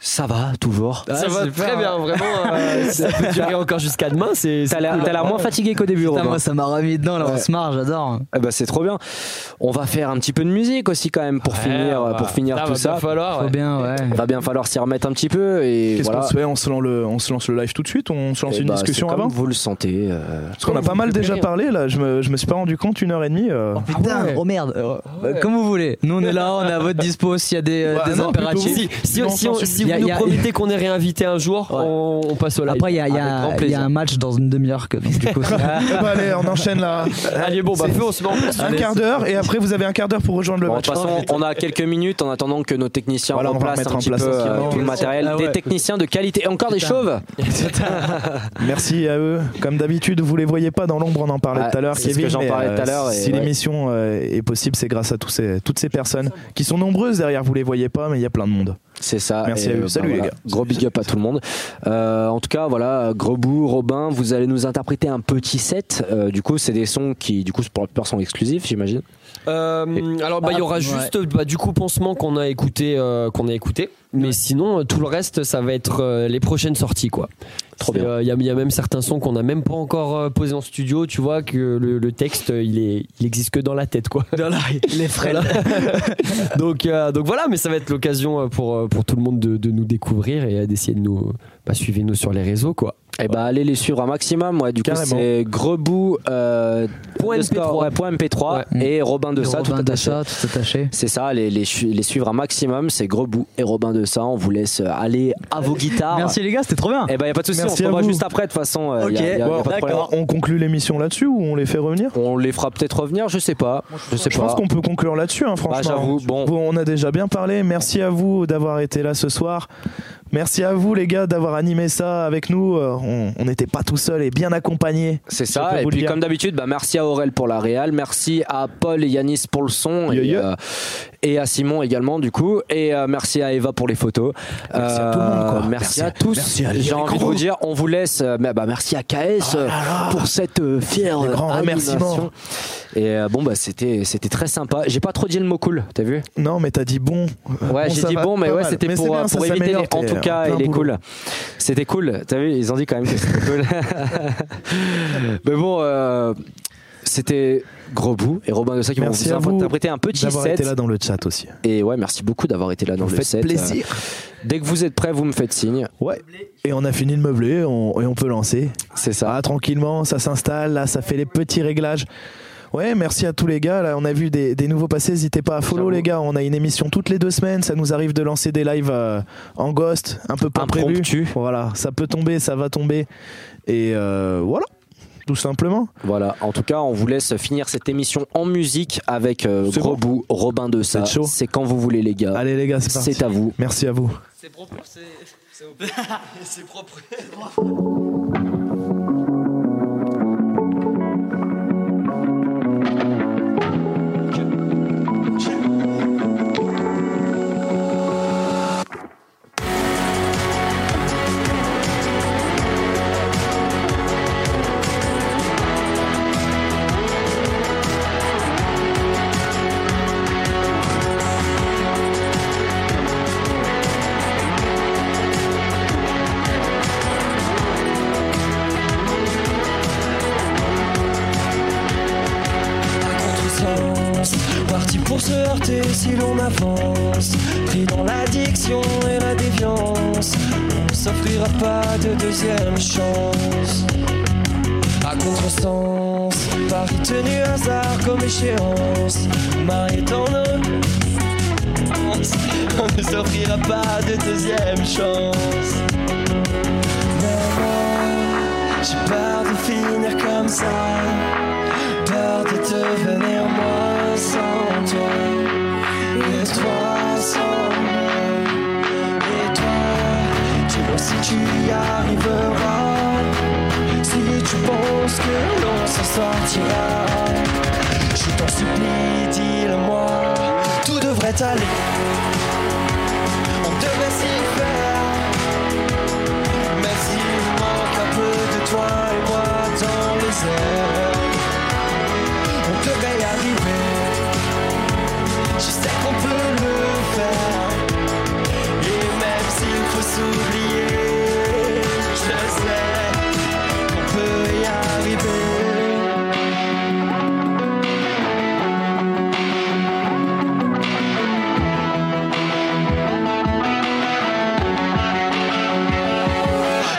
A: Ça va, toujours.
E: Ah,
D: Ça va
E: c'est
D: très
E: pas-
D: bien, vraiment. euh, ça peut durer encore jusqu'à demain. C'est.
A: T'as l'air t'as l'air moins fatigué qu'au début,
E: Putain,
A: Robin.
E: moi, ça m'a remis dedans, là, on
A: Ouais.
E: se marre, j'adore.
A: Eh ben, c'est trop bien. On va faire un petit peu de musique aussi, quand même, pour finir, pour finir tout ça.
D: bah, Va falloir.
E: Trop
D: ouais.
E: bien, ouais.
A: Va bien falloir s'y remettre un petit peu. Et
B: Qu'est-ce
A: voilà.
B: qu'on se fait on se, lance le, on se lance le live tout de suite On se lance
A: Eh
B: une
A: ben,
B: discussion
A: c'est comme
B: avant
A: Vous le sentez. euh,
B: Parce qu'on a pas mal déjà parlé là, je me, je me suis pas rendu compte, une heure et demie. euh.
E: Putain,
D: ouais.
E: oh merde. euh, euh, Comme vous voulez. Nous, on est là, on est à votre dispo s'il y a des, euh,
B: Bah,
E: des
B: non, plutôt
E: impératifs.
D: Si, si,
B: Non,
D: si on-
B: sans
D: si
E: y a-
D: vous
E: y
D: nous
E: a-
D: promettez qu'on est réinvité un jour,
A: Ouais.
D: on, on passe au live.
E: Après, il y a, il y a-
D: Avec grand
E: il y a
D: plaisir. Ah,
E: un match dans une demi-heure. que- donc, du coup, c'est-
B: Eh ben, allez, on enchaîne là.
D: Allez, bon, bah,
B: C'est-
D: feu, on se met en place.
B: Un quart d'heure et après vous avez un quart d'heure pour rejoindre le
A: Bon, de
B: match.
A: toute façon, on a quelques minutes en attendant que nos techniciens
B: Voilà, on va
A: remplacent
B: remettre
A: un
B: en
A: petit
B: place
A: peu euh,
B: tranquillement.
A: tout le matériel.
E: Ah
A: Des
E: ouais.
A: techniciens de qualité. Et encore des
E: Putain.
A: chauves
B: Merci à eux. Comme d'habitude, vous les voyez pas dans l'ombre, on en parlait
A: Ouais,
B: tout à l'heure.
A: Ah, c'est ce
B: Kevin,
A: que j'en
B: mais,
A: parlais
B: euh,
A: tout à l'heure, et
B: Si
A: ouais.
B: l'émission euh, est possible, c'est grâce à tous ces, toutes ces personnes qui sont nombreuses derrière, vous les voyez pas, mais il y a plein de monde.
A: C'est ça.
B: Merci à eux.
A: bah,
B: Salut, les
A: voilà.
B: gars.
A: Gros big up à tout le monde. Euh, en tout cas, voilà, Grebou, Robin, vous allez nous interpréter un petit set. Euh, du coup, c'est des sons qui, du coup, pour la plupart sont exclusifs, j'imagine.
D: Euh, alors bah, il y aura
E: Ah,
D: juste bah, du coup pansement qu'on a écouté euh, qu'on a écouté mais sinon euh, tout le reste ça va être euh, les prochaines sorties quoi.
A: Trop
D: C'est,
A: bien.
D: euh, Il y, a- il y a même certains sons qu'on n'a même pas encore euh, posés en studio tu vois que le, le texte euh, il est il existe que dans la tête quoi.
E: les frères.
D: Voilà. donc euh, donc voilà mais ça va être l'occasion euh, pour euh, pour tout le monde de, de nous découvrir et euh, d'essayer de nous bah, suivez nous sur les réseaux quoi.
A: Et bah, allez les suivre un maximum. Ouais, du coup,
B: Carrément.
A: c'est Grebou, euh,
D: Point
A: underscore-
D: MP3.
A: ouais, point MP3
E: Ouais.
A: et Robin de ça, tout
E: Robin de
A: attaché.
E: ça, tout attaché.
A: C'est ça, les, les, chu- les suivre un maximum, c'est Grebou et Robin de ça. On vous laisse euh, aller à vos
D: Ah,
A: guitares.
E: Merci les gars, c'était trop bien.
A: Et bah, y a pas de souci, on
B: Merci
A: se
B: à
A: revoit
B: vous.
A: juste après, de toute façon. euh, y a- y a- y a
B: Bon,
A: pas de problème.
B: on- On conclut l'émission là-dessus ou on les fait revenir
A: On les fera peut-être revenir, je sais pas. Je sais
B: Je
A: pas.
B: pense qu'on peut conclure là-dessus, hein, franchement.
A: Bah, j'avoue, bon.
B: On a déjà bien parlé. Merci à vous d'avoir été là ce soir. Merci à vous, les gars, d'avoir animé ça avec nous. Euh, On on n'était pas tout seul et bien accompagnés.
A: C'est
B: Je peux
A: ça. Et
B: vous le
A: puis
B: dire.
A: comme d'habitude, bah, merci à Aurel pour la réal, merci à Paul et Yanis pour le son
B: Yo,
A: et,
B: yo.
A: euh, et à Simon également du coup. Et euh, merci à Eva pour les photos. Euh,
B: Merci à tout le monde, quoi.
A: Merci,
B: Merci
A: à
B: à-
A: tous.
B: merci à
A: J'ai
B: Eric
A: envie de vous
B: Roux.
A: dire, on vous laisse. euh, mais, bah, merci à KS euh, pour cette euh, fière
B: Les grands
A: euh, animation.
B: remerciements.
A: Et euh, bon bah c'était c'était très sympa. J'ai pas trop dit le mot cool, t'as vu
B: Non, mais t'as dit bon.
A: Ouais, j'ai
B: ça
A: dit
B: va
A: bon, mais
B: pas
A: ouais,
B: mal.
A: c'était
B: Mais c'est
A: pour,
B: bien,
A: euh,
B: ça
A: pour éviter
B: s'améliore,
A: les. En
B: t'es
A: tout cas,
B: plein
A: il est
B: boulot.
A: cool. C'était cool. T'as vu, ils ont dit quand même que c'était cool. mais bon, euh, c'était Gros Bout et Robin de ça qui vont
B: Merci
A: vous
B: à vous
A: interpréter un petit
B: D'avoir été
A: set.
B: là dans le chat aussi.
A: Et ouais, merci beaucoup d'avoir été là dans
B: Vous
A: le
B: faites
A: set.
B: plaisir.
A: Euh, dès que vous êtes prêts, vous me faites signe.
B: Ouais. Et on a fini de meubler on- et on peut lancer.
A: C'est
B: Ça
A: ça.
B: va tranquillement, ça s'installe, là, ça fait les petits réglages. Ouais, merci à tous les gars. Là, on a vu des, des nouveaux passés. N'hésitez pas à follow,
A: J'avoue.
B: les gars. On a une émission toutes les deux semaines. Ça nous arrive de lancer des lives euh, en ghost, un peu pas prévu.
A: Impromptu.
B: Voilà, ça peut tomber, ça va tomber. Et euh, voilà, tout simplement.
A: Voilà. En tout cas, on vous laisse finir cette émission en musique avec euh,
B: C'est
A: Gros
B: bon.
A: Bout, Robin de ça.
B: êtes chaud
A: C'est quand vous voulez, les gars.
B: Allez, les gars, c'est parti.
A: Ah. C'est à vous.
B: Merci à vous.
C: C'est propre, c'est. C'est propre. contresens Parti pour se heurter si l'on avance Pris dans l'addiction et la déviance On s'offrira pas de deuxième chance à contresens, Paris tenu hasard comme échéance Marié dans nos danses, On ne s'offrira pas de deuxième chance Never, J'ai peur de finir comme ça peur de devenir moi sans toi. Et toi sans moi. Et toi, dis-moi si tu y arriveras. Si tu penses que l'on s'en sortira. Je t'en supplie, dis-le-moi. Tout devrait aller. On devrait s'y faire. Mais il manque un peu de toi et moi dans les airs On devrait y arriver Je sais qu'on peut le faire Et même s'il faut s'oublier Je sais qu'on peut y arriver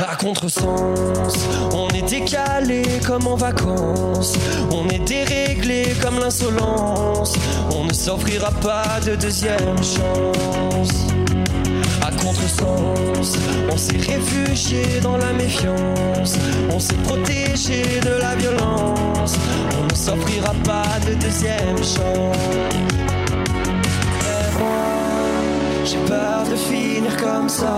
C: à contresens. On est décalé comme en vacances. On est déréglé comme l'insolence. On ne s'offrira pas de deuxième chance. À contresens, on s'est réfugié dans la méfiance. On s'est protégé de la violence. On ne s'offrira pas de deuxième chance. Et moi, j'ai peur de finir comme ça,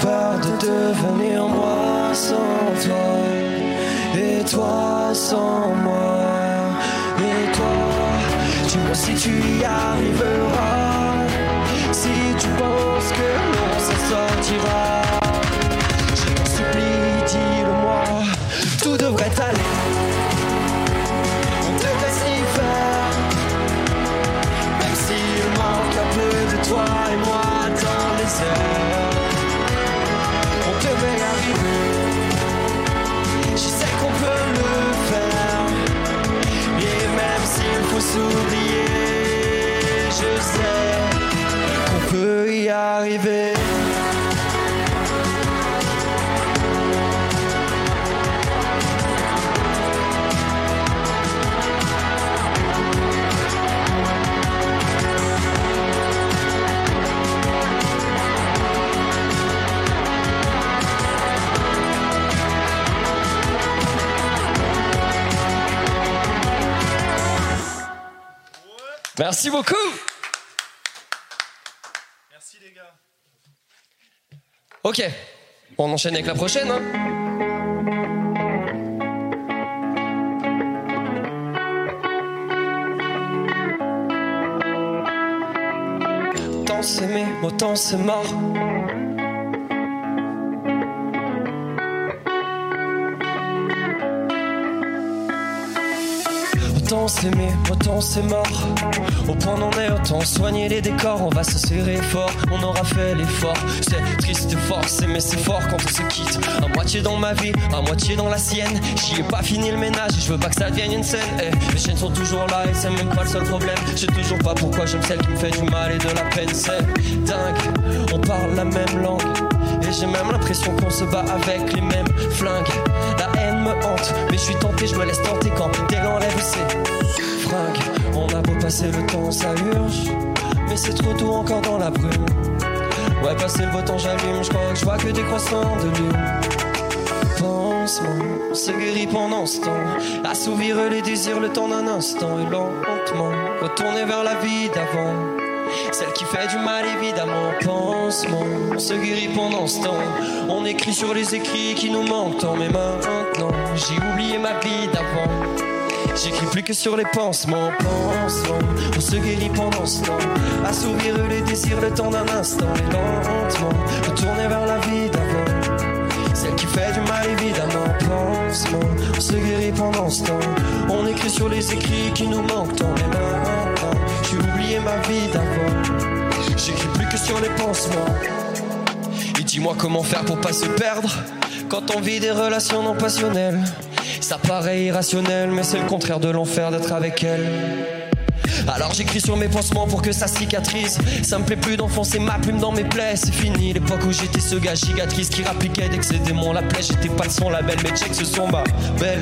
C: peur de devenir moi sans toi, et toi sans moi, et toi. Dis-moi si tu y arriveras, si tu penses. peut y arriver. Merci beaucoup.
B: Merci les gars.
C: Ok, on enchaîne avec la prochaine. hein. Tant s'aimer, autant c'est mort. Autant s'aimer, autant c'est mort. Au point d'en est, autant soigner les décors. On va se serrer fort, on aura fait l'effort. C'est triste et fort, s'aimer c'est fort quand on se quitte. À moitié dans ma vie, à moitié dans la sienne. J'y ai pas fini le ménage, et je veux pas que ça devienne une scène. Eh, les chaînes sont toujours là et c'est même pas le seul problème. Je sais toujours pas pourquoi j'aime celle qui me fait du mal et de la peine. C'est dingue, on parle la même langue. Et j'ai même l'impression qu'on se bat avec les mêmes flingues. La haine me hante, mais je suis tenté, je me laisse tenter quand l'élan lève ses fringues. On a beau passer le temps, ça urge, mais c'est trop tôt encore dans la brume. Ouais, passer le beau temps, j'allume, je crois que je vois que des croissants de lune. Pansement, se guérit pendant ce temps, assouvir les désirs le temps d'un instant et lentement retourner vers la vie d'avant. Celle qui fait du mal évidemment pansement On se guérit pendant ce temps On écrit sur les écrits qui nous manquent tant Mais maintenant j'ai oublié ma vie d'avant J'écris plus que sur les pansements Pansement On se guérit pendant ce temps À sourire les désirs le temps d'un instant Et lentement retourner vers la vie d'avant celle qui fait du mal évidemment pansement On se guérit pendant ce temps On écrit sur les écrits qui nous manquent tant Mais maintenant J'ai oublié ma vie d'avant J'écris plus que sur les pansements Et dis-moi comment faire pour pas se perdre Quand on vit des relations non passionnelles Ça paraît irrationnel Mais c'est le contraire de l'enfer d'être avec elle alors j'écris sur mes pansements pour que ça cicatrise. Ça me plaît plus d'enfoncer ma plume dans mes plaies, c'est fini. L'époque où j'étais ce gars gigatrice qui rappliquait dès que ses démons la plaie. J'étais pas le son label, mais check ce son bas. Belle,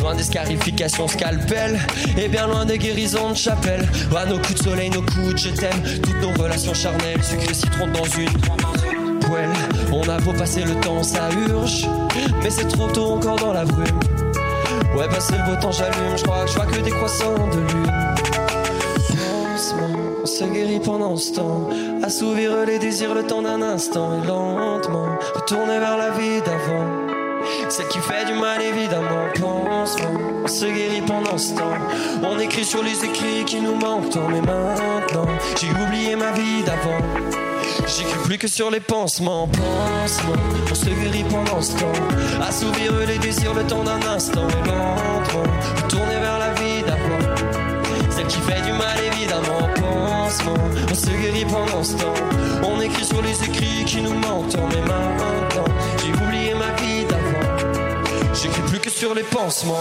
C: loin des scarifications scalpel. Et bien loin des guérisons de chapelle. À nos coups de soleil, nos coups de je t'aime. Toutes nos relations charnelles, sucré citron dans une poêle. On a beau passer le temps, ça urge. Mais c'est trop tôt encore dans la brume. Ouais, passer le beau temps, j'allume. Je crois que je vois que des croissants de lune. Pansement, on se guérit pendant ce temps. Assouvir les désirs le temps d'un instant et lentement retourner vers la vie d'avant. Celle qui fait du mal évidemment, pansement, on se guérit pendant ce temps. On écrit sur les écrits qui nous manquent tant, mais maintenant j'ai oublié ma vie d'avant. J'écris plus que sur les pansements, pansements, on se guérit pendant ce temps. Assouvir les désirs le temps d'un instant et lentement retourner vers la vie d'avant. Celle qui fait du mal évidemment pansement On se guérit pendant ce temps On écrit sur les écrits qui nous mentent Mais maintenant j'ai oublié ma vie d'avant J'écris plus que sur les pansements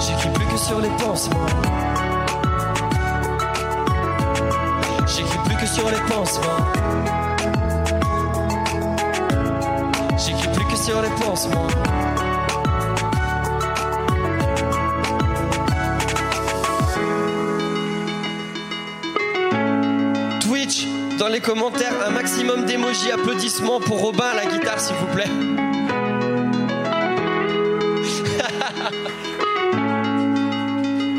C: J'écris plus que sur les pansements J'écris plus que sur les pansements J'écris plus que sur les pansements Twitch, dans les commentaires, un maximum d'émojis, applaudissements pour Robin à la guitare, s'il vous plaît.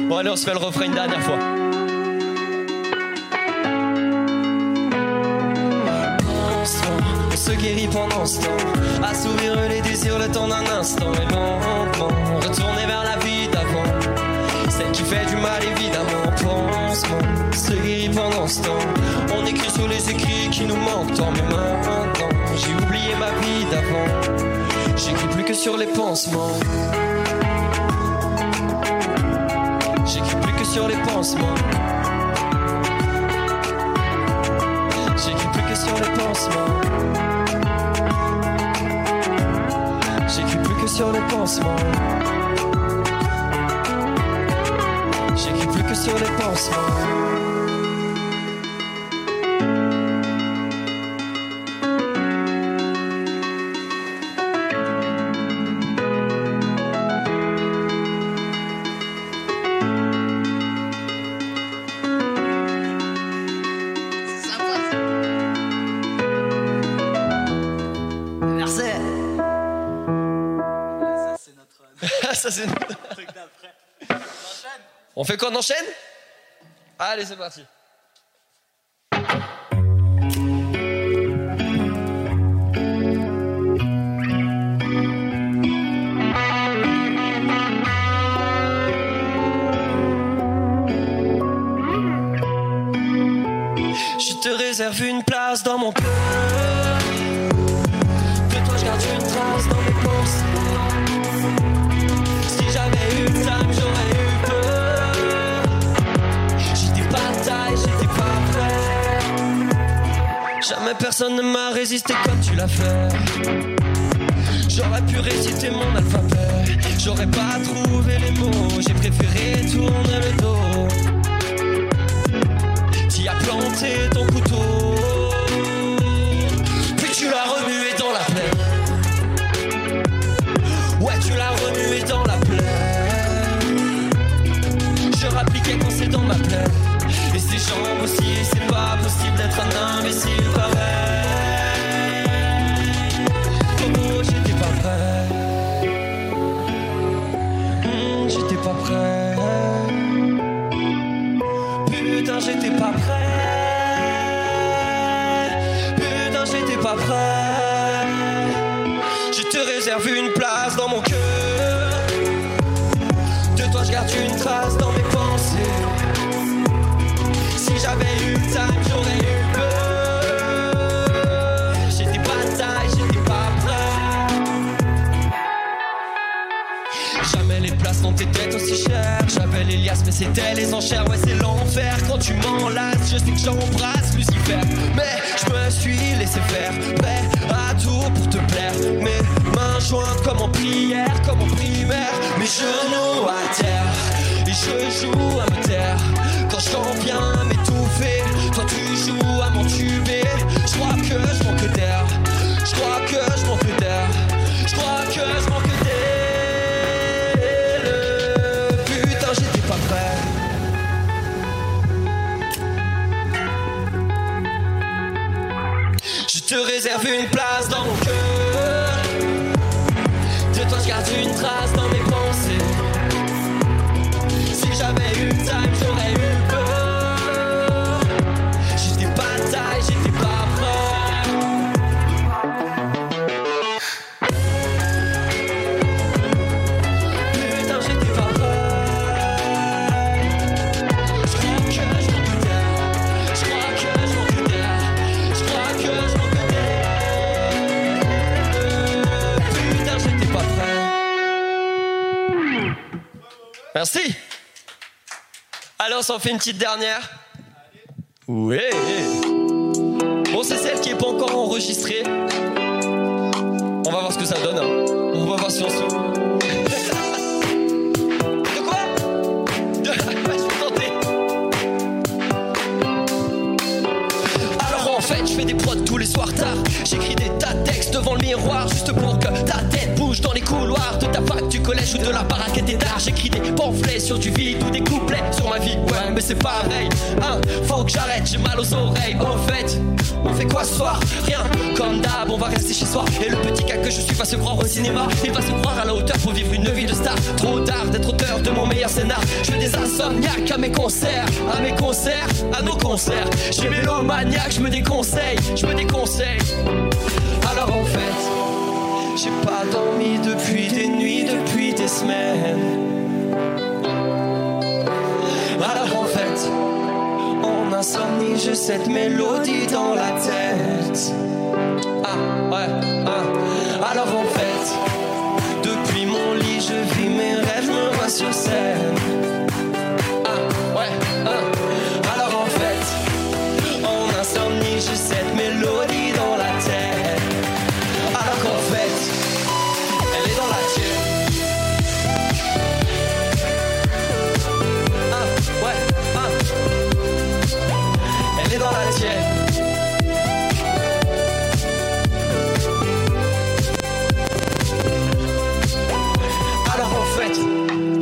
C: bon, allez, on se fait le refrain une dernière fois. Pansement, on se guérit pendant ce temps. À s'ouvrir les désirs le temps d'un instant et lentement retourner vers la vie d'avant. Celle qui fait du mal évidemment pansement Se guérit pendant ce temps On écrit sur les écrits qui nous manquent tant Mais maintenant j'ai oublié ma vie d'avant J'écris plus que sur les pansements J'écris plus que sur les pansements J'écris plus que sur les pansements J'écris plus que sur les pansements J'écris plus que sur les pansements. Ça, c'est- On fait quoi On enchaîne Allez, c'est parti. Je te réserve une place dans mon cœur. De toi, je garde une trace dans mes pensées. Si j'avais eu le time, j'aurais eu peur. J'étais pas de taille, j'étais pas prêt. Jamais personne ne m'a résisté comme tu l'as fait. J'aurais pu réciter mon alphabet. J'aurais pas trouvé les mots. J'ai préféré tourner le dos. T'y as planté ton couteau Puis tu l'as remué dans la plaie Ouais tu l'as remué dans la plaie Je rappliquais quand c'est dans ma plaie Et ses jambes aussi et c'est pas possible d'être un imbécile pareil Comment j'étais pas prêt Hmm, J'étais pas prêt Putain, j'étais pas prêt. Putain, j'étais pas prêt. Je te réserve une place dans mon cœur. De toi, je garde une trace dans mes pensées. Si j'avais eu le time, j'aurais eu peur. J'étais pas de taille, j'étais pas prêt. Jamais les places dans tes têtes aussi chères. J'avais les liasses, mais c'était les enchères. Ouais, c'est l'enfer. Quand tu m'enlaces, je sais que j'embrasse Lucifer. Mais je me suis laissé faire. Prêt à tout pour te plaire. Mes mains jointes comme en prière, comme en primaire. Mes genoux à terre. Et je joue à me taire. Quand j'en viens à m'étouffer, toi tu joues à m'entuber. Je crois que je manque d'air. Je crois que je manque d'air. Je crois que je manque d'air. Putain, j'étais pas prêt. Je te réserve une place dans mon cœur. De toi, je garde une trace dans mes pensées. Si j'avais eu le time, j'aurais eu peur. J'étais pas de taille, j'étais pas prêt. Putain, j'étais pas prêt. Je crois que je manque d'air. Je crois que je manque d'air. Je crois que je manque d'air. Putain, j'étais pas prêt. Merci. Alors, on s'en fait une petite dernière. Oui. Bon, c'est celle qui est pas encore enregistrée. On va voir ce que ça donne. hein. On va voir si on se. De quoi De je vais tenter. Alors en fait, je fais des prods tous les soirs tard. J'écris des tas de textes devant le miroir, juste pour que ta tête bouge dans les couloirs de ta fac, du collège ou de la baraque et des dards. J'écris des pamphlets sur du vide ou des couplets sur ma vie. Ouais, mais c'est pareil. Hein, faut que j'arrête, j'ai mal aux oreilles. Au fait, on fait quoi ce soir Rien, comme d'hab, on va rester chez soi. Et le petit cas que je suis va se croire au cinéma. Il va se croire à la hauteur pour vivre une vie de star. Trop tard d'être auteur de mon meilleur scénar. Je fais des insomniaques à mes concerts, à mes concerts, à nos concerts. J'ai mélomaniaque, je me déconseille, je me déconseille. Alors en fait, j'ai pas dormi depuis des nuits, depuis des semaines. Alors en fait, en insomnie, j'ai cette mélodie dans la tête. Ah ouais, ah. Alors en fait, depuis mon lit, je vis mes rêves, je me vois sur scène. Ah ouais, ah. Alors en fait, en insomnie, j'ai cette mélodie dans la tête. Alors qu'en fait, elle est dans la tienne. Ah ouais, ah. Elle est dans la tienne.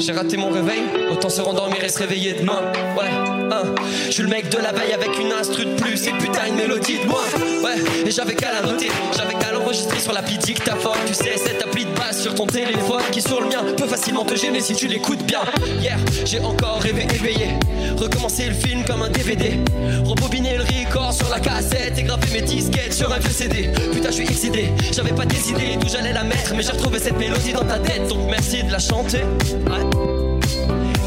C: J'ai raté mon réveil, autant se rendormir et se réveiller demain. Ouais, hein. Je suis le mec de la veille avec une instru de plus et putain une mélodie de moi. Ouais, et j'avais qu'à la noter, j'avais qu'à l'enregistrer sur l'appli Dictaphone. Tu sais, cette appli de base sur ton téléphone qui sur le mien peut facilement te gêner si tu l'écoutes bien. Hier, j'ai encore rêvé éveillé, recommencer le film comme un DVD, rembobiner le record sur la cassette et graver mes disquettes sur un vieux CD. Putain, je suis excité, j'avais pas décidé d'où j'allais la mettre, mais j'ai retrouvé cette mélodie dans ta tête, donc merci de la chanter. Ouais.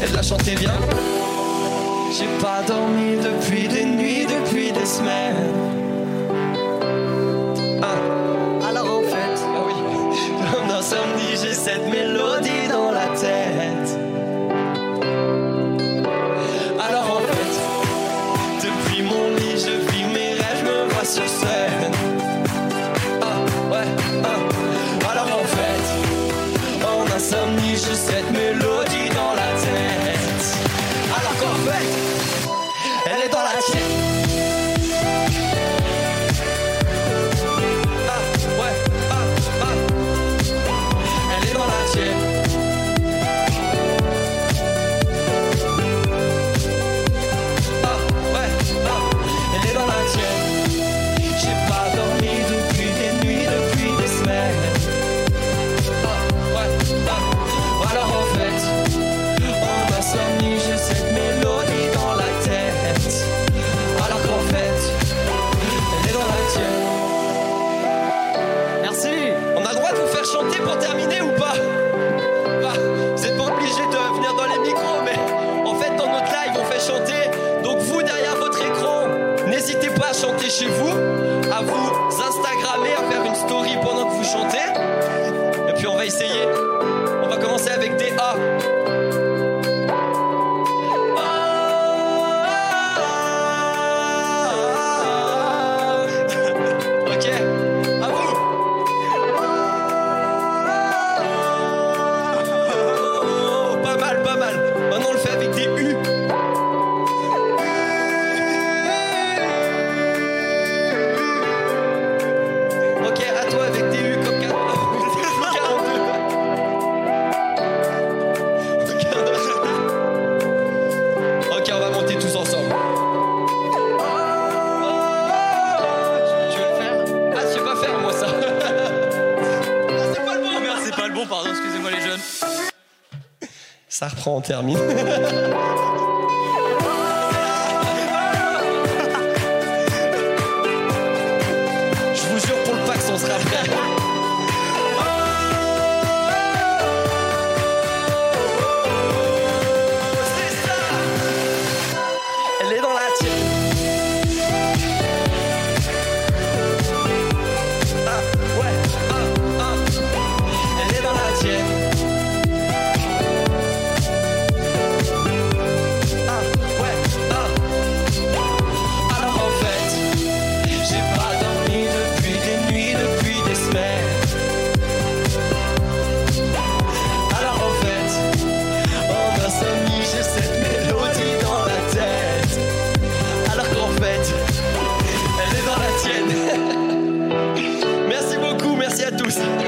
C: Et de la chanter bien. J'ai pas dormi depuis des nuits, depuis des semaines. Ah. Alors en fait, ah oui, comme d'insomnie, j'ai cette mélodie dans la tête. Alors en fait, depuis mon lit, je vis mes rêves, je me vois sur scène. Ah, ouais, ah. Alors en fait, en insomnie, j'ai cette mélodie dans la tête. Alors qu'en fait, elle est dans la tête. Ah, ouais, ah, ah. Elle est dans la tienne. Ah, ouais, ah. Elle est dans la tienne. J'ai pas dormi depuis des nuits, depuis des semaines. Ah, ouais, ah. Alors en fait, en insomnie, j'ai cette mélodie dans la tête. Alors qu'en fait, elle est dans la tienne. Merci. On a le droit de vous faire chanter pour terminer ou pas ah, vous n'êtes pas obligé de venir dans les micros, mais en fait, dans notre live, on fait chanter. Donc, vous, derrière votre écran, n'hésitez pas à chanter chez vous, à vous Instagrammer, à faire une story pendant que vous chantez. Et puis, on va essayer. On va commencer avec des A. Ah, ah, Ok, à vous. Oh, Pas mal, pas mal. Maintenant on le fait avec des U. Ok, à toi avec des U comme 4. 42. Ok, on va monter tous ensemble. Tu veux le faire Ah, je sais pas faire moi ça. C'est pas le bon, merde, c'est pas le bon, pardon, excusez-moi les jeunes. Ça reprend, on termine. Je vous jure pour le Pax, on sera prêt. C'est ça. Elle est dans la tienne. Ah, ouais, ah, ah. Elle est dans la tienne. Ah, ouais, ah. Alors en fait, j'ai pas dormi depuis des nuits, depuis des semaines. Alors en fait, en insomnie, j'ai cette mélodie dans la tête. Alors qu'en fait, elle est dans la tienne. Merci beaucoup, merci à tous.